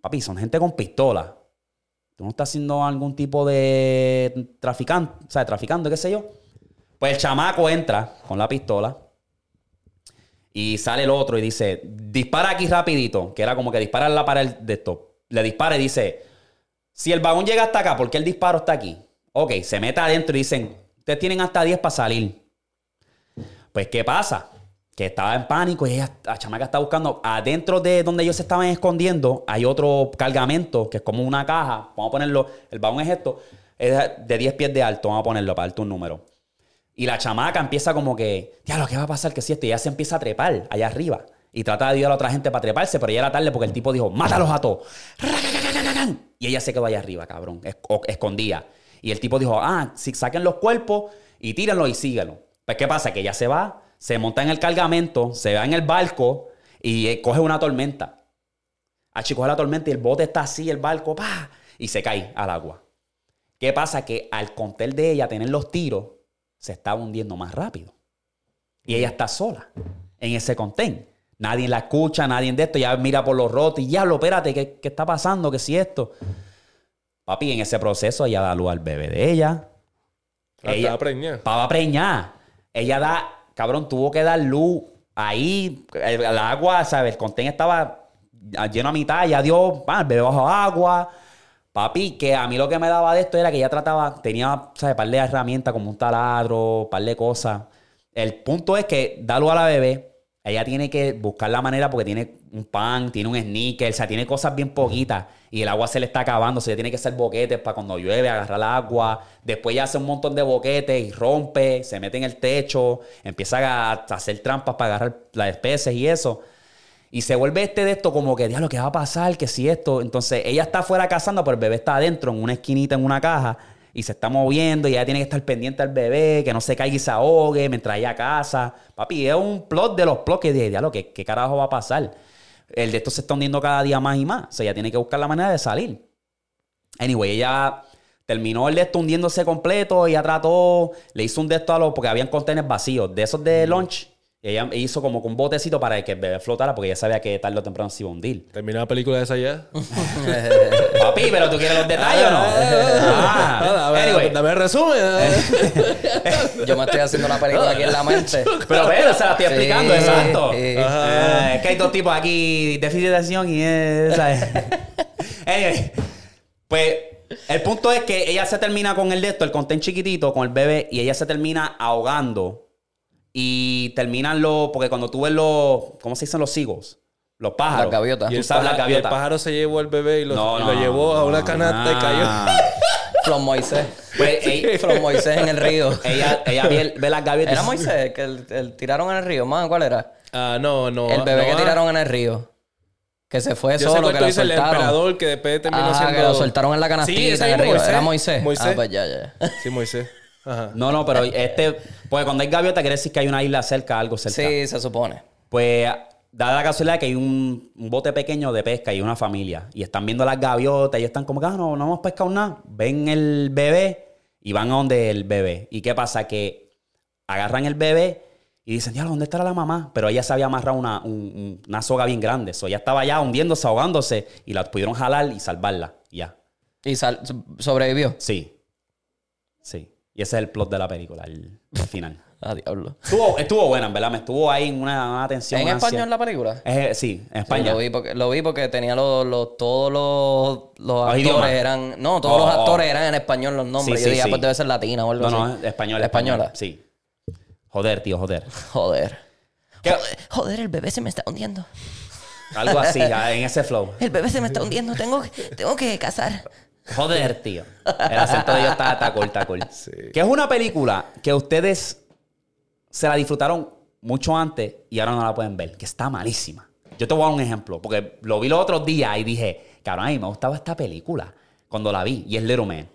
C: papi, son gente con pistola tú no estás haciendo algún tipo de traficante, o sea, traficando, qué sé yo. Pues el chamaco entra con la pistola y sale el otro y dice, dispara aquí rapidito, que era como que dispara en la pared de esto. Le dispara y dice, si el vagón llega hasta acá, ¿por qué el disparo está aquí? Ok, se mete adentro y dicen, ustedes tienen hasta 10 para salir. Pues, ¿qué pasa? Que estaba en pánico y ella, la chamaca está buscando. Adentro de donde ellos se estaban escondiendo, hay otro cargamento que es como una caja. Vamos a ponerlo, el vagón es esto, es de 10 pies de alto, vamos a ponerlo para darte un número. Y la chamaca empieza como que, diablo, ¿qué va a pasar? que si esto? Y ella se empieza a trepar allá arriba. Y trata de ayudar a otra gente para treparse, pero ya era tarde porque el tipo dijo, mátalos a todos. ¡Racacacacacan! Y ella se quedó allá arriba, cabrón, es- o- escondida. Y el tipo dijo, ah, si saquen los cuerpos y tírenlos y síguelo. Pues, ¿qué pasa? Que ella se va, se monta en el cargamento, se va en el barco y eh, coge una tormenta. A coge la tormenta y el bote está así, el barco, pa, y se cae al agua. ¿Qué pasa? Que al contel de ella tener los tiros, se estaba hundiendo más rápido. Y ella está sola en ese contén. Nadie la escucha, nadie de esto. Ya mira por los rotos y diablo, espérate, ¿qué, qué está pasando? ¿Qué si esto? Papi, en ese proceso ella da luz al bebé de ella.
B: Ah,
C: Ella-
B: Estaba preñada.
C: Pava preñada. Ella da, cabrón, tuvo que dar luz ahí. El, el agua, ¿sabes? El contén estaba lleno a mitad, ya dio, ah, el bebé bajo agua. Papi, que a mí lo que me daba de esto era que ella trataba, tenía, ¿sabes? Par de herramientas como un taladro, par de cosas. El punto es que da luz a la bebé. Ella tiene que buscar la manera porque tiene un pan, tiene un sneaker, o sea, tiene cosas bien poquitas y el agua se le está acabando, o sea, ella tiene que hacer boquetes para cuando llueve agarrar el agua. Después ella hace un montón de boquetes y rompe, se mete en el techo, empieza a, a hacer trampas para agarrar las especies y eso. Y se vuelve este de esto como que, diablo, ¿qué va a pasar? que si esto? Entonces, ella está afuera cazando, pero el bebé está adentro, en una esquinita, en una caja, y se está moviendo, y ella tiene que estar pendiente al bebé, que no se caiga y se ahogue mientras ella caza. Papi, es un plot de los plots que dije, diablo, ¿qué, ¿qué carajo va a pasar? El de esto se está hundiendo cada día más y más. O sea, ella tiene que buscar la manera de salir. Anyway, ella terminó el de esto hundiéndose completo. Ella trató, le hizo un de esto a los, porque habían contenedores vacíos, de esos de lunch. Y ella hizo como que un botecito para que el bebé flotara, porque ella sabía que tarde o temprano se iba a hundir.
B: Terminó la película esa ya.
C: Papi, pero tú quieres los detalles o no?
B: Ah, pues,
C: Ah,
B: dame,
C: anyway.
B: dame el resumen.
A: Yo me estoy haciendo la película aquí en la mente.
C: Pero pero se la estoy explicando,
A: Sí,
C: exacto.
A: sí.
C: Ah, es que hay dos tipos aquí, déficit de atención y es, ¿sabes? Anyway, pues el punto es que ella se termina con el de esto, el contén chiquitito, con el bebé, y ella se termina ahogando. Y terminan los, porque cuando tú ves los, ¿cómo se dicen los higos? Los pájaros.
A: Las gaviotas.
B: Y
C: Tú
B: el,
C: sabes las
B: pájaro, y el
C: gaviotas.
B: pájaro se llevó al bebé y lo,
C: No,
B: y
C: no,
B: lo llevó a una canasta y cayó.
C: Ah.
A: From Moisés.
C: Pues ella,
A: From Moisés en el río.
C: ella, ella ve, ve las gaviotas.
A: Era Moisés que el, el tiraron en el río. Man, ¿cuál era?
B: Ah, no, no.
A: El bebé
B: no,
A: que
B: ah,
A: tiraron en el río. Que se fue
B: Yo sé
A: solo,
B: cuál
A: que
B: tú
A: lo
B: dices, el
A: soltaron.
B: emperador que después terminó
A: Ajá,
B: siendo...
A: que lo soltaron en la
B: Sí, ese
A: canastita en el
B: mismo,
A: río. Era
B: Moisés.
A: Moisés.
B: Moisés.
A: Ah, pues ya, ya, ya.
B: Sí, Moisés. Ajá.
C: No, no, pero este. Pues cuando hay gaviota, quiere decir que hay una isla cerca, algo cerca.
A: Sí, se supone.
C: Pues da la casualidad que hay un, un bote pequeño de pesca y una familia. Y están viendo las gaviotas y están como que ah, no, no hemos pescado nada. Ven el bebé y van a donde el bebé. ¿Y qué pasa? Que agarran el bebé y dicen, diablo, ¿dónde estará la mamá? Pero ella se había amarrado una, un- un- una soga bien grande. So, ella estaba ya hundiéndose, ahogándose y la pudieron jalar y salvarla. Y ya.
A: Y sal- sobrevivió.
C: Sí. Sí. Y ese es el plot de la película, el, el final.
A: Ah, diablo.
C: Estuvo, estuvo buena, en verdad. Me estuvo ahí en una, una tensión.
A: ¿En
C: una
A: español
C: ansia-
A: la película?
C: Eh, sí, en
A: Sí,
C: España.
A: Lo vi porque, lo vi porque tenía los, los- todos los, los actores
C: idiomas.
A: eran. No, todos
C: Oh,
A: los
C: oh.
A: actores eran en español los nombres.
C: Sí,
A: Yo
C: sí,
A: dije, ah,
C: sí.
A: pues debe ser latina o algo
C: no,
A: así.
C: no, española.
A: Española.
C: Sí. Joder, tío, joder.
A: Joder.
C: ¿Qué?
A: joder. joder, el bebé se me está hundiendo.
C: Algo así, ah, en ese flow.
A: El bebé se me está hundiendo. Tengo, tengo que casar.
C: Joder, tío. El acento de ellos está, está cool, está cool. Que es una película que ustedes se la disfrutaron mucho antes y ahora no la pueden ver, que está malísima. Yo te voy a dar un ejemplo, porque lo vi los otros días y dije, cabrón, a mí me gustaba esta película cuando la vi, y es Little Man.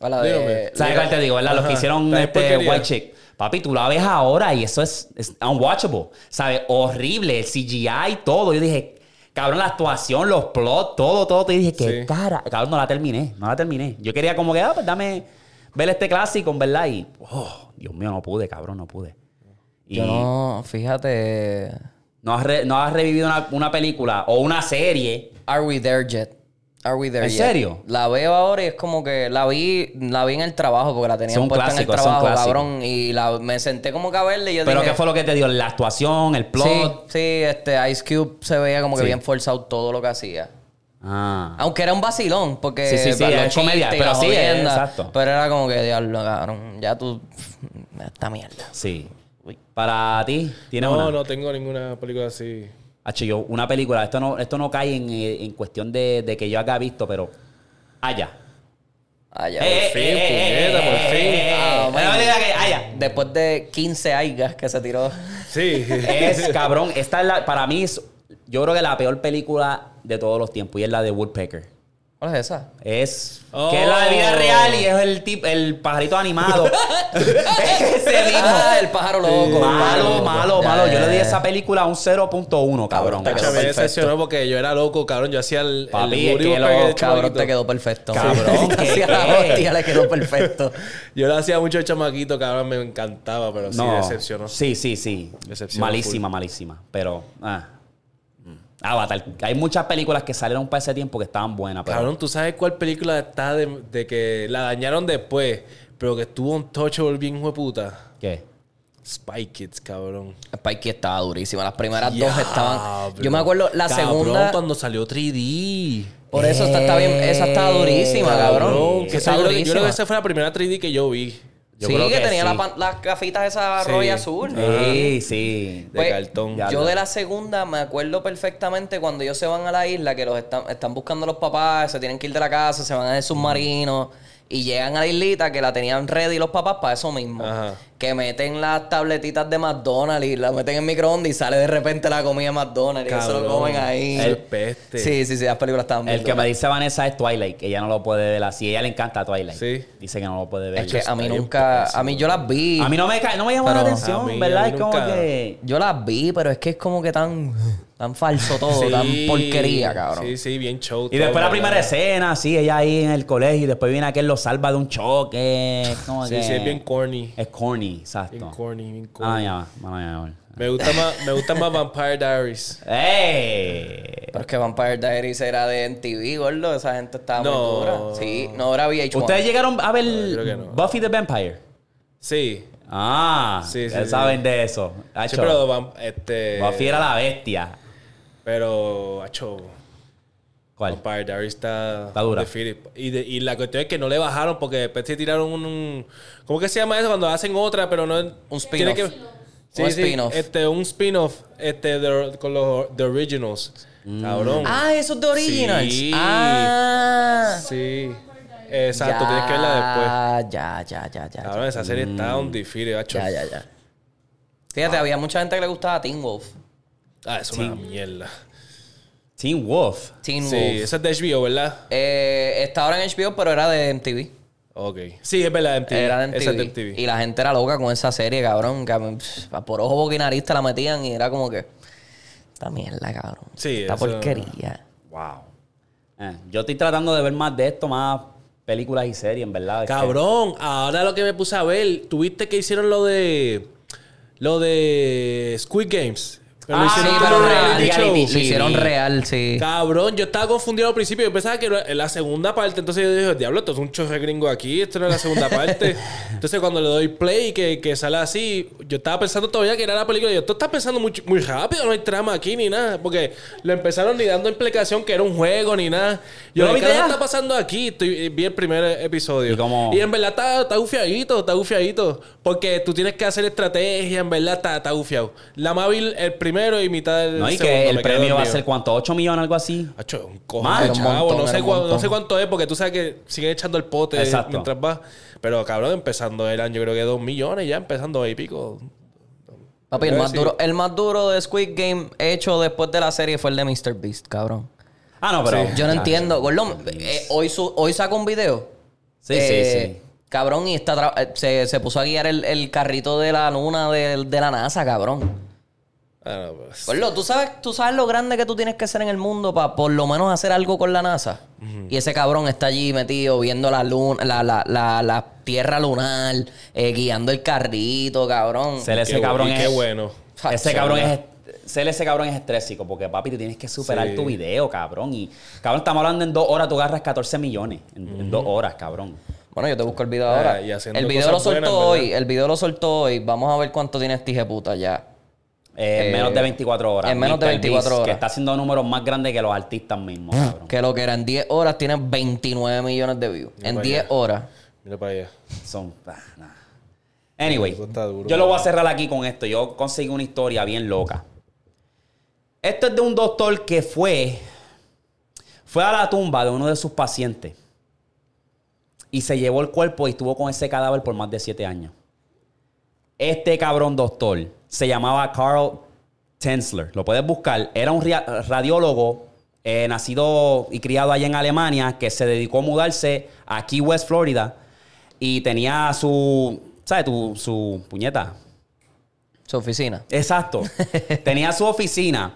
A: Hola,
B: Dígame.
A: de...
C: ¿Sabes
B: Mira,
C: cuál te digo, verdad? Los
B: ajá,
C: que hicieron
B: también
C: este
B: porquería.
C: White Chick. Papi, tú la ves ahora y eso es, es unwatchable. ¿Sabes? Horrible. El CGI y todo. Yo dije, cabrón, la actuación, los plots, todo, todo. Te dije, qué
B: Sí.
C: cara. Cabrón, no la terminé. No la terminé. Yo quería como que, ah, pues dame, ver este clásico, en verdad. Y, oh, Dios mío, no pude, cabrón, no pude. Y
A: Yo no, fíjate.
C: no, has re- no has revivido una, una película o una serie.
A: Are we there yet? Are we there
C: ¿En
A: yet?
C: serio?
A: La veo ahora y es como que la vi, la vi en el trabajo porque la tenía
C: Es un
A: puesta en el
C: clásico, es un
A: trabajo,
C: clásico.
A: cabrón. Y la, me senté como que a verla y yo
C: Pero
A: dije.
C: ¿qué fue lo que te dio? La actuación, el plot.
A: Sí, sí, este Ice Cube se veía como que
C: Sí.
A: bien forzado todo lo que hacía.
C: Ah.
A: Aunque era un vacilón, porque
C: Sí, sí, sí,
A: los
C: es
A: chistes
C: comedia,
A: y
C: pero
A: las
C: sí, es,
A: jodiendas,
C: exacto.
A: Pero era como que, diablo, cabrón, ya tú. Esta mierda.
C: Sí. Para ti, ¿tienes
B: No,
C: una?
B: no tengo ninguna película así.
C: Hacho, yo, una película, esto no, esto no cae en, eh, en cuestión de, de que yo haya visto, pero. Allá.
A: Allá.
C: Eh,
B: fin,
C: eh, eh,
B: puñeta,
C: eh,
B: por
C: eh,
B: fin.
C: eh, eh,
A: Ah,
C: eh,
A: man.
C: una película que- allá.
A: Después de 15 aigas que se tiró.
B: Sí.
C: Es cabrón. Esta es la, para mí es, yo creo que la peor película de todos los tiempos y es la de Woodpecker.
A: ¿Cuál es esa?
C: Es
B: Oh.
C: que es la de vida real y es el tip, el pajarito animado. Ese
A: Ah,
C: mismo.
A: el pájaro loco.
C: Malo, malo,
A: Ya,
C: malo. Yo le di
A: ya,
C: a esa película a un 0.1, cabrón.
A: Te
B: Chacho,
A: quedó
B: me
A: perfecto.
B: decepcionó porque yo era loco, cabrón. Yo hacía el. el
C: Papi, es que
B: Woody
C: lo-
B: Woodpecker
A: Cabrón,
B: de chamaquito.
A: te quedó perfecto.
C: Cabrón, ¿qué,
A: Casi a la
C: qué?
A: hostia le quedó perfecto.
B: Yo lo hacía mucho de chamaquito, cabrón. Me encantaba, pero sí,
C: No.
B: decepcionó.
C: Sí, sí, sí.
B: Decepcionó
C: malísima, malísima. Pero. Ah. Mm. Avatar. Hay muchas películas que salieron para ese tiempo que estaban buenas, pero.
B: Cabrón, ¿tú sabes cuál película está de, de que la dañaron después, pero que estuvo un tocho bien hueputa?
C: ¿Qué?
B: Spy Kids, cabrón.
A: Spikey estaba durísima. Las primeras dos
B: Ya,
A: estaban.
B: bro.
A: Yo me acuerdo, la
B: Cabrón,
A: segunda.
B: cuando salió 3D.
A: Por eso esta está bien. Esa está durísima, cabrón.
B: Cabrón, que
A: Está
B: esa- yo, creo que- yo
A: durísima.
B: creo que esa fue la primera 3D que yo vi.
C: Yo
A: sí,
C: creo
A: que,
C: que
A: tenía
C: sí.
A: la pan- las gafitas esas
B: Sí.
A: rollas azul.
B: Ah.
C: Sí, sí.
A: Pues,
B: De cartón.
C: Ya
A: Yo
C: lo-
A: de la segunda me acuerdo perfectamente cuando ellos se van a la isla, que los están, están buscando a los papás, se tienen que ir de la casa, se van en el submarino y llegan a la islita que la tenían ready los papás para eso mismo.
B: Ajá.
A: Que meten las tabletitas de McDonald's y la meten en microondas y sale de repente la comida de McDonald's y se lo
B: Cabrón,
A: comen ahí.
B: eso es peste.
A: Sí, sí, sí, las películas estaban bien
C: El que me
A: duras.
C: dice Vanessa es Twilight, que ella no lo puede ver así. Ella le encanta Twilight.
B: Sí.
C: Dice que no lo puede ver.
A: Es que a mí nunca, a mí yo las vi.
C: A mí no me, ca- no me llamó la
A: Pero-
B: A
C: atención,
B: mí- a mí
C: ¿verdad? Es como
B: nunca.
C: que.
A: Yo las vi, pero es que es como que tan, tan falso todo,
B: Sí,
A: tan porquería, cabrón.
B: Sí, sí, bien show.
C: Y después la primera escena, sí, ella ahí en el colegio y después viene aquel lo salva de un choque. Es como
B: Sí,
C: que-
B: sí, es bien corny.
C: Es corny, exacto.
B: Bien corny, bien
C: Ah,
B: corny.
C: ya, va, ah, ya,
B: me, gusta más, me gusta más Vampire Diaries.
C: va. ¡Ey!
A: Pero es que Vampire Diaries era de MTV, gordo. Esa gente estaba
B: No.
A: muy dura. Sí, no era VH1.
C: ¿Ustedes llegaron a ver
B: creo que no.
C: Buffy the Vampire?
B: Sí.
C: Ah,
B: Sí, sí,
C: ya
B: sí.
C: saben de eso.
B: Sí,
C: Hacho,
B: pero vam- este.
C: Buffy era la bestia.
B: Pero, acho,
C: ¿Cuál?
B: Vampire Diaries está,
C: Está dura.
B: de Philip. Y, de- y la cuestión es que no le bajaron porque después se tiraron un, un- ¿Cómo que se llama eso? Cuando hacen otra, pero no...
A: Un
B: tiene
A: spin-off.
B: que-
A: Un
B: Sí, sí,
A: spin-off.
B: Este, un spin-off este, de- con los The Originals.
C: Mm.
B: Cabrón.
A: Ah, esos de Originals.
B: Sí.
A: Ah.
B: Sí. Exacto, Ah, tienes que verla después.
A: Ya, ya, ya, ya.
B: Cabrón, esa serie
C: Mm.
B: está un difícil, acho.
A: Ya, ya, ya. Fíjate, había mucha gente que le gustaba Teen Wolf.
B: Ah, es una mierda.
C: Teen Wolf.
A: Teen
B: Sí,
A: Wolf.
B: esa es de HBO, ¿verdad?
A: Eh, está ahora en HBO, pero era de MTV.
B: Ok. Sí, es verdad, MTV.
A: Era de
B: Esa es de
A: MTV.
B: MTV.
A: Y la gente era loca con esa serie, cabrón. Que pff, por ojo boquinarista la metían y era como que. Esta mierda, cabrón.
B: Sí,
A: Esta
B: eso-
A: porquería.
C: Wow. Eh, yo estoy tratando de ver más de esto, más películas y series, en verdad. es que-
B: Cabrón, ahora lo que me puse a ver, tuviste que hicieron lo de. Lo de Squid Games. Pero lo
C: Ah,
B: hicieron
C: sí,
B: como
C: pero
B: un
C: real,
B: reality
C: reality,
B: show.
A: Lo hicieron
C: Sí.
A: real, sí.
B: Cabrón, yo estaba confundido al principio. Yo pensaba que era la segunda parte. Entonces yo dije, diablo, esto es un chorre gringo aquí. Esto no es la segunda parte. entonces cuando le doy play que, que sale así, yo estaba pensando todavía que era la película. Yo, esto está pensando muy, muy rápido. No hay trama aquí ni nada. Porque lo empezaron ni dando implicación que era un juego ni nada. Yo,
C: ¿Pero
B: ¿qué
C: viste ya?
B: está pasando aquí? Estoy, eh, vi el primer episodio.
C: Y como-
B: en verdad está, está gufiadito, está gufiadito. Porque tú tienes que hacer estrategia. En verdad está, está gufiado. La Mavil el primero y mitad del
C: No, y
B: segundo.
C: que el
B: me quedé
C: premio va a
B: dormido.
C: ser cuánto, 8 millones, algo así.
B: Hacho, un
A: Mal,
B: cojón de
A: era un
B: chavo.
A: montón,
B: no, sé
A: era un
B: cuán- no
A: montón.
B: sé cuánto es, porque tú sabes que siguen echando el pote
C: Exacto.
B: mientras va. Pero cabrón, empezando eran yo creo que dos millones ya, empezando ahí pico.
A: Papi, el
B: Yo
A: más,
B: sí.
A: duro, el más duro de Squid Game hecho después de la serie fue el de Mr. Beast, cabrón.
C: Ah, no, pero.
A: Yo no
C: Ah,
A: entiendo. Gordón, eh, hoy, su- hoy saca un video. Eh,
C: Sí, sí, sí.
A: Cabrón, y está tra- eh, se, se puso a guiar el, el carrito de la luna de, de la NASA, cabrón.
B: Ah, no, pues.
A: Gordo, ¿tú sabes, tú sabes lo grande que tú tienes que ser en el mundo para por lo menos hacer algo con la NASA. Y ese cabrón está allí metido viendo la luna, la, la, la, la tierra lunar, eh, guiando el carrito, cabrón.
C: Ser ese
B: Qué bu-
C: cabrón
B: y
C: es.
B: Qué bueno.
C: Ese
A: Chacho,
C: cabrón es. Ser ese cabrón es estrésico, porque papi, tú tienes que superar
B: Sí.
C: tu video, cabrón. Y, cabrón, estamos hablando en dos horas, tú agarras 14 millones. En, en dos horas, cabrón.
A: Bueno, yo te busco el video
B: Ah,
A: ahora.
B: y haciendo
A: el video lo
B: cosas
A: soltó
B: buenas,
A: hoy.
B: ¿verdad?
A: El video lo soltó hoy. Vamos a ver cuánto tiene este puta ya.
C: Eh, en
A: Eh,
C: menos de 24 horas.
A: en menos de
C: Mr.
A: 24
C: Beast, Que
A: horas. Ah,
C: está haciendo números más grandes que los artistas mismos, cabrón.
A: Que lo que eran 10 horas tiene 29 millones de views. En
B: Vaya.
A: 10 horas.
B: Mira para allá.
C: Son. ah, nah. Anyway,
B: Eso está duro.
C: yo lo voy a cerrar aquí con esto. Yo conseguí una historia bien loca. Esto es de un doctor que fue. Fue a la tumba de uno de sus pacientes. Y se llevó el cuerpo y estuvo con ese cadáver por más de siete años. Este cabrón doctor se llamaba Carl Tensler. Lo puedes buscar. Era un ria- radiólogo eh, nacido y criado allá en Alemania que se dedicó a mudarse aquí, West Florida. Y tenía su, ¿sabes? Tu- su puñeta.
A: Su oficina.
C: Exacto. Tenía su oficina.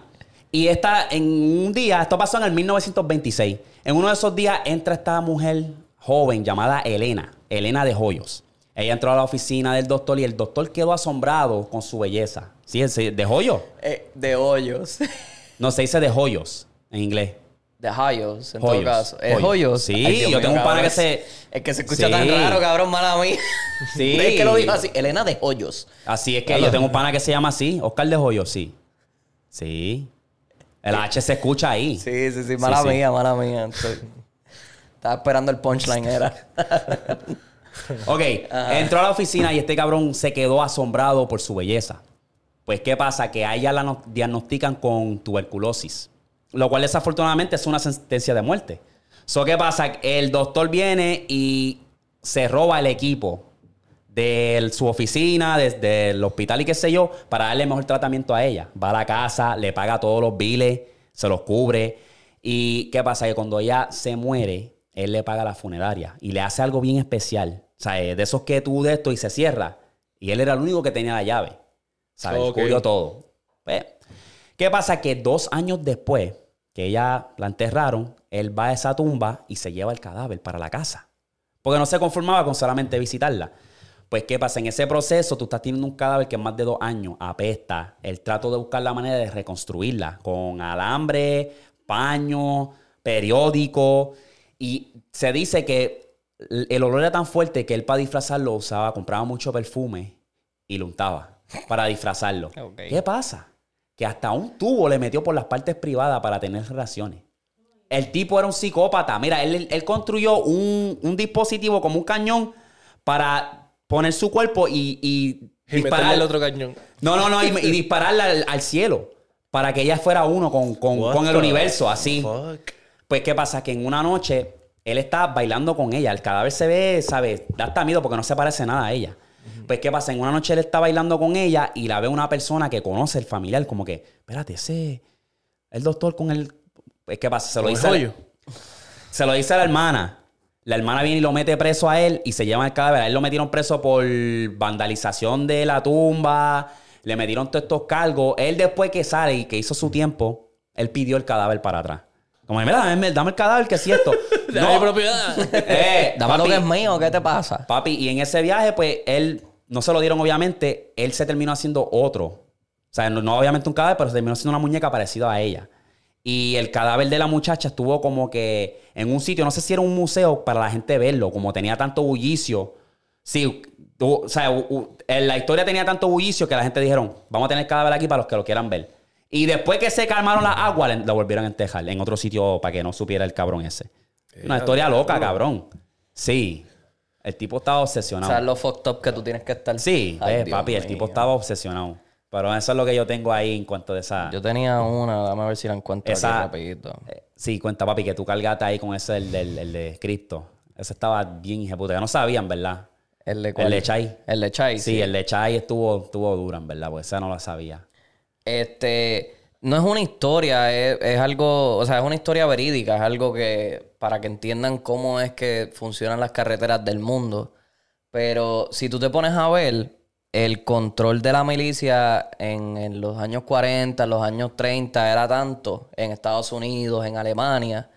C: Y esta, en un día, esto pasó en el 1926. En uno de esos días entra esta mujer joven llamada Elena, Elena de Hoyos. Ella entró a la oficina del doctor y el doctor quedó asombrado con su belleza. ¿Sí? sí, ¿De Hoyos?
A: Eh, de hoyos.
C: No, se dice de Hoyos en inglés.
A: De hoyos, en
C: Hoyos.
A: todo caso. ¿Es
C: Hoyos.
A: hoyos?
C: Sí,
A: Ay, Dios
C: yo tengo un pana
A: cabrón,
C: que se-
A: Es es que se escucha tan
C: Sí.
A: raro, cabrón, mala mí.
C: Sí.
A: Es que lo dijo así. Elena de hoyos.
C: Así es que
A: Claro.
C: yo tengo un pana que se llama así, Oscar de Hoyos, sí. Sí. El H se escucha ahí.
A: Sí, sí, sí. Mala
C: sí.
A: mía, mala mía. Estoy- Estaba esperando el punchline, era.
C: Ok, entró a la oficina y este cabrón se quedó asombrado por su belleza. Pues, ¿qué pasa? Que a ella la no- diagnostican con tuberculosis, lo cual desafortunadamente es una sentencia de muerte. So, ¿qué pasa? El doctor viene y se roba el equipo de el- su oficina, desde el hospital y qué sé yo, para darle mejor tratamiento a ella. Va a la casa, le paga todos los biles, se los cubre. Y qué pasa que cuando ella se muere, él le paga la funeraria y le hace algo bien especial. O sea, eh, de esos que tú de esto y se cierra. Y él era el único que tenía la llave. ¿Sabes?
B: Ok.
C: Cubrió todo. Pues, ¿Qué pasa? Que dos años después que ella la enterraron, él va a esa tumba y se lleva el cadáver para la casa. Porque no se conformaba con solamente visitarla. Pues, ¿qué pasa? En ese proceso, tú estás teniendo un cadáver que en más de dos años apesta. El trato de buscar la manera de reconstruirla con alambre, paño, periódico. Y se dice que el el olor era tan fuerte que él para disfrazarlo usaba, compraba mucho perfume y lo untaba para disfrazarlo.
A: Ok.
C: ¿Qué pasa? Que hasta un tubo le metió por las partes privadas para tener relaciones. El tipo era un psicópata. Mira, él, él construyó un, un dispositivo como un cañón para poner su cuerpo y, y
B: Y meterle el otro cañón.
C: No, no, no, y, y dispararla al, al cielo para que ella fuera uno con, con-
B: What
C: con el
B: the
C: universo, así.
B: Fuck.
C: Pues, ¿qué pasa? Que en una noche él está bailando con ella. El cadáver se ve, ¿sabes? Da hasta miedo porque no se parece nada a ella. Pues, ¿qué pasa? En una noche él está bailando con ella y la ve una persona que conoce el familiar, como que, espérate, ese. El doctor con el. Pues, ¿Qué pasa? Se lo
B: ¿Con el
C: dice. a la-
B: hoyo?
C: Se lo dice a la hermana. La hermana viene y lo mete preso a él y se lleva el cadáver. A él lo metieron preso por vandalización de la tumba. Le metieron todos estos cargos. Él después que sale y que hizo su tiempo, él pidió el cadáver para atrás. Como, mira, dame, dame el cadáver, que es cierto.
B: Dame propiedad.
C: Eh,
A: Dame lo
C: papi,
A: que es mío, ¿qué te pasa?
C: Papi, y en ese viaje, pues, él, no se lo dieron, obviamente, él se terminó haciendo otro. O sea, no, no obviamente un cadáver, pero se terminó haciendo una muñeca parecida a ella. Y el cadáver de la muchacha estuvo como que en un sitio, no sé si era un museo para la gente verlo, como tenía tanto bullicio. Sí, tú- o sea, u- u- en la historia tenía tanto bullicio que la gente dijeron, vamos a tener el cadáver aquí para los que lo quieran ver. Y después que se calmaron las aguas, le- lo volvieron a entejar en otro sitio para que no supiera el cabrón ese. Una historia loca, cabrón. Sí. El tipo estaba
A: O
C: obsesionado.
A: sea, lo fucked up que tú tienes que estar.
C: Sí,
A: Ay,
C: eh,
A: Dios
C: papi, el
A: mío.
C: tipo estaba obsesionado. Pero eso es lo que yo tengo ahí en cuanto de esa.
A: Yo tenía una, dame a ver si la encuentro
C: Esa-
A: aquí rapidito.
C: Eh, Sí, cuenta, papi, que tú cargaste ahí con ese el, del- el de cripto. Ese estaba bien hijo de puta. que No sabían, ¿verdad?
A: El de,
C: de Chai.
A: El de Chai,
C: Sí,
A: sí.
C: el de Chai estuvo, estuvo duro, en verdad, porque esa no la sabía.
A: Este, no es una historia, es, es algo, o sea, es una historia verídica, es algo que, para que entiendan cómo es que funcionan las carreteras del mundo. Pero si tú te pones a ver, el control de la milicia en, en los años 40, en los años 30 era tanto en Estados Unidos, en Alemania,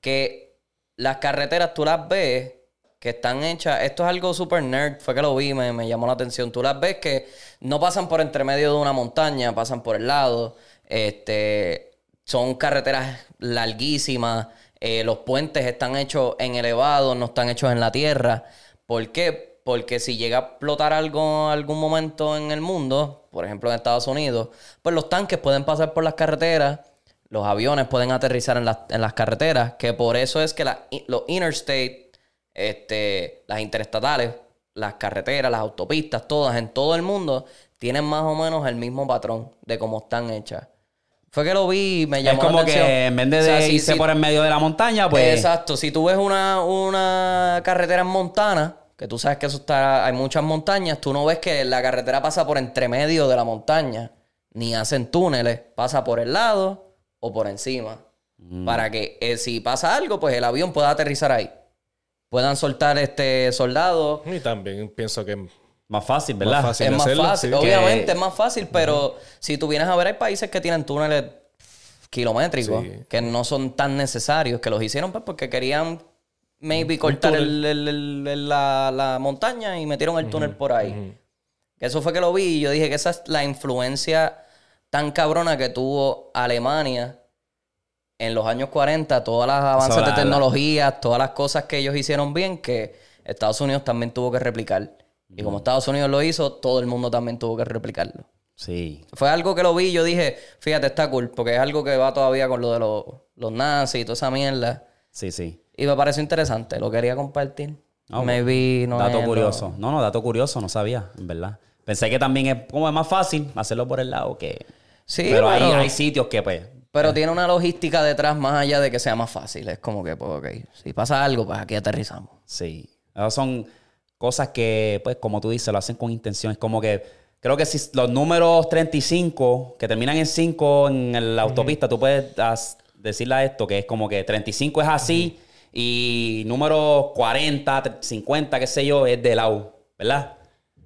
A: que las carreteras tú las ves que están hechas, esto es algo super nerd, fue que lo vi, me, me llamó la atención, tú las ves que no pasan por entre medio de una montaña, pasan por el lado, este, son carreteras larguísimas, eh, los puentes están hechos en elevado, no están hechos en la tierra. ¿Por qué? Porque si llega a explotar algo algún momento en el mundo, por ejemplo en Estados Unidos, pues los tanques pueden pasar por las carreteras, los aviones pueden aterrizar en las, en las carreteras, que por eso es que la- los interstate, este, las interestatales, las carreteras, las autopistas, todas en todo el mundo, tienen más o menos el mismo patrón de cómo están hechas. Fue que lo vi y me llamó
C: es como
A: la atención.
C: que en vez de
A: O sea, si-
C: irse
A: si-
C: por en medio de la montaña, pues.
A: Exacto. Si tú ves una, una carretera en Montana, que tú sabes que eso está, hay muchas montañas, tú no ves que la carretera pasa por entre medio de la montaña, ni hacen túneles, pasa por el lado o por encima. Para que eh, si pasa algo, pues el avión pueda aterrizar ahí. Puedan soltar este soldado.
B: Y también pienso que
C: Más fácil, ¿verdad?
B: Más fácil.
A: es más
B: hacerlo,
A: fácil,
B: sí.
A: obviamente
C: Que-
A: es más fácil, pero si tú vienes a ver, hay países que tienen túneles kilométricos
B: Sí.
A: que no son tan necesarios, que los hicieron pues porque querían maybe cortar el- el- el- el- la, la montaña y metieron el túnel por ahí. Eso fue que lo vi y yo dije que esa es la influencia tan cabrona que tuvo Alemania en los años 40, todas las avances
C: la-
A: de
C: la-
A: tecnologías, todas las cosas que ellos hicieron bien, que Estados Unidos también tuvo que replicar. Y como Estados Unidos lo hizo, todo el mundo también tuvo que replicarlo.
C: Sí.
A: Fue algo que lo vi y yo dije, fíjate, está cool, porque es algo que va todavía con lo de los, los nazis y toda esa mierda.
C: Sí, sí.
A: Y me pareció interesante, lo quería compartir.
C: Ah, bueno.
A: Maybe no
C: dato
A: es lo-
C: curioso. No, no, dato curioso, no sabía, en verdad. Pensé que también es como es más fácil hacerlo por el lado que.
A: Sí,
C: pero hay,
A: pero-
C: hay sitios que, pues.
A: Pero tiene una logística detrás más allá de que sea más fácil. Es como que, pues, ok, si pasa algo, pues aquí aterrizamos.
C: Sí. Esas son cosas que, pues, como tú dices, lo hacen con intención. Es como que. Creo que si los números 35 que terminan en 5 en la autopista, tú puedes as- decirle a esto que es como que 35 es así y número 40, tre- 50, qué sé yo, es de lado, ¿verdad?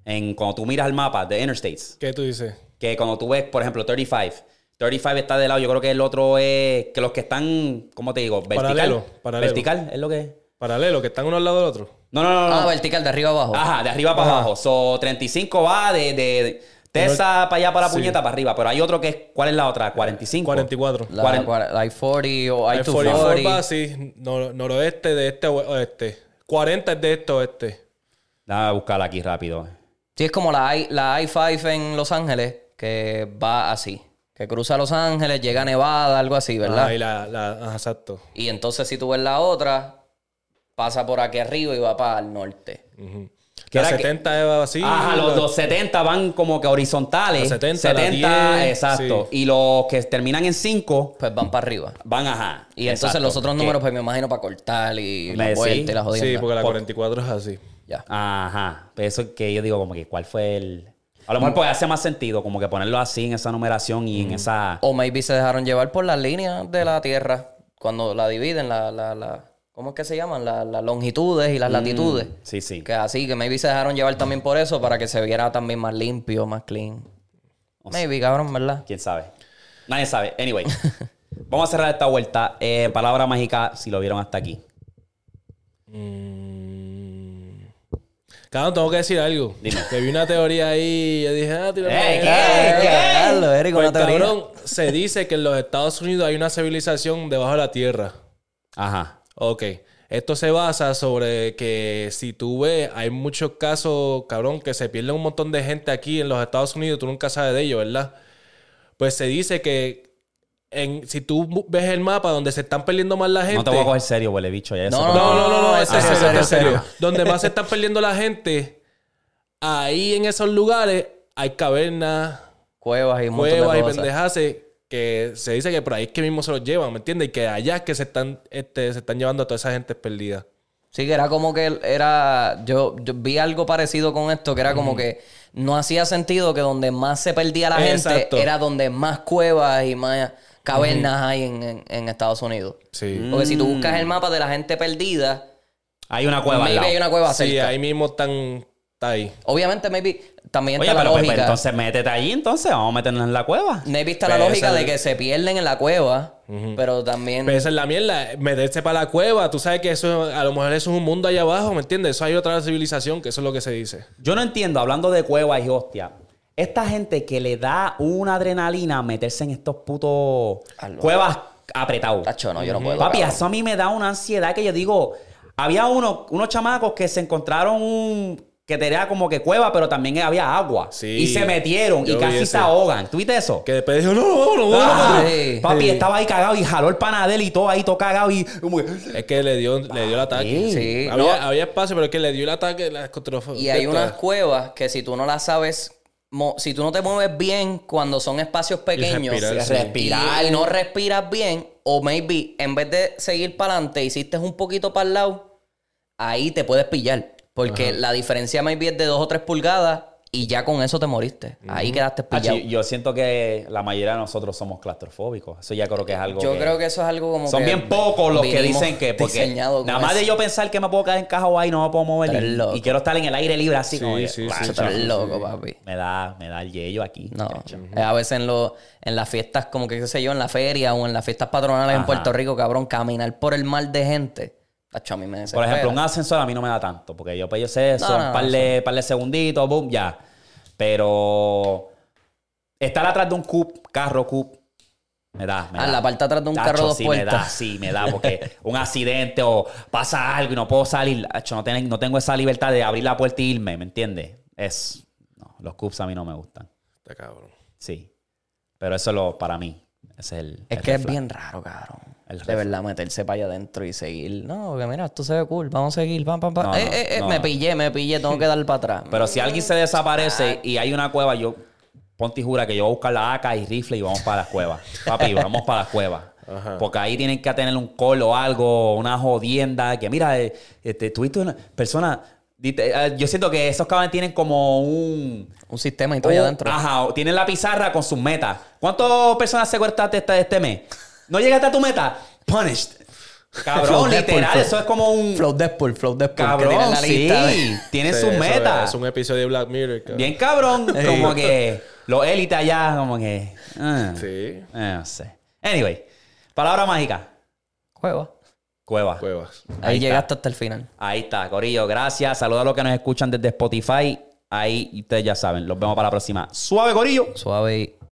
C: En, cuando tú miras el mapa de Interstates.
B: ¿Qué tú dices?
C: Que cuando tú ves, por ejemplo, 35. 35 está de lado. Yo creo que el otro es. Que los que están, ¿cómo te digo? Vertical.
B: Paralelo, paralelo.
C: Vertical es lo que es.
B: Paralelo, que están uno al lado del otro.
C: No, no, no, no.
A: Ah, vertical, de arriba
B: Oh.
A: abajo.
C: Ajá, de arriba para abajo. So, 35 va de, de, de Tesa para allá para la puñeta para arriba. Pero hay otro que es. ¿Cuál es la otra? 45.
B: 44.
A: La,
C: cuaren-
A: cuaren- la I-40 o
B: Hay 44 va
A: I-240.
B: así, nor- noroeste de este a oeste. 40 es de este a oeste.
C: Déjame buscarla aquí rápido.
A: Sí, es como la, I, la I-5 en Los Ángeles, que va así. Que cruza Los Ángeles, llega a Nevada, algo así, ¿verdad?
B: Ah, y la, la- ajá, exacto.
A: y entonces si tú ves la otra, pasa por aquí arriba y va para el norte.
B: Ujú.
C: ¿Qué
B: La
C: era que-
B: 70 va así.
C: Ajá, los,
B: la-
C: los 70 van como que horizontales.
B: Los 70, la 10,
C: exacto. Y los que terminan en 5
A: Pues van para arriba.
C: van ajá.
A: Y entonces
C: exacto.
A: los otros
C: Que-
A: números, pues me imagino para cortar y
C: Me
A: la
C: sí.
A: vuelta y las
B: Sí,
A: jodiendas.
B: porque la 44 es así.
A: Ya.
C: Ajá. Pero eso que yo digo, como que cuál fue el. A lo mejor pues hace más sentido, como que ponerlo así en esa numeración y
B: Mm.
C: en esa.
A: O maybe se dejaron llevar por las líneas de la Tierra. Cuando la dividen, la, la, la- ¿Cómo es que se llaman? La- las longitudes y
C: Mm.
A: las latitudes.
C: Sí, sí.
A: Que así, que maybe se dejaron llevar también por eso para que se viera también más limpio, más clean. Maybe, cabrón, ¿verdad?
C: ¿Quién sabe? Nadie sabe. Anyway, vamos a cerrar esta vuelta. Eh, palabra mágica, si lo vieron hasta aquí.
B: Mm. Cabrón, tengo que decir algo. Que vi una teoría ahí y yo dije, ah, tira
C: Eh,
B: pa'
C: ¿qué?
B: allá.
C: ¿Qué?
A: Carlos, Eric,
B: Pues,
A: una teoría.
B: cabrón, se dice que en los Estados Unidos hay una civilización debajo de la tierra.
C: Ajá.
B: Ok. Esto se basa sobre que si tú ves, hay muchos casos, cabrón, que se pierde un montón de gente aquí en los Estados Unidos, tú nunca sabes de ellos, ¿verdad? Pues se dice que en, si tú bu- ves el mapa donde se están perdiendo más la gente.
C: No te voy a coger serio, huele bicho. Ya eso,
A: No,
B: No,
C: pero-
B: no, no, no,
A: Ah,
B: este es
A: en
B: serio,
A: serio,
B: este es serio.
A: en
B: Donde más se están perdiendo la gente, ahí en esos lugares hay cavernas,
A: Cuevas y un montón de
B: cuevas y
A: cosas.
B: pendejaces que se dice que por ahí es que mismo se los llevan, ¿me entiendes? Y que allá es que se están, este, se están llevando a toda esa gente perdida.
A: Sí, que era como que era. Yo, yo vi algo parecido con esto, que era como que no hacía sentido que donde más se perdía la
B: Exacto.
A: gente era donde más cuevas y más cavernas hay en, en- en Estados Unidos.
B: Sí.
A: Porque si tú buscas el mapa de la gente perdida,
C: Hay una cueva al
A: maybe
C: lado.
A: hay una cueva
B: Sí,
A: cerca.
B: ahí mismo están, está ahí.
A: Obviamente, maybe también
C: Oye,
A: está
C: pero
A: la
C: pues,
A: lógica.
C: pues, entonces métete ahí, entonces. Vamos a meternos en la cueva.
A: Maybe está la
B: Pero
A: lógica
B: esa-
A: de que se pierden en la cueva, pero también.
B: Pero Pues esa es la mierda, meterse para la cueva, tú sabes que eso, a lo mejor eso es un mundo allá abajo, ¿me entiendes? Eso hay otra civilización, que eso es lo que se dice.
C: Yo no entiendo, hablando de cuevas y hostia, esta gente que le da una adrenalina meterse en estos putos
A: Aló.
C: cuevas apretados.
A: Tacho, no, yo no puedo,
C: Papi,
A: cabrón.
C: eso a mí me da una ansiedad que yo digo, había uno, unos chamacos que se encontraron un que tenía como que cueva, pero también había agua.
B: Sí.
C: y se metieron y
B: Yo vi
C: casi
B: eso.
C: se ahogan. ¿Tú viste eso?
B: Que después dijo, no, no, no, no, no.
A: Ah,
C: Ah,
A: sí.
C: Papi
A: Sí.
C: estaba ahí cagado y jaló el panadel y todo ahí, todo cagado y como que-
B: Es que le dio, le dio el ataque.
A: Sí.
B: Había, había espacio, pero es que le dio el ataque. La escotrofa-
A: Y hay
B: esta.
A: unas cuevas que si tú no las sabes, mo- si tú no te mueves bien cuando son espacios pequeños,
B: respirar, sí.
A: y, y no respiras bien, o maybe en vez de seguir para adelante, hiciste un poquito para el lado, ahí te puedes pillar. Porque la diferencia maybe es de dos o tres pulgadas y ya con eso te moriste. Ahí quedaste
C: Ah,
A: pillado.
C: chi- yo siento que la mayoría de nosotros somos claustrofóbicos. Eso ya creo que es algo
A: Yo creo que eso es algo como
C: Son
A: que
C: bien pocos los que
A: vinimos
C: dicen que porque
A: diseñados
C: nada
A: con
C: más de
A: eso.
C: yo pensar que me puedo caer en caja ahí no me puedo mover
A: Estás loco.
C: y, y quiero estar en el aire libre así
B: Sí,
C: como que,
B: sí, sí,
C: "Bah,
A: Eso
C: chacho,
A: está loco, papi.
C: me da me da el yello aquí.
A: No, eh, a veces en, lo- en las fiestas, como que qué sé yo, en la feria o en las fiestas patronales en
C: Ajá.
A: Puerto Rico, cabrón, caminar por el mar de gente. Tacho, a mí me
C: Por
A: desespera.
C: ejemplo, un ascensor a mí no me da tanto porque yo pues yo sé eso,
A: No, no,
C: un
A: no,
C: par de, par de segunditos, boom, ya. Pero estar atrás de un cup, carro cup me da, me
A: Ah,
C: da.
A: la parte de atrás de un
C: Tacho,
A: carro dos
C: sí Me da,
A: puertas.
C: sí, me da, porque un accidente o pasa algo y no puedo salir. Tacho, no, tienen- no tengo esa libertad de abrir la puerta y irme, ¿me entiendes? Es. No, los cups a mí no me gustan.
B: Está cabrón.
C: Sí. Pero eso es lo para mí. Ese es el.
A: Es
C: el
A: que es
C: reflejo.
A: bien raro, cabrón.
C: El
A: de
C: reflejo.
A: verdad, meterse para allá adentro y seguir. No, que mira, esto se ve cool, vamos a seguir, pam, pam, pam.
C: No,
A: eh,
C: no,
A: eh, eh,
C: no,
A: me
C: no.
A: pillé, me pillé, tengo que dar para atrás.
C: Pero si alguien se desaparece y hay una cueva, yo. Ponte y jura que yo voy a buscar la AK y rifle y vamos para las cuevas. Papi, vamos para las cuevas. Porque ahí tienen que tener un call o algo, una jodienda. Que mira, eh, este, tuviste una persona. dite- eh, Yo siento que esos cabrones tienen como un.
A: un sistema y todo allá
C: un-
A: adentro.
C: Ajá, o tienen la pizarra con sus metas. ¿Cuántas personas secuestraste este, este mes? ¿No llegaste a tu meta? Punished.
A: Flow Deadpool,
C: Cabrón, literal,
A: flow.
C: eso es como un.
A: Flow Deadpool, Flow Deadpool. que tiene
C: Cabrón,
A: la
C: sí.
A: lista de-
C: Tienen
B: Sí,
C: sus
B: eso
C: metas.
B: Es, un episodio de Black Mirror. cabrón.
C: Bien cabrón, como que los élites allá, como que. ah,
B: Sí.
C: ah, no sé. Anyway, palabra mágica:
A: Cueva.
C: cueva.
B: Cuevas.
A: Ahí,
C: Ahí está.
A: llegaste hasta el final.
C: Ahí está, Corillo, gracias. Saludos a los que nos escuchan desde Spotify. Ahí ustedes ya saben, los vemos para la próxima. Suave, Corillo.
A: Suave y.